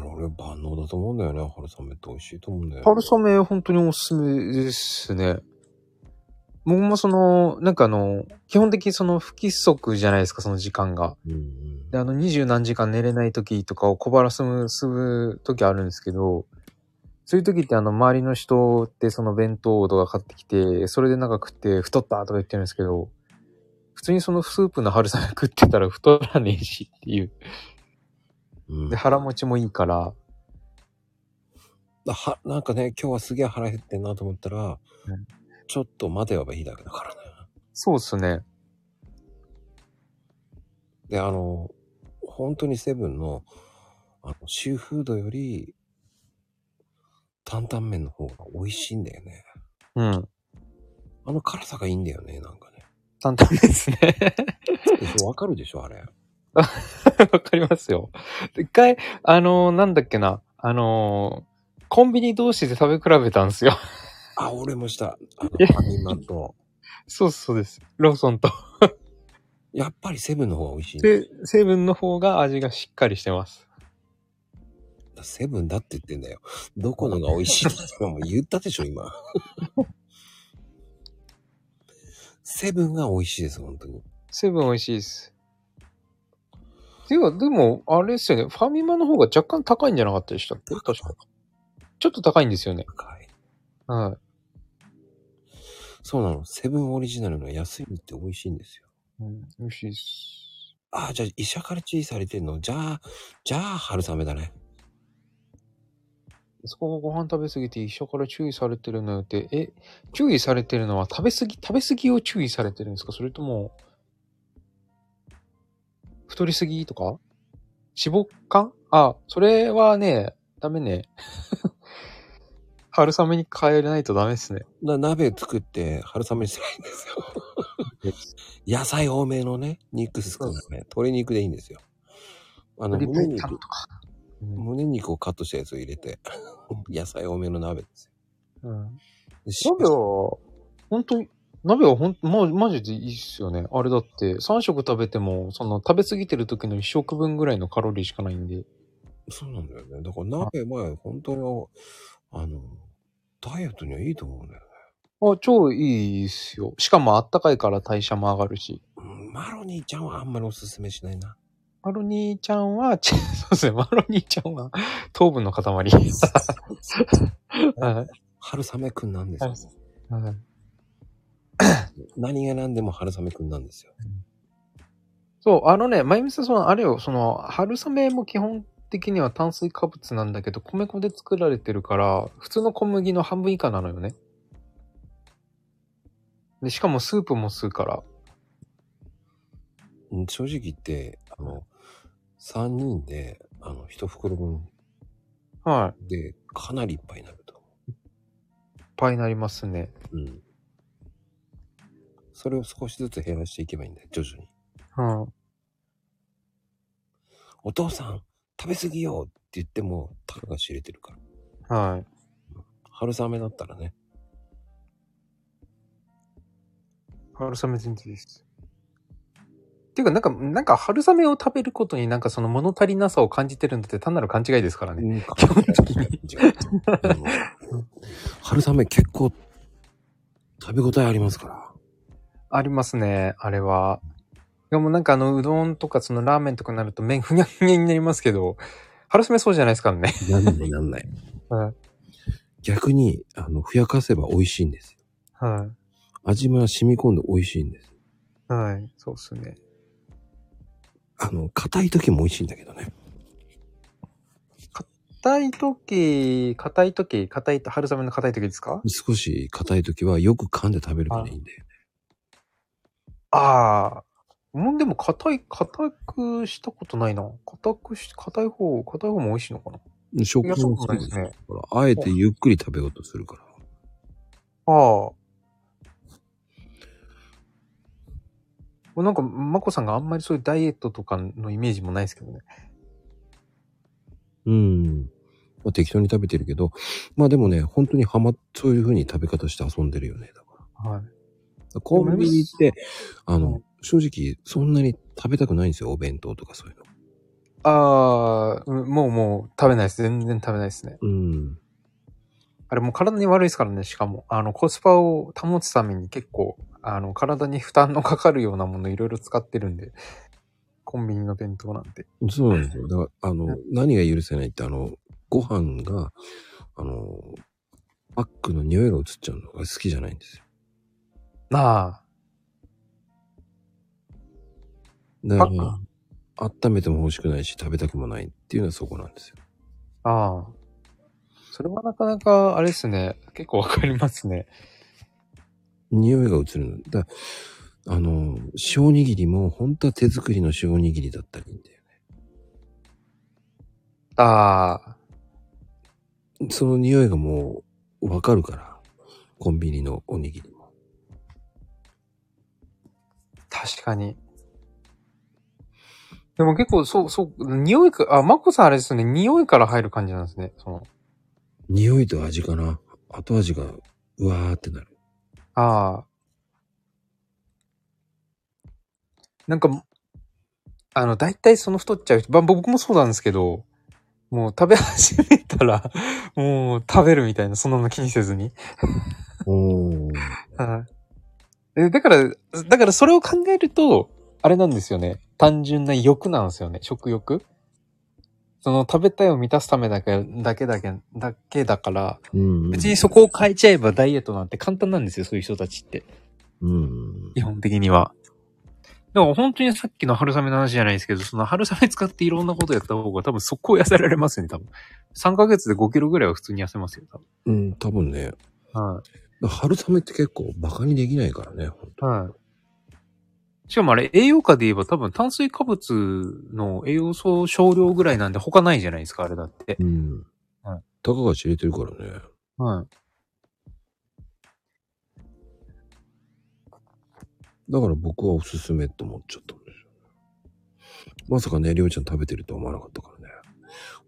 Speaker 2: から俺万能だと思うんだよね。春雨って美味しいと思うんだよ、ね。
Speaker 3: 春雨、本当におすすめですね。僕もその、なんかあの、基本的にその不規則じゃないですか、その時間が。
Speaker 2: うんうん
Speaker 3: で、あの、二十何時間寝れない時とかを小腹すむ、すむ時あるんですけど、そういう時ってあの、周りの人ってその弁当とか買ってきて、それでなんか食って太ったとか言ってるんですけど、普通にそのスープの春雨食ってたら太らねえしっていう。
Speaker 2: うん
Speaker 3: で、腹持ちもいいから、
Speaker 2: はなんかね今日はすげえ腹減ってんなと思ったら、
Speaker 3: うん
Speaker 2: ちょっと待てばいいだけだからね
Speaker 3: そうっすね。
Speaker 2: であの本当にセブンのあのシーフードより担々麺の方が美味しいんだよね
Speaker 3: うん。
Speaker 2: あの辛さがいいんだよねなんかね
Speaker 3: 担々麺ですね。
Speaker 2: でしょわかるでしょあれ
Speaker 3: わかりますよ。で一回、あのーなんだっけな、あのーコンビニ同士で食べ比べたんですよ。
Speaker 2: あ俺もしたあの
Speaker 3: いや
Speaker 2: ファミマと
Speaker 3: そうそうです。ローソンと。
Speaker 2: やっぱりセブンの方が美味しいんだよ
Speaker 3: で、成分の方が味がしっかりしてます。
Speaker 2: セブンだって言ってんだよどこのが美味しいって今もう言ったでしょ今セブンが美味しいです本当に
Speaker 3: 成分美味しいです。てか、でも、あれですよね。ファミマの方が若干高いんじゃなかったでしたっけ
Speaker 2: 高い
Speaker 3: 確か。ちょっと高いんですよね。
Speaker 2: 高い。
Speaker 3: は
Speaker 2: そうなの。セブンオリジナルの安いのって美味しいんですよ。
Speaker 3: い。うん、美味しいです。
Speaker 2: ああ、じゃあ、医者から注意されてんのじゃあ、じゃあ、春雨だね。
Speaker 3: そこがご飯食べ過ぎて一緒から注意されてるのよって、え、注意されてるのは食べ過ぎ、食べ過ぎを注意されてるんですかそれとも、太りすぎとか脂肪肝あ、それはね、ダメね。 春雨に変えないとダメですね。
Speaker 2: な鍋作って春雨にすればいいんですよ。 野菜多めのね、肉少なめ。鶏肉でいいんですよ。あの、
Speaker 3: リ
Speaker 2: 胸
Speaker 3: タ
Speaker 2: 肉
Speaker 3: ンと、か。うん
Speaker 2: 胸肉をカットしたやつを入れて、 野菜多めの鍋ですよ。
Speaker 3: うん
Speaker 2: で
Speaker 3: 鍋は、本当に、鍋はほん、ま、マジでいいっすよね。あれだって、3食食べても、その、食べ過ぎてる時の1食分ぐらいのカロリーしかないんで。
Speaker 2: そうなんだよね。だから鍋は本当に、あの、ダイエットにはいいと思うんだよね。
Speaker 3: あ、超いいっすよ。しかもあったかいから代謝も上がるし。
Speaker 2: うんマロニーちゃんはあんまりおすすめしないな。
Speaker 3: マロニーちゃんは、 ちそうですね、マロニーちゃんは糖分の塊。はい
Speaker 2: 春雨くんなんですよ。
Speaker 3: はい
Speaker 2: 何が何でも春雨くんなんですよ。
Speaker 3: そう、あのね、まゆみさん、その、あれよ、その、春雨も基本的には炭水化物なんだけど、米粉で作られてるから、普通の小麦の半分以下なのよね。で、しかもスープも吸うから。
Speaker 2: うん正直言って、あの、3人で、あの、1袋分
Speaker 3: は
Speaker 2: でかなりいっぱいになると思
Speaker 3: い。いっぱいになりますね。
Speaker 2: う。うん。それを少しずつ減らしていけばいいんだよ、徐々に。
Speaker 3: は
Speaker 2: お父さん、食べ過ぎよって言っても、たかが知れてるから。
Speaker 3: い。はい。
Speaker 2: 春雨だったらね。
Speaker 3: 春雨全然です。ていうか、なんか、なんか春雨を食べることになんかその物足りなさを感じてるのって単なる勘違いですからね。
Speaker 2: うん、
Speaker 3: 基本的に。
Speaker 2: 春雨結構食べ応えありますから。
Speaker 3: ありますね、あれは。いやもうなんかあの、うどんとかそのラーメンとかになると麺ふにゃふにゃになりますけど、春雨そうじゃないですからね。
Speaker 2: なんないなんない。
Speaker 3: はい。
Speaker 2: 逆に、あの、ふやかせば美味しいんですよ。
Speaker 3: は
Speaker 2: 味が染み込んで美味しいんです。
Speaker 3: い。はい。そうっすね。
Speaker 2: あの、硬い時も美味しいんだけどね。
Speaker 3: 硬い時、硬い時、硬いと、春雨の硬い時ですか
Speaker 2: 少し硬い時はよく噛んで食べるからいいんで。
Speaker 3: ああ。もうでも硬い、硬くしたことないな。硬くし、硬い方、硬い方も美味しいのかな
Speaker 2: 食感もそうですね。ほらあえてゆっくり食べようとするから。
Speaker 3: ああ。なんか、まこさんがあんまりそういうダイエットとかのイメージもないですけどね。
Speaker 2: うん。まあ、適当に食べてるけど、まあでもね、本当にハマ、そういう風に食べ方して遊んでるよね。だから
Speaker 3: はい。
Speaker 2: コンビニ行って、あ
Speaker 3: う
Speaker 2: の、正直、そんなに食べたくないんですよ、お弁当とかそういうの。
Speaker 3: ああ、うんもうもう食べないです。全然食べないですね。
Speaker 2: うん。
Speaker 3: あれもう体に悪いですからね、しかも。あの、コスパを保つために結構、あの、体に負担のかかるようなものいろいろ使ってるんで。コンビニの弁当なんて。
Speaker 2: そうなんですよ。だから、あ
Speaker 3: う
Speaker 2: の、何が許せないって、あの、ご飯が、あの、パックの匂いが移っちゃうのが好きじゃないんですよ。
Speaker 3: あ
Speaker 2: だか
Speaker 3: パ
Speaker 2: ら、温めても欲しくないし、食べたくもないっていうのはそこなんですよ。
Speaker 3: あ、ああ。それはなかなか、あれですね。結構わかりますね。
Speaker 2: 匂いが移るの。だからあの、塩おにぎりも、本当は手作りの塩おにぎりだったらいいんだよ
Speaker 3: ああ。
Speaker 2: ね。その匂いがもう、わかるから、コンビニのおにぎりも。
Speaker 3: 確かに。でも結構、そう、そう、匂いか、あ、マコさんあれですね、匂いから入る感じなんですね。その、
Speaker 2: 匂いと味かな。後味が、うわーってなる。
Speaker 3: ああ。なんか、あの、大体その太っちゃう人、まあ僕もそうなんですけど、もう食べ始めたら、もう食べるみたいな、そんなの気にせずに。
Speaker 2: おー。
Speaker 3: はいえだから、だからそれを考えると、あれなんですよね。単純な欲なんですよね。食欲。その食べたいを満たすためだけ、だけだけ、だけだから、
Speaker 2: うん。
Speaker 3: 別にそこを変えちゃえばダイエットなんて簡単なんですよ。そういう人たちって。
Speaker 2: うん。
Speaker 3: 基本的には。でも本当にさっきの春雨の話じゃないですけど、その春雨使っていろんなことやった方が多分速攻痩せられますよね、多分。3ヶ月で5キロぐらいは普通に痩せますよ、多
Speaker 2: うん、多分ね。
Speaker 3: 分。はい。
Speaker 2: 春雨って結構バカにできないからね。ほんと
Speaker 3: はい。しかもあれ、栄養価で言えば多分炭水化物の栄養素少量ぐらいなんで他ないじゃないですか、あれだって。
Speaker 2: うん。
Speaker 3: はい
Speaker 2: たかが知れてるからね。
Speaker 3: はい。
Speaker 2: だから僕はおすすめと思っちゃったんですよ。まさかね、りょうちゃん食べてるとは思わなかったからね。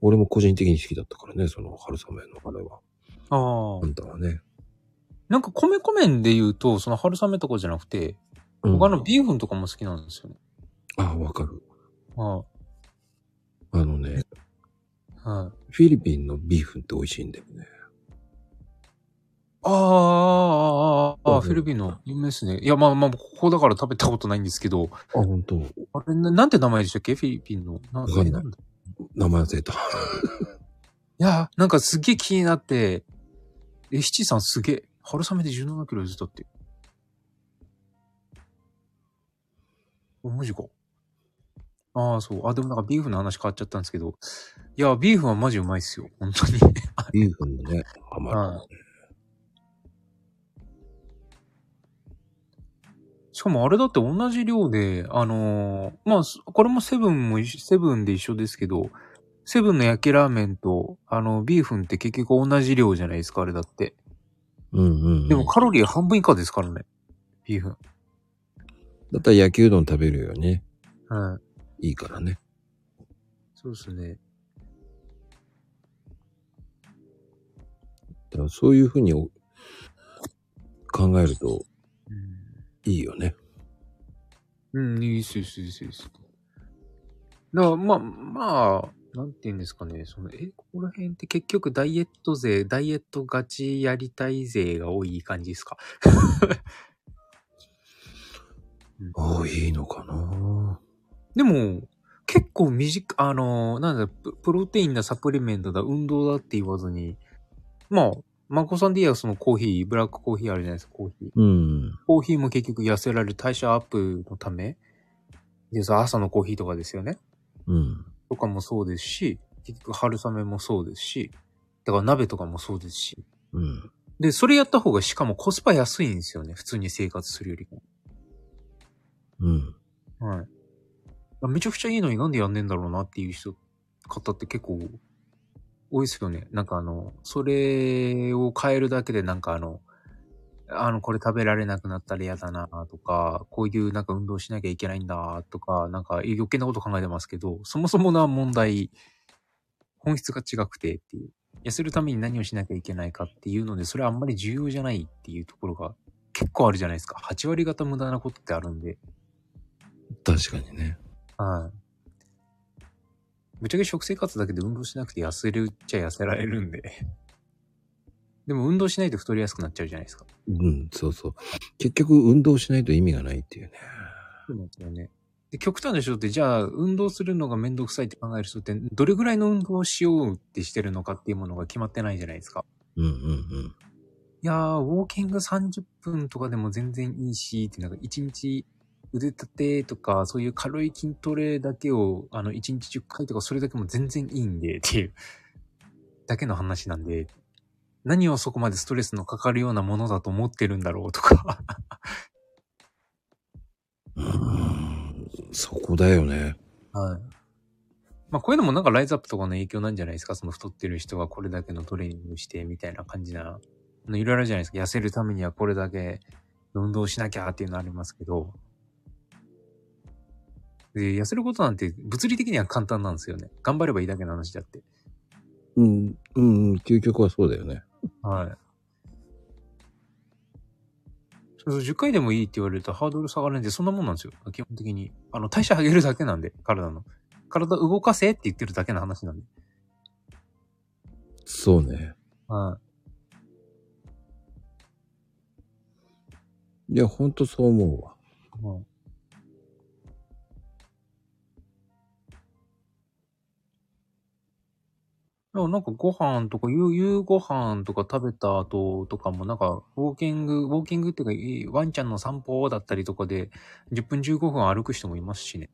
Speaker 2: 俺も個人的に好きだったからね、その春雨のあれは。あ
Speaker 3: ああ。
Speaker 2: んたはね。
Speaker 3: なんか米粉麺で言うと、その春雨とかじゃなくて、
Speaker 2: うん
Speaker 3: 他のビーフンとかも好きなんですよね。
Speaker 2: あ、わかる。
Speaker 3: は
Speaker 2: あのね、
Speaker 3: い。はい。
Speaker 2: フィリピンのビーフンって美味しいんだよね。
Speaker 3: ああ、ああ、あ
Speaker 2: う
Speaker 3: あ、
Speaker 2: ん
Speaker 3: フィリピンの有名ですね。いや、まあまあ、ここだから食べたことないんですけど、
Speaker 2: あ、本当
Speaker 3: あれ、ななんて名前でしたっけフィリピンの。な
Speaker 2: わかんない
Speaker 3: えだ
Speaker 2: 名前忘れた。
Speaker 3: いや、なんかすっげえ気になって、え、七さんすげえ。春雨で17キロずつだって。お、マジか。ああ、そう。あ、でもなんかビーフンの話変わっちゃったんですけど。いや、ビーフンはマジうまいっすよ。本当に。
Speaker 2: ビーフンのね、ハマる。
Speaker 3: はいしかもあれだって同じ量で、あのーまあ、すこれもセブンも一緒、セブンで一緒ですけど、セブンの焼きラーメンと、あの、ビーフンって結局同じ量じゃないですか、あれだって。
Speaker 2: うんうん、うん。
Speaker 3: でもカロリー半分以下ですからね。ビーフン。
Speaker 2: だったら焼きうどん食べるよね。
Speaker 3: は
Speaker 2: い
Speaker 3: い。
Speaker 2: いからね。
Speaker 3: そうですね。
Speaker 2: だからそういうふうにお考えると
Speaker 3: うん
Speaker 2: いいよね。
Speaker 3: うん、いいっす、いいっす、いいっす、いいっす。だから、まあ、まあ、なんて言うんですかね、その、え、ここら辺って結局ダイエット勢、ダイエットガチやりたい勢が多い感じですか うん
Speaker 2: ああ、いいのかな。
Speaker 3: でも、結構短く、あのー、なんだプ、プロテインだ、サプリメントだ、運動だって言わずに、まあ、マコさんで言えばそのコーヒー、ブラックコーヒーあるじゃないですか、コーヒー。
Speaker 2: うん。
Speaker 3: コーヒーも結局痩せられる代謝アップのため、でさ、朝のコーヒーとかですよね。
Speaker 2: うん。
Speaker 3: とかもそうですし、結局春雨もそうですし、だから鍋とかもそうですし。
Speaker 2: うん。
Speaker 3: で、それやった方がしかもコスパ安いんですよね。普通に生活するより
Speaker 2: うん。
Speaker 3: も。はい。めちゃくちゃいいのになんでやんねえんだろうなっていう人、方って結構多いですよね。なんかあの、それを変えるだけでなんかあの、あの、これ食べられなくなったら嫌だなとか、こういうなんか運動しなきゃいけないんだとか、なんか余計なこと考えてますけど、そもそもな問題、本質が違くてっていう。痩せるために何をしなきゃいけないかっていうので、それあんまり重要じゃないっていうところが結構あるじゃないですか。8割方無駄なことってあるんで。
Speaker 2: 確かにね。
Speaker 3: はい。ぶっちゃけ食生活だけで運動しなくて痩せるっちゃ痩せられるんで。 でも運動しないと太りやすくなっちゃうじゃないですか。
Speaker 2: うん、そうそう。結局、運動しないと意味がないっていうね。
Speaker 3: そうなんですよね。で、極端な人って、じゃあ、運動するのがめんどくさいって考える人って、どれぐらいの運動をしようってしてるのかっていうものが決まってないじゃないですか。
Speaker 2: うんうん
Speaker 3: いやー、ウォーキング30分とかでも全然いいし、ってなんか1日腕立てとか、そういう軽い筋トレだけを、あの、1日10回とか、それだけも全然いいんで、っていう、だけの話なんで、何をそこまでストレスのかかるようなものだと思ってるんだろうとか。
Speaker 2: うん。うーんそこだよね。
Speaker 3: はい。まあ、こういうのもなんかライズアップとかの影響なんじゃないですかその太ってる人がこれだけのトレーニングしてみたいな感じな。あのいろいろあるじゃないですか。痩せるためにはこれだけ運動しなきゃっていうのありますけど。で、痩せることなんて物理的には簡単なんですよね。頑張ればいいだけの話だって。
Speaker 2: うん、うん、究極はそうだよね。
Speaker 3: はい。そうそう、10回でもいいって言われるとハードル下がるんで、そんなもんなんですよ。基本的に。あの、代謝上げるだけなんで、体の。体動かせって言ってるだけの話なんで。
Speaker 2: そうね。
Speaker 3: はい。
Speaker 2: いや、ほんとそう思うわ。
Speaker 3: うんでもなんかご飯とか夕、夕ご飯とか食べた後とかもなんか、ウォーキング、ウォーキングっていうか、ワンちゃんの散歩だったりとかで、10分15分歩く人もいますしね。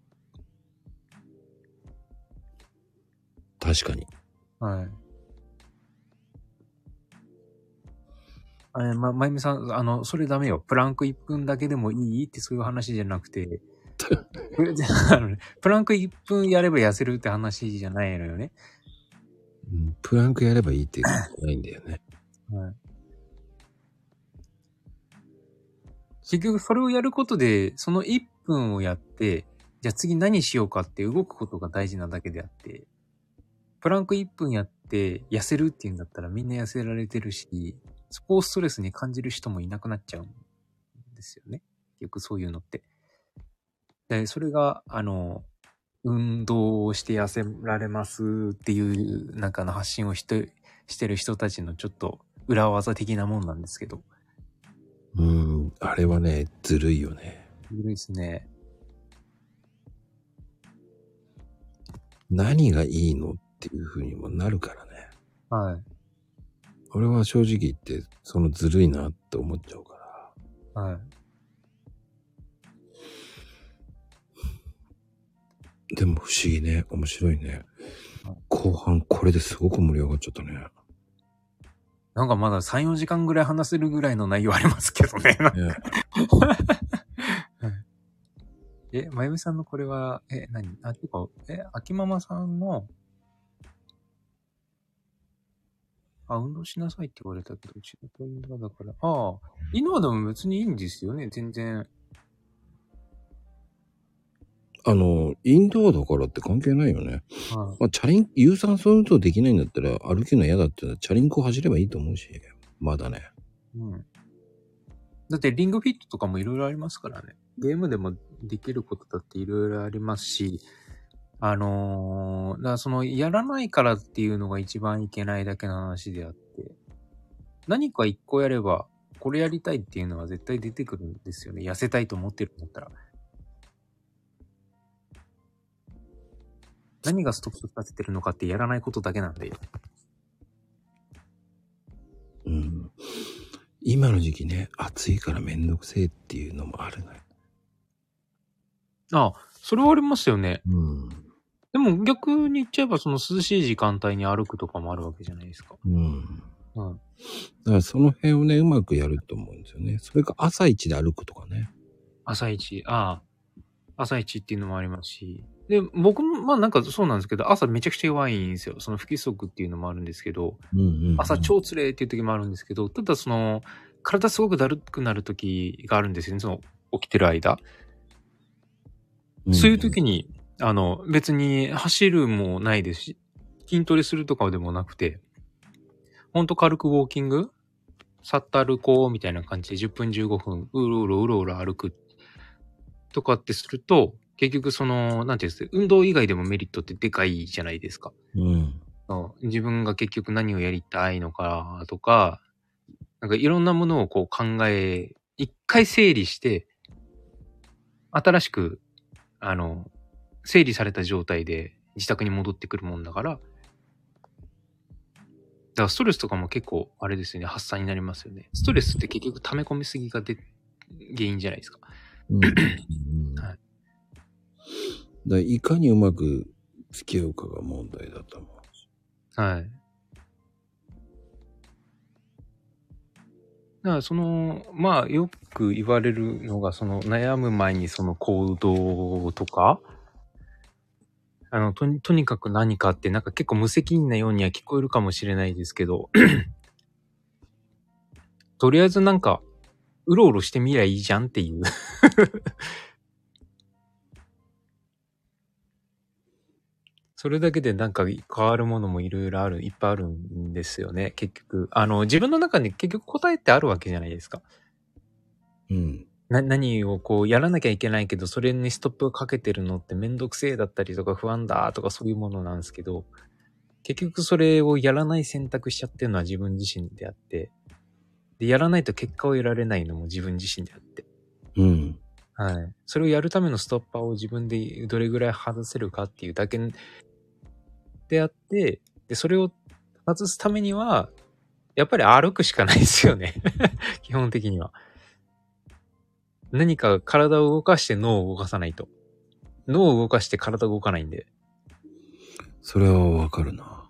Speaker 2: 確かに。
Speaker 3: はい。あれ、ま、まゆみさん、あの、それダメよ。プランク1分だけでもいいってそういう話じゃなくて、 プあのねプランク1分やれば痩せるって話じゃないのよね。
Speaker 2: うんプランクやればいいっていうことじゃないんだよね。
Speaker 3: はい。結局それをやることで、その1分をやって、じゃあ次何しようかって動くことが大事なだけであって、プランク1分やって痩せるっていうんだったらみんな痩せられてるし、そこをストレスに感じる人もいなくなっちゃうんですよね。よくそういうのって。で、それが、あの、運動をして痩せられますっていう、なんかの発信をして、してる人たちのちょっと裏技的なもんなんですけど。
Speaker 2: うん、あれはね、ずるいよね。
Speaker 3: ずるいですね。
Speaker 2: 何がいいのっていうふうにもなるからね。
Speaker 3: はい。
Speaker 2: 俺は正直言って、そのずるいなって思っちゃうから。
Speaker 3: はい。
Speaker 2: でも不思議ね。面白いね
Speaker 3: うん。
Speaker 2: 後半これですごく盛り上がっちゃったね。
Speaker 3: なんかまだ3、4時間ぐらい話せるぐらいの内容ありますけどね。
Speaker 2: ね
Speaker 3: え、まゆみさんのこれは、え、何あ、てか、え、秋ママさんの、あ、運動しなさいって言われたけど、うちのトイレだから、ああ、今でも別にいいんですよね、全然。
Speaker 2: あの、インドアだからって関係ないよね。
Speaker 3: はい
Speaker 2: まあ、チャリン、有酸素運動できないんだったら歩くの嫌だって言ったらチャリンコ走ればいいと思うし、まだね。
Speaker 3: うん。だって、リングフィットとかもいろいろありますからね。ゲームでもできることだっていろいろありますし、あのー、だからその、やらないからっていうのが一番いけないだけの話であって、何か一個やれば、これやりたいっていうのは絶対出てくるんですよね。痩せたいと思ってるんだったら。何がストップさせてるのかってやらないことだけなんで。
Speaker 2: うん。今の時期ね、暑いからめんどくせえっていうのもあるね。
Speaker 3: ああ、それはありますよね。
Speaker 2: うん。
Speaker 3: でも逆に言っちゃえば、その涼しい時間帯に歩くとかもあるわけじゃないですか。
Speaker 2: うん。
Speaker 3: うん。
Speaker 2: だからその辺をね、うまくやると思うんですよね。それか朝一で歩くとかね。
Speaker 3: 朝一、ああ、朝一っていうのもありますし。で、僕も、まあなんかそうなんですけど、朝めちゃくちゃ弱いんですよ。その不規則っていうのもあるんですけど、
Speaker 2: うんうん、
Speaker 3: 朝超つれーっていう時もあるんですけど、ただその、体すごくだるくなる時があるんですよね。その、起きてる間。そういう時
Speaker 2: に。
Speaker 3: に、あの、別に走るもないですし、筋トレするとかでもなくて、ほんと軽くウォーキングさっと歩こうみたいな感じで10分15分、うろうろうろうろ歩くとかってすると、結局その、なんていうんですか、運動以外でもメリットってでかいじゃないですか。
Speaker 2: うん。
Speaker 3: そう自分が結局何をやりたいのかとか、なんかいろんなものをこう考え、一回整理して、新しく、あの、整理された状態で自宅に戻ってくるもんだから、だからストレスとかも結構あれですよね、発散になりますよね。ストレスって結局溜め込みすぎがで原因じゃないですか。
Speaker 2: うん。うん
Speaker 3: はい
Speaker 2: だからいかにうまく付き合うかが問題だと思う。
Speaker 3: はい。だからその、まあよく言われるのが、その悩む前にその行動とか、あの、とに、とにかく何かってなんか結構無責任なようには聞こえるかもしれないですけど、 とりあえずなんか、うろうろしてみりゃいいじゃんっていう。 それだけでなんか変わるものもいろいろある、いっぱいあるんですよね、結局。あの、自分の中に結局答えってあるわけじゃないですか。
Speaker 2: うん。
Speaker 3: な、何をこうやらなきゃいけないけど、それにストップをかけてるのってめんどくせえだったりとか不安だとかそういうものなんですけど、結局それをやらない選択しちゃってるのは自分自身であって、で、やらないと結果を得られないのも自分自身であって、
Speaker 2: うん。
Speaker 3: はい。それをやるためのストッパーを自分でどれぐらい外せるかっていうだけであって、で、それを外すためには、やっぱり歩くしかないですよね。 基本的には。何か体を動かして脳を動かさないと。脳を動かして体動かないんで。
Speaker 2: それはわかるな。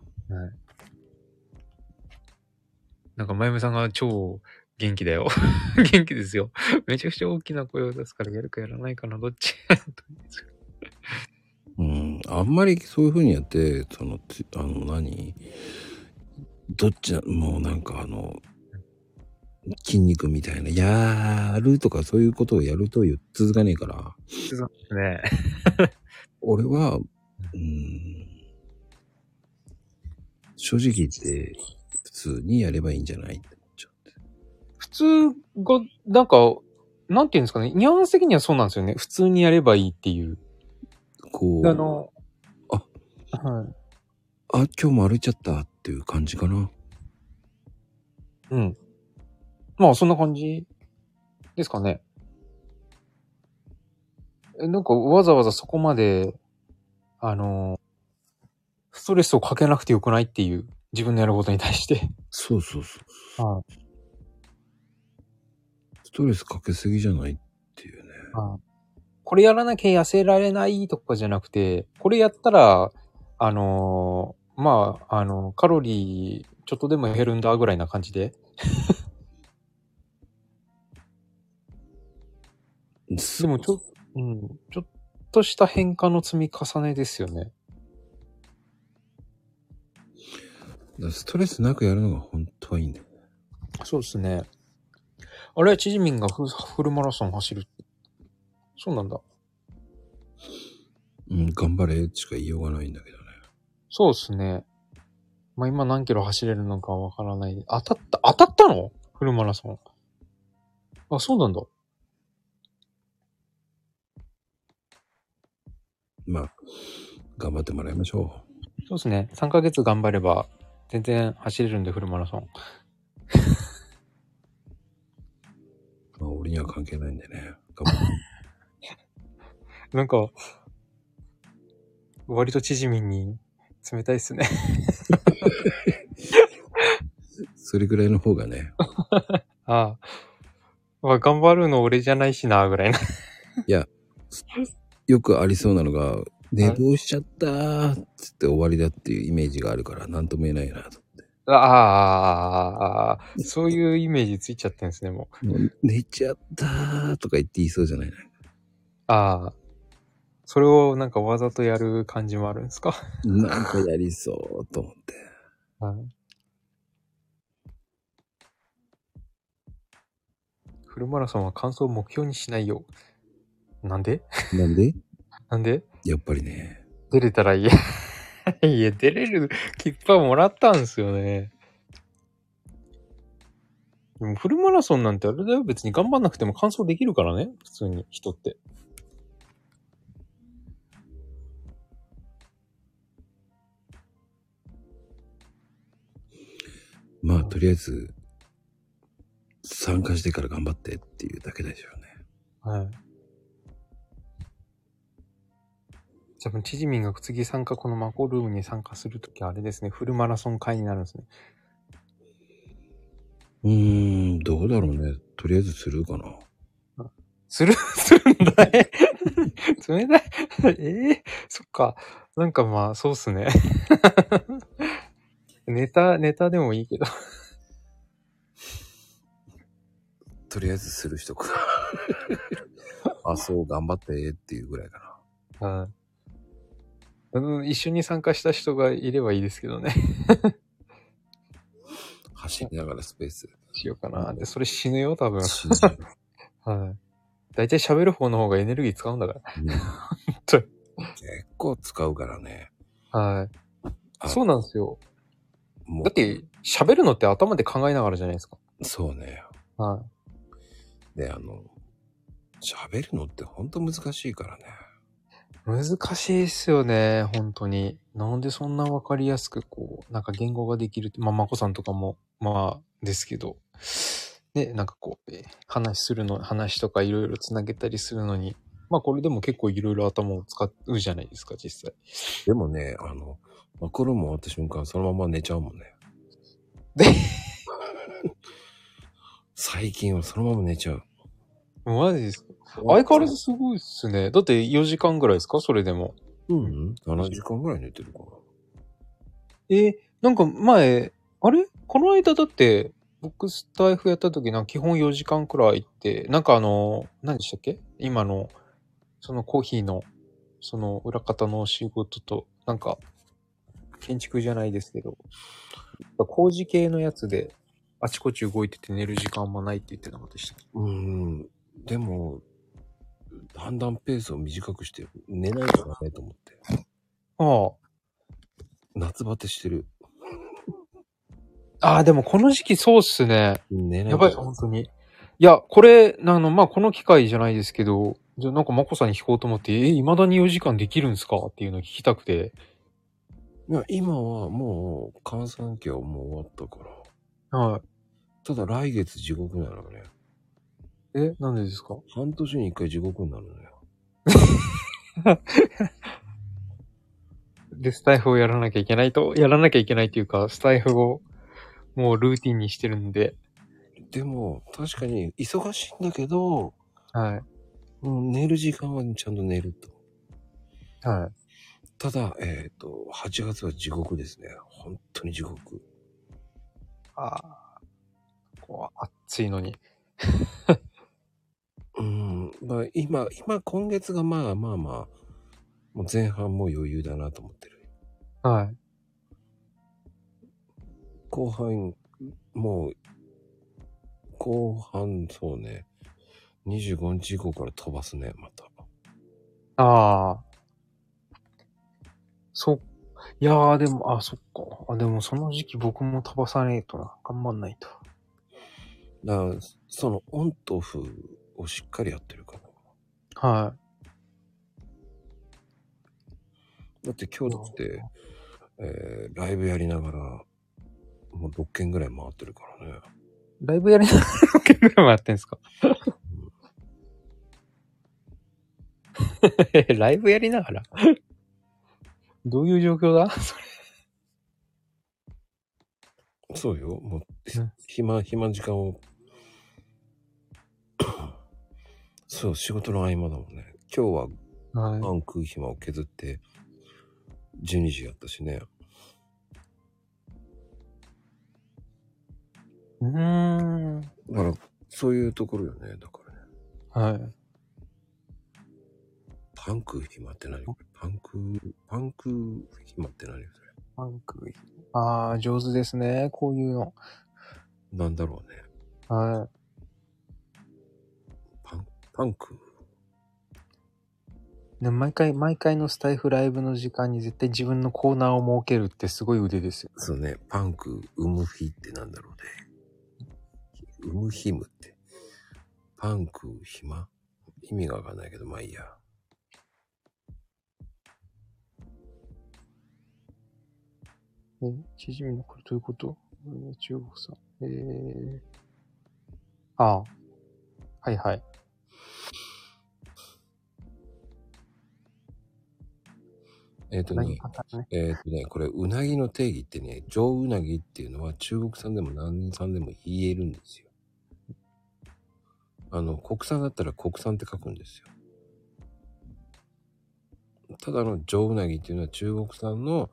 Speaker 3: なんか、まゆめさんが超元気だよ。 元気ですよ。めちゃくちゃ大きな声を出すから、やるかやらないかな、どっち
Speaker 2: うん。あんまりそういうふうにやって、その、つあの、何どっちなもうなんかあの、筋肉みたいな、やるとかそういうことをやると続かねえから、
Speaker 3: ね
Speaker 2: 俺は、うん、正直言って、普通にやればいいんじゃないって思っちゃって。
Speaker 3: 普通が、なんか、なんていうんですかね、ニュアンス的にはそうなんですよね。普通にやればいいっていう。
Speaker 2: こう、
Speaker 3: あの、
Speaker 2: あ
Speaker 3: は
Speaker 2: あ、
Speaker 3: い。
Speaker 2: 今日も歩いちゃったっていう感じかな。
Speaker 3: うん。まあ、そんな感じですかね。えなんか、わざわざそこまで、あの、ストレスをかけなくてよくないっていう、自分のやることに対して。
Speaker 2: そうそうそう。
Speaker 3: は
Speaker 2: ストレスかけすぎじゃないっていうね。
Speaker 3: これやらなきゃ痩せられないとかじゃなくて、これやったら、あのーまあ、あの、カロリーちょっとでも減るんだぐらいな感じで。
Speaker 2: す
Speaker 3: でもちょ、うん、ちょっとした変化の積み重ねですよね。
Speaker 2: らストレスなくやるのが本当はいいんだよ。
Speaker 3: そうですね。あれ、チヂミンがフフルマラソン走る。そうなんだ。
Speaker 2: うん、頑張れしか言いようがないんだけどね。
Speaker 3: そうですね。まあ、今何キロ走れるのかわからない。当たった、当たったのフルマラソン。あ、そうなんだ。
Speaker 2: まあ、頑張ってもらいましょ
Speaker 3: そうですね。3ヶ月頑張れば、全然走れるんで、フルマラソン。
Speaker 2: う。まあ、俺には関係ないんでね。頑 張って。
Speaker 3: なんか、割とチヂミンに冷たいっすね。
Speaker 2: それぐらいの方がね。
Speaker 3: ああ。まあ、頑張るの俺じゃないしな、ぐらいな。
Speaker 2: よくありそうなのが、寝
Speaker 3: はい
Speaker 2: 坊しちゃったーっつって終わりだっていうイメージがあるから、なんとも言えないなと。
Speaker 3: ああ、そういうイメージついちゃってんですね、もう。
Speaker 2: もう寝ちゃったーとか言って言いそうじゃない
Speaker 3: ああ。それをなんかわざとやる感じもあるんですか
Speaker 2: な。なんかやりそうと思って。
Speaker 3: はい。フルマラソンは完走を目標にしないよ。なんで
Speaker 2: なんで
Speaker 3: なんで
Speaker 2: やっぱりね、
Speaker 3: 出れたらいい。 いや、出れる切符はもらったんですよね。でもフルマラソンなんてあれだよ。別に頑張んなくても完走できるからね。普通に人って。
Speaker 2: まあとりあえず、参加してから頑張ってっていうだけでしょうね。
Speaker 3: はい。多分、チヂミンが次参加、このマコルームに参加するときあれですね。フルマラソン会になるんですね。
Speaker 2: うーん、どうだろうね。とりあえずするかな。
Speaker 3: する、 するんだね。冷たい。ええそっか。なんかまあ、そうっすね。 ネタ、ネタでもいいけど。
Speaker 2: とりあえずする人 か。あ、そう、頑張ってっていうぐらいかな。
Speaker 3: はいうん一緒に参加した人がいればいいですけどね。
Speaker 2: 走りながらスペー ス。
Speaker 3: しようかな。で、それ死ぬよ、多分。
Speaker 2: 死んじゃう
Speaker 3: はい。大体喋る方の方がエネルギー使うんだか
Speaker 2: うん
Speaker 3: 当に
Speaker 2: 結構使うからね。
Speaker 3: ら。はい。
Speaker 2: あ
Speaker 3: そうなんですよ。
Speaker 2: もう
Speaker 3: だって、喋るのって頭で考えながらじゃないですか。
Speaker 2: そうね。
Speaker 3: は
Speaker 2: で、あの、喋るのってほんと難しいからね。
Speaker 3: い。難しいですよね、本当に。なんでそんなわかりやすく、こう、なんか言語ができるって、まあ、まこさんとかも、まあ、ですけど、ね、なんかこう、えー話するの、話とかいろいろつなげたりするのに、まあ、これでも結構いろいろ頭を使うじゃないですか、実際。
Speaker 2: でもね、あの、マクロも終わった瞬間、そのまま寝ちゃうもんね。
Speaker 3: で、
Speaker 2: 最近はそのまま寝ちゃう。
Speaker 3: マジですか相変わらずすごいっすね。だって4時間ぐらいですかそれでも。
Speaker 2: うん、7時間ぐらい寝てるかな。
Speaker 3: えーなんか前、あれこの間だって、僕スタイフやった時なんか基本4時間くらいって、なんかあの、何でしたっけ今の、そのコーヒーの、その裏方の仕事と、なんか、建築じゃないですけど、工事系のやつで、あちこち動いてて寝る時間もないって言ってなかったでしたっけ
Speaker 2: うん、でも、だんだんペースを短くして、寝ないとダメと思って。
Speaker 3: ああ。
Speaker 2: 夏バテしてる。
Speaker 3: ああ、でもこの時期そうっすね。
Speaker 2: 寝ないと
Speaker 3: やばい、本当に。いや、これ、あの、まあ、この機会じゃないですけど、じゃあなんかマコさんに聞こうと思って、え、未だに4時間できるんですかっていうのを聞きたくて。
Speaker 2: いや今はもう、閑散期はもう終わったから。
Speaker 3: は
Speaker 2: ただ来月地獄なのね。
Speaker 3: い。え、なんでですか
Speaker 2: 半年に一回地獄になるのよ。
Speaker 3: で、スタイフをやらなきゃいけないと、やらなきゃいけないというか、スタイフを、もうルーティンにしてるんで。
Speaker 2: でも、確かに忙しいんだけど、
Speaker 3: はい。
Speaker 2: うん寝る時間はちゃんと寝ると。
Speaker 3: はい。
Speaker 2: ただ、えっ、と、8月は地獄ですね。本当に地獄。
Speaker 3: ああ。こう、暑いのに。
Speaker 2: うん、まあ、今、今、今月がまあまあまあ、もう前半もう余裕だなと思ってる。
Speaker 3: はい。
Speaker 2: 後半、もう、後半、そうね。25日以降から飛ばすね、また。
Speaker 3: ああ。そっ、いやーでも、あ、そっか。あ、でもその時期僕も飛ばさねえとな。頑張んないと。
Speaker 2: だから、そのオンとオフをしっかりやってるから。
Speaker 3: は
Speaker 2: だって今日だって、えー、ライブやりながら、もう6件ぐらい回ってるからね。
Speaker 3: い。ライブやりながらロケぐらいもやってんすか ライブやりながらどういう状況だ
Speaker 2: そうよ。もう
Speaker 3: うん、
Speaker 2: 暇、暇時間を。 そう、仕事の合間だもんね。今日は
Speaker 3: はい
Speaker 2: パン食う暇を削って、12時やったしね。
Speaker 3: うーん。
Speaker 2: だから、そういうところよね。だからね。
Speaker 3: はい。
Speaker 2: パン食う暇って何パン食う、パン食う暇って何それ。
Speaker 3: パン食い。ああ、上手ですね。こういうの。
Speaker 2: なんだろうね。
Speaker 3: は
Speaker 2: パン、パン食う。
Speaker 3: い。ね、毎回、毎回のスタイフライブの時間に絶対自分のコーナーを設けるってすごい腕ですよ。
Speaker 2: そうね。パン食う、産む日ってなんだろうね。産む日むって。パン食う暇意味がわかんないけど、まあいいや。
Speaker 3: え、しじみのこれどういうことえー中国さん。えー。ああ。はいはい。
Speaker 2: えっ、と
Speaker 3: 何
Speaker 2: ね、
Speaker 3: パターンね。
Speaker 2: えっ、とね、これ、うなぎの定義ってね、上うなぎっていうのは中国産でも何人産でも言えるんですよ。あの、国産だったら国産って書くんですよ。ただの上うなぎっていうのは中国産の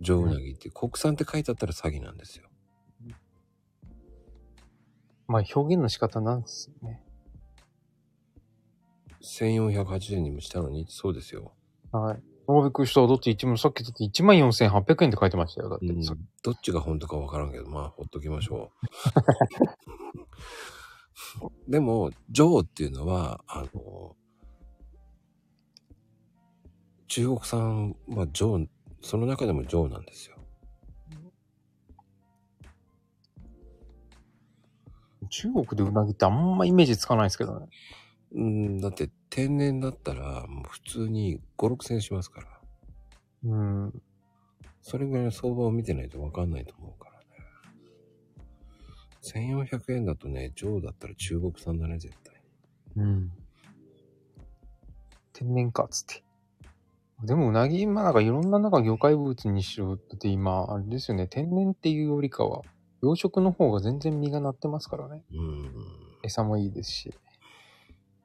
Speaker 2: 上うなぎっていう、国産って書いてあったら詐欺なんですよ。
Speaker 3: まあ表現の仕方なんですね。
Speaker 2: 1480円にもしたのに、そうですよ。
Speaker 3: はい。おーびっくりした。だって1万、さっきだって14,800円って書いてましたよ。だって。
Speaker 2: うん
Speaker 3: さ
Speaker 2: どっちが本当かわからんけど、まあ、ほっときましょう。 でも、ジョーっていうのは、あの、中国産はジョー、その中でもジョーなんですよ。
Speaker 3: 中国でうなぎってあんまイメージつかないですけどね。
Speaker 2: うん、だって天然だったら、もう普通に5、6千しますから。
Speaker 3: うん。
Speaker 2: それぐらいの相場を見てないとわかんないと思うからね。1400円だとね、ジョーだったら中国産だね、絶対。
Speaker 3: うん。天然か、つって。でも、うなぎ、まあなんかいろんななんか魚介物にしろって今、あれですよね、天然っていうよりかは、養殖の方が全然身がなってますからね。
Speaker 2: うん。
Speaker 3: 餌もいいですし。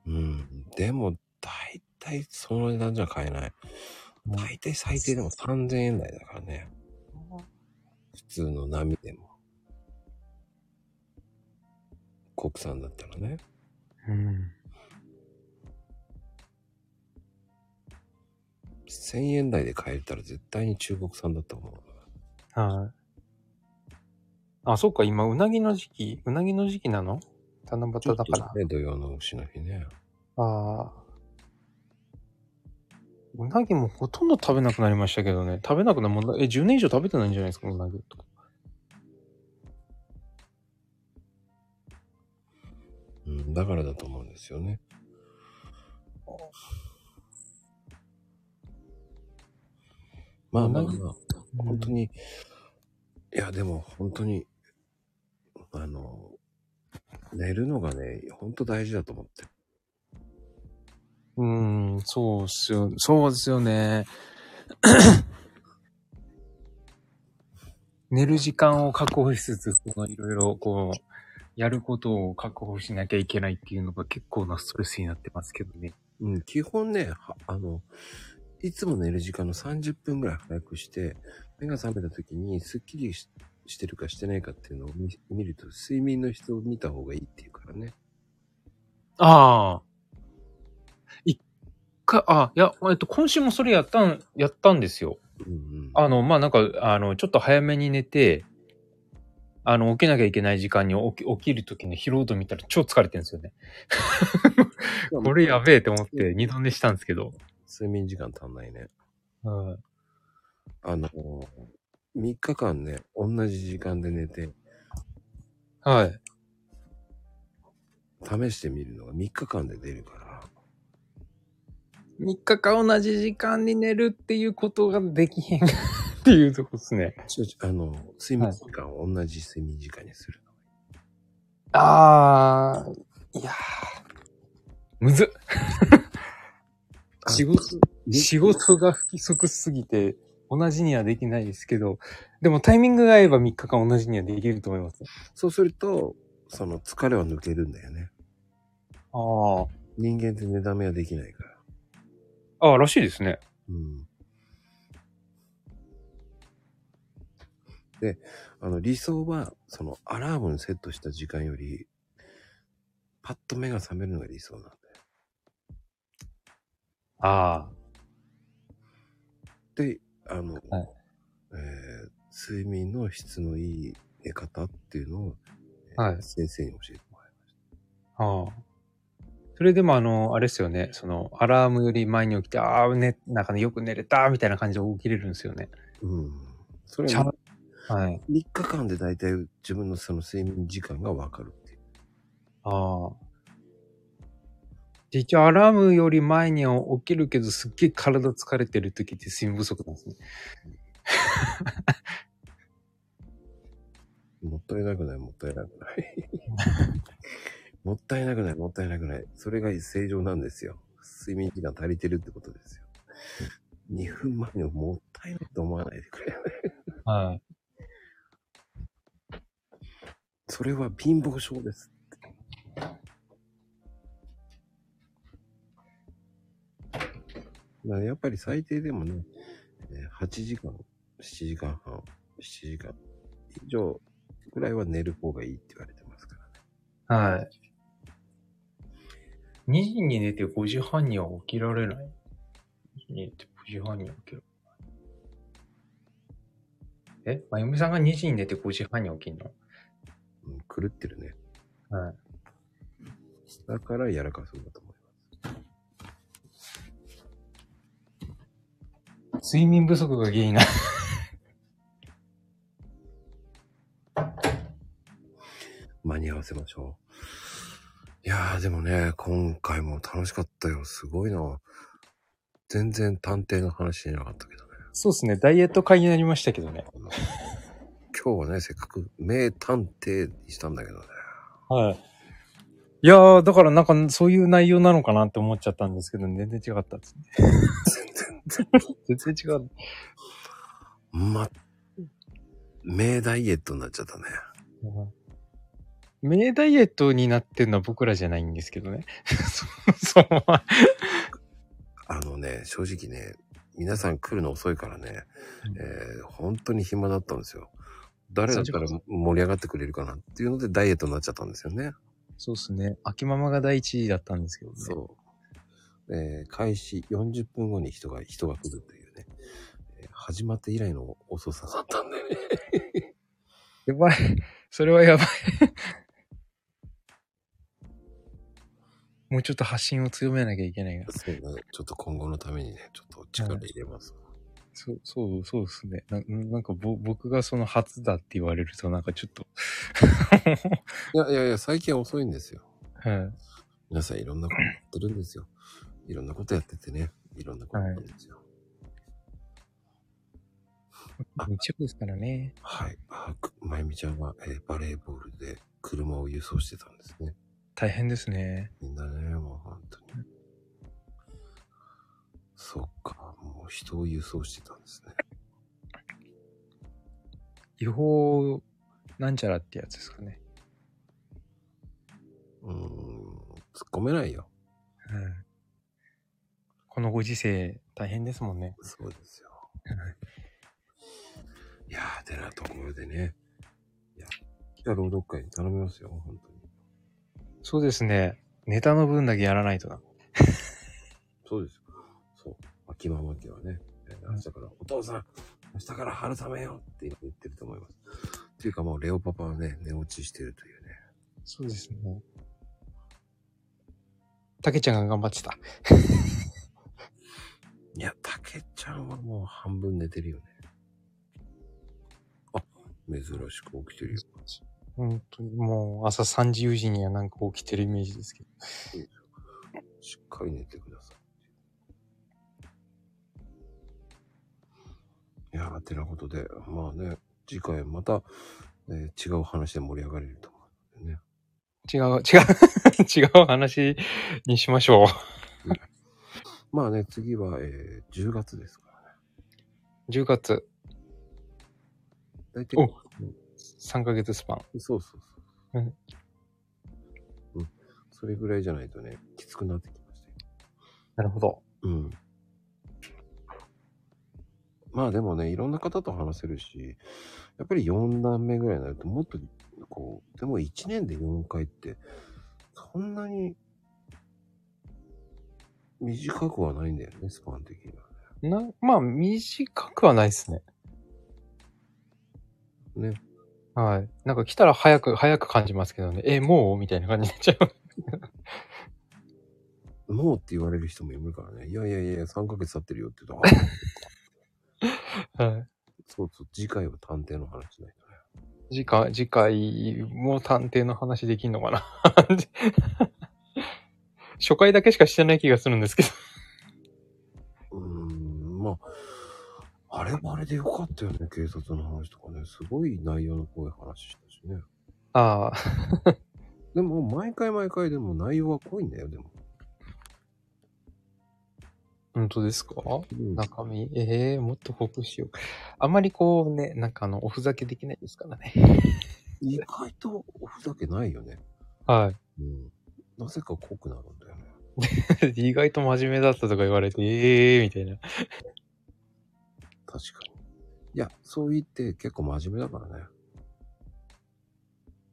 Speaker 2: うん。でも、大体その値段じゃ買えない。
Speaker 3: うん
Speaker 2: 大体最低でも3000円台だからね。普通の波でも。国産だったらね。
Speaker 3: うん。
Speaker 2: 1000円台で買えたら絶対に中国産だと思う。
Speaker 3: はい。あ、そうか、今、うなぎの時期、うなぎの時期なの七夕だから。
Speaker 2: ね、土曜の牛の日ね。
Speaker 3: ああ。うなぎもほとんど食べなくなりましたけどね。食べなくなもんだ。え、10年以上食べてないんじゃないですか、うなぎとか。
Speaker 2: うん、だからだと思うんですよね。まあまあまあ、本当に、いや、でも本当に、あの、寝るのがね、本当大事だと思って。
Speaker 3: うーん、そうっすよ。そうですよね。 寝る時間を確保しつつ、そのいろいろこう、やることを確保しなきゃいけないっていうのが結構なストレスになってますけどね。
Speaker 2: うん、基本ね、はあの、いつも寝る時間の30分ぐらい早くして、目が覚めた時にスッキリししてるかしてないかっていうのを見見ると、睡眠の質を見た方がいいっていうからね。
Speaker 3: ああ。
Speaker 4: 一回、あ、いや、えっと、今週もそれやったん、やったんですよ。
Speaker 2: うんうん。
Speaker 4: あの、まあ、なんか、あの、ちょっと早めに寝て、あの、起きなきゃいけない時間に起き起きる時の疲労度見たら超疲れてるんですよね。これやべえと思って二度寝したんですけど。
Speaker 2: 睡眠時間足んないね。
Speaker 4: うん。
Speaker 2: あのー、3日間ね、同じ時間で寝て、
Speaker 4: はい。
Speaker 2: 試してみるのが3日間で出るから。
Speaker 4: 3日間同じ時間に寝るっていうことができ へんっていうとこですね。
Speaker 2: ちょちょあの、睡眠時間を同じ睡眠時間にする。
Speaker 3: あー、いや
Speaker 4: むずっ
Speaker 2: あ
Speaker 3: 仕事、仕事が不規則すぎて、同じにはできないですけど、でもタイミングが合えば3日間同じにはできると思います。
Speaker 2: そうすると、その疲れは抜けるんだよね。
Speaker 3: あ
Speaker 2: 人間って寝だめはできないから。
Speaker 4: ああ、らしいですね。
Speaker 2: うん。で、あの、理想は、その、アラームにセットした時間より、パッと目が覚めるのが理想なんだよ。
Speaker 4: あ
Speaker 2: で、あの、
Speaker 3: はい
Speaker 2: えー睡眠の質のいい寝方っていうのを、えー
Speaker 4: はい
Speaker 2: 先生に教えてもらいまし
Speaker 4: あ。ああ。それでもあの、あれですよね。その、アラームより前に起きて、ああ、ね、なんかね、よく寝れた、みたいな感じで起きれるんですよね。
Speaker 2: た。うん。それ
Speaker 3: ちゃん
Speaker 2: は
Speaker 4: はい。
Speaker 2: 3日間で大体自分のその睡眠時間がわかるっていう。
Speaker 4: ああ。で一応、アラームより前には起きるけど、すっげえ体疲れてる時って睡眠不足なんですね。
Speaker 2: もったいなくない、もったいなくない。 もったいなくない、もったいなくない。それが正常なんですよ。睡眠時間足りてるってことですよ。2分前のもったいないと思わないでくれ。
Speaker 4: はい。
Speaker 2: それは貧乏症です。まあやっぱり最低でもね、えー8時間、7時間半、7時間以上ぐらいは寝る方がいいって言われてますからね。
Speaker 4: はい。2時に寝て5時半には起きられない。2時に寝て5時半には起きられない。えまゆみさんが2時に寝て5時半に起きんの
Speaker 2: うん、狂ってるね。
Speaker 4: はい。
Speaker 2: だからやらかそうだと思い
Speaker 3: 睡眠不足が原因な。
Speaker 2: ます。間に合わせましょう。いやーでもね、今回も楽しかったよ。すごいな。全然探偵の話しなかったけどね。
Speaker 3: そうですね。ダイエット会になりましたけどね。
Speaker 2: 今日はね、せっかく名探偵にしたんだけどね。
Speaker 3: はい。いやー、だからなんかそういう内容なのかなって思っちゃったんですけど、全然違ったですね。 全然違う。
Speaker 2: ま、名ダイエットになっちゃったね。
Speaker 3: 名ダイエットになってるのは僕らじゃないんですけどね。 そう、そう、
Speaker 2: あのね、正直ね、皆さん来るの遅いからね、えー本当に暇だったんですよ。誰だったら盛り上がってくれるかなっていうのでダイエットになっちゃったんですよね。
Speaker 3: そうですね。秋ママが第一位だったんですけどね。
Speaker 2: そう。えー開始40分後に人が、人が来るというね、えー始まって以来の遅さだったんでね。
Speaker 3: やばい。 それはやばい。 もうちょっと発信を強めなきゃいけないな。
Speaker 2: そうね。ちょっと今後のためにね、ちょっと力入れます。
Speaker 3: そう、そう、そうですね。ななんかぼ、僕がその初だって言われると、なんかちょっと
Speaker 2: いやいやいや、最近は遅いんですよ。
Speaker 3: はい。
Speaker 2: 皆さんいろんなことやってるんですよ。いろんなことやっててね。いろんなことなんですよ。
Speaker 3: 日曜ですからね。
Speaker 2: はい。あくまゆみちゃんは、えーバレーボールで車を輸送してたんですね。
Speaker 3: 大変ですね。
Speaker 2: みんなね、もう本当に。そっか、もう人を輸送してたんですね。
Speaker 3: 違法、なんちゃらってやつですかね。
Speaker 2: うーん、突っ込めないよ。
Speaker 3: うん。このご時世、大変ですもんね。
Speaker 2: そうです よ。いやー、てなところでね。いや、じゃあ朗読会に頼みますよ、本当に。
Speaker 3: そうですね。ネタの分だけやらないとな。
Speaker 2: そうですよ。そう。秋ママ家はね、えー明日から、お父さん、明日から春雨よって今言ってると思います。っていうかもうレオパパはね、寝落ちしてるというね。
Speaker 3: そうですね。たけちゃんが頑張ってた。
Speaker 2: いや、たけちゃんはもう半分寝てるよね。あ、珍しく起きてるよ。
Speaker 3: 本当にもう朝3時4時にはなんか起きてるイメージですけど。
Speaker 2: しっかり寝てください。いやー、てなことで、まあね、次回また、えー違う話で盛り上がれると思うんでね。
Speaker 3: 違う、 違う、違う話にしましょ
Speaker 2: まあね、次は、えー10月ですからね。
Speaker 3: う。10月
Speaker 2: 大体、
Speaker 3: お3ヶ月スパン。
Speaker 2: そうそうそう。
Speaker 3: うん
Speaker 2: うん。それぐらいじゃないとね、きつくなってきましたよ。
Speaker 3: なるほど。
Speaker 2: うん。まあでもね、いろんな方と話せるし、やっぱり4段目ぐらいになるともっと、こう、でも1年で4回って、そんなに短くはないんだよね、スパン的には。
Speaker 3: な、まあ短くはないですね。
Speaker 2: ね。
Speaker 3: はい。なんか来たら早く、早く感じますけどね。え、もうみたいな感じになっちゃ う。
Speaker 2: もうって言われる人もいるからね、いやいやいや、3ヶ月経ってるよって言うと、あ
Speaker 3: はい。
Speaker 2: そうそう、次回は探偵の話しないとね。
Speaker 3: 次回、次回も探偵の話できんのかな 初回だけしかしてない気がするんですけど。
Speaker 2: うーんまあ、あれもあれでよかったよね、警察の話とかね。すごい内容の濃い話したしね。
Speaker 3: ああ、
Speaker 2: でも、毎回毎回でも内容は濃いんだよ、でも。
Speaker 3: 本当ですか
Speaker 2: うん
Speaker 3: 中身、ええもっと濃くしよう。あまりこうね、なんかあの、おふざけできないですからね。
Speaker 2: 意外とおふざけないよね。
Speaker 3: は
Speaker 2: うん。なぜか濃くなるんだよね。
Speaker 3: い。 意外と真面目だったとか言われて、ええみたいな。
Speaker 2: 確かに。いや、そう言って結構真面目だからね。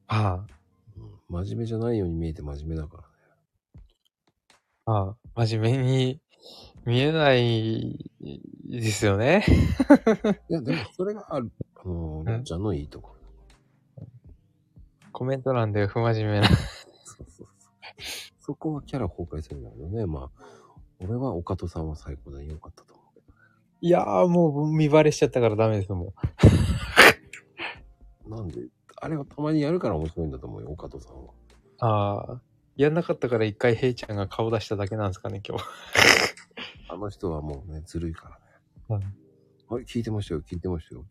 Speaker 3: あ
Speaker 2: うん、真面目じゃないように見えて真面目だからね。
Speaker 3: あ、ああ、真面目に見えないですよね。
Speaker 2: いや、でもそれがある、あのー、
Speaker 3: ん
Speaker 2: りょうちゃんのいいところ。
Speaker 3: コメント欄で不真面目な。
Speaker 2: そうそうそう。そこはキャラ崩壊するんだけどね。まあ、俺は岡戸さんは最高で良かったと思う。
Speaker 3: いやーもう見バレしちゃったからダメですもん。
Speaker 2: なんで、あれはたまにやるから面白いんだと思うよ、岡戸さんは。
Speaker 3: ああ、やんなかったから一回ヘイちゃんが顔出しただけなんですかね、今日。
Speaker 2: あの人はもうね、ずるいから
Speaker 3: うん
Speaker 2: ね。あれ、聞いてましたよ、聞いてましたよっ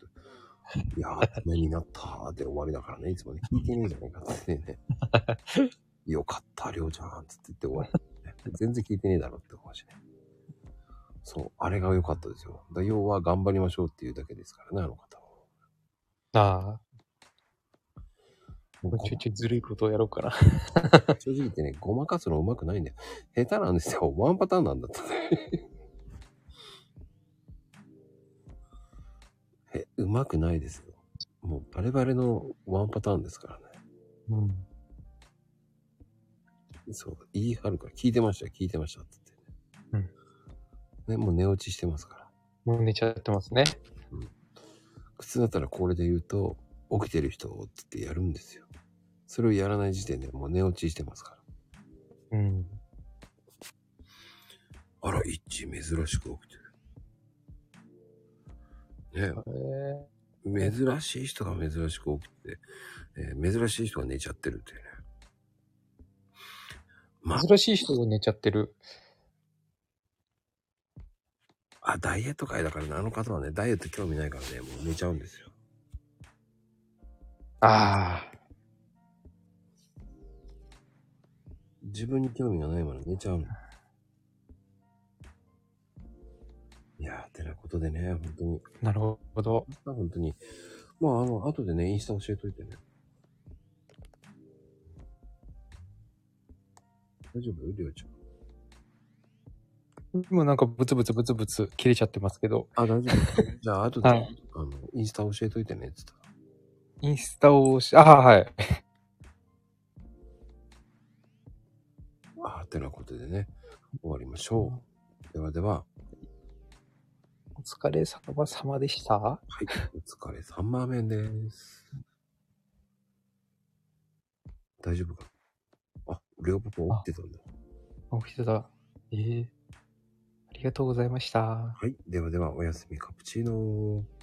Speaker 2: て。いやー、ためになったーで終わりだからね、いつもね、聞いてねえじゃないかっつってね。 よかった、りょうちゃんっつって言って終わり。全然聞いてねえだろって思うしね。そう、あれが良かったですよ。だから要は頑張りましょうっていうだけですからね、あの方は。
Speaker 3: あ
Speaker 2: もう
Speaker 3: あ、ちょいちょいずるいことをやろうかな。
Speaker 2: 正直言ってね、ごまかすのうまくないんだよ。下手なんですよ。ワンパターンなんだったね。え、うまくないですよ。もうバレバレのワンパターンですからね。
Speaker 3: うん。
Speaker 2: そう、言い張るから、聞いてましたよ、聞いてましたって言って、ね。ね、もう寝落ちしてますから。
Speaker 3: もう寝ちゃってますね。
Speaker 2: 普通だったらこれで言うと、起きてる人をって言ってやるんですよ。それをやらない時点でもう寝落ちしてますから。
Speaker 3: うん。
Speaker 2: あら、一珍しく起きてる。ね
Speaker 3: えー
Speaker 2: 珍しい人が珍しく起きて、えー珍しい人が寝ちゃってるっていうね。ま
Speaker 3: 珍しい人が寝ちゃってる。
Speaker 2: あ、ダイエット会だからね、あの方はね、ダイエット興味ないからね、もう寝ちゃうんですよ。
Speaker 3: あ
Speaker 2: 自分に興味がないもの寝ちゃうの。いやー、てなことでね、本当に、
Speaker 3: あ、なるほど。
Speaker 2: 本当に、まあ、あの、後でね、インスタ教えといてね。大丈夫りょうちゃん。
Speaker 3: もうなんかブツブツブツブツ切れちゃってますけど、
Speaker 2: あ、大丈夫。じゃあ、後で、
Speaker 3: はい
Speaker 2: あの、インスタ教えといてね、っつったら。
Speaker 3: インスタをし、ああ、はい。
Speaker 2: あーてなことでね、終わりましょう。ではでは、
Speaker 3: お疲れ様様でした。
Speaker 2: はい、お疲れ様麺です。大丈夫かあ、レオパパ起きてたんだ。
Speaker 3: おきてた。ええありがとうございました。
Speaker 2: はい、ではでは、おやすみカプチーノー。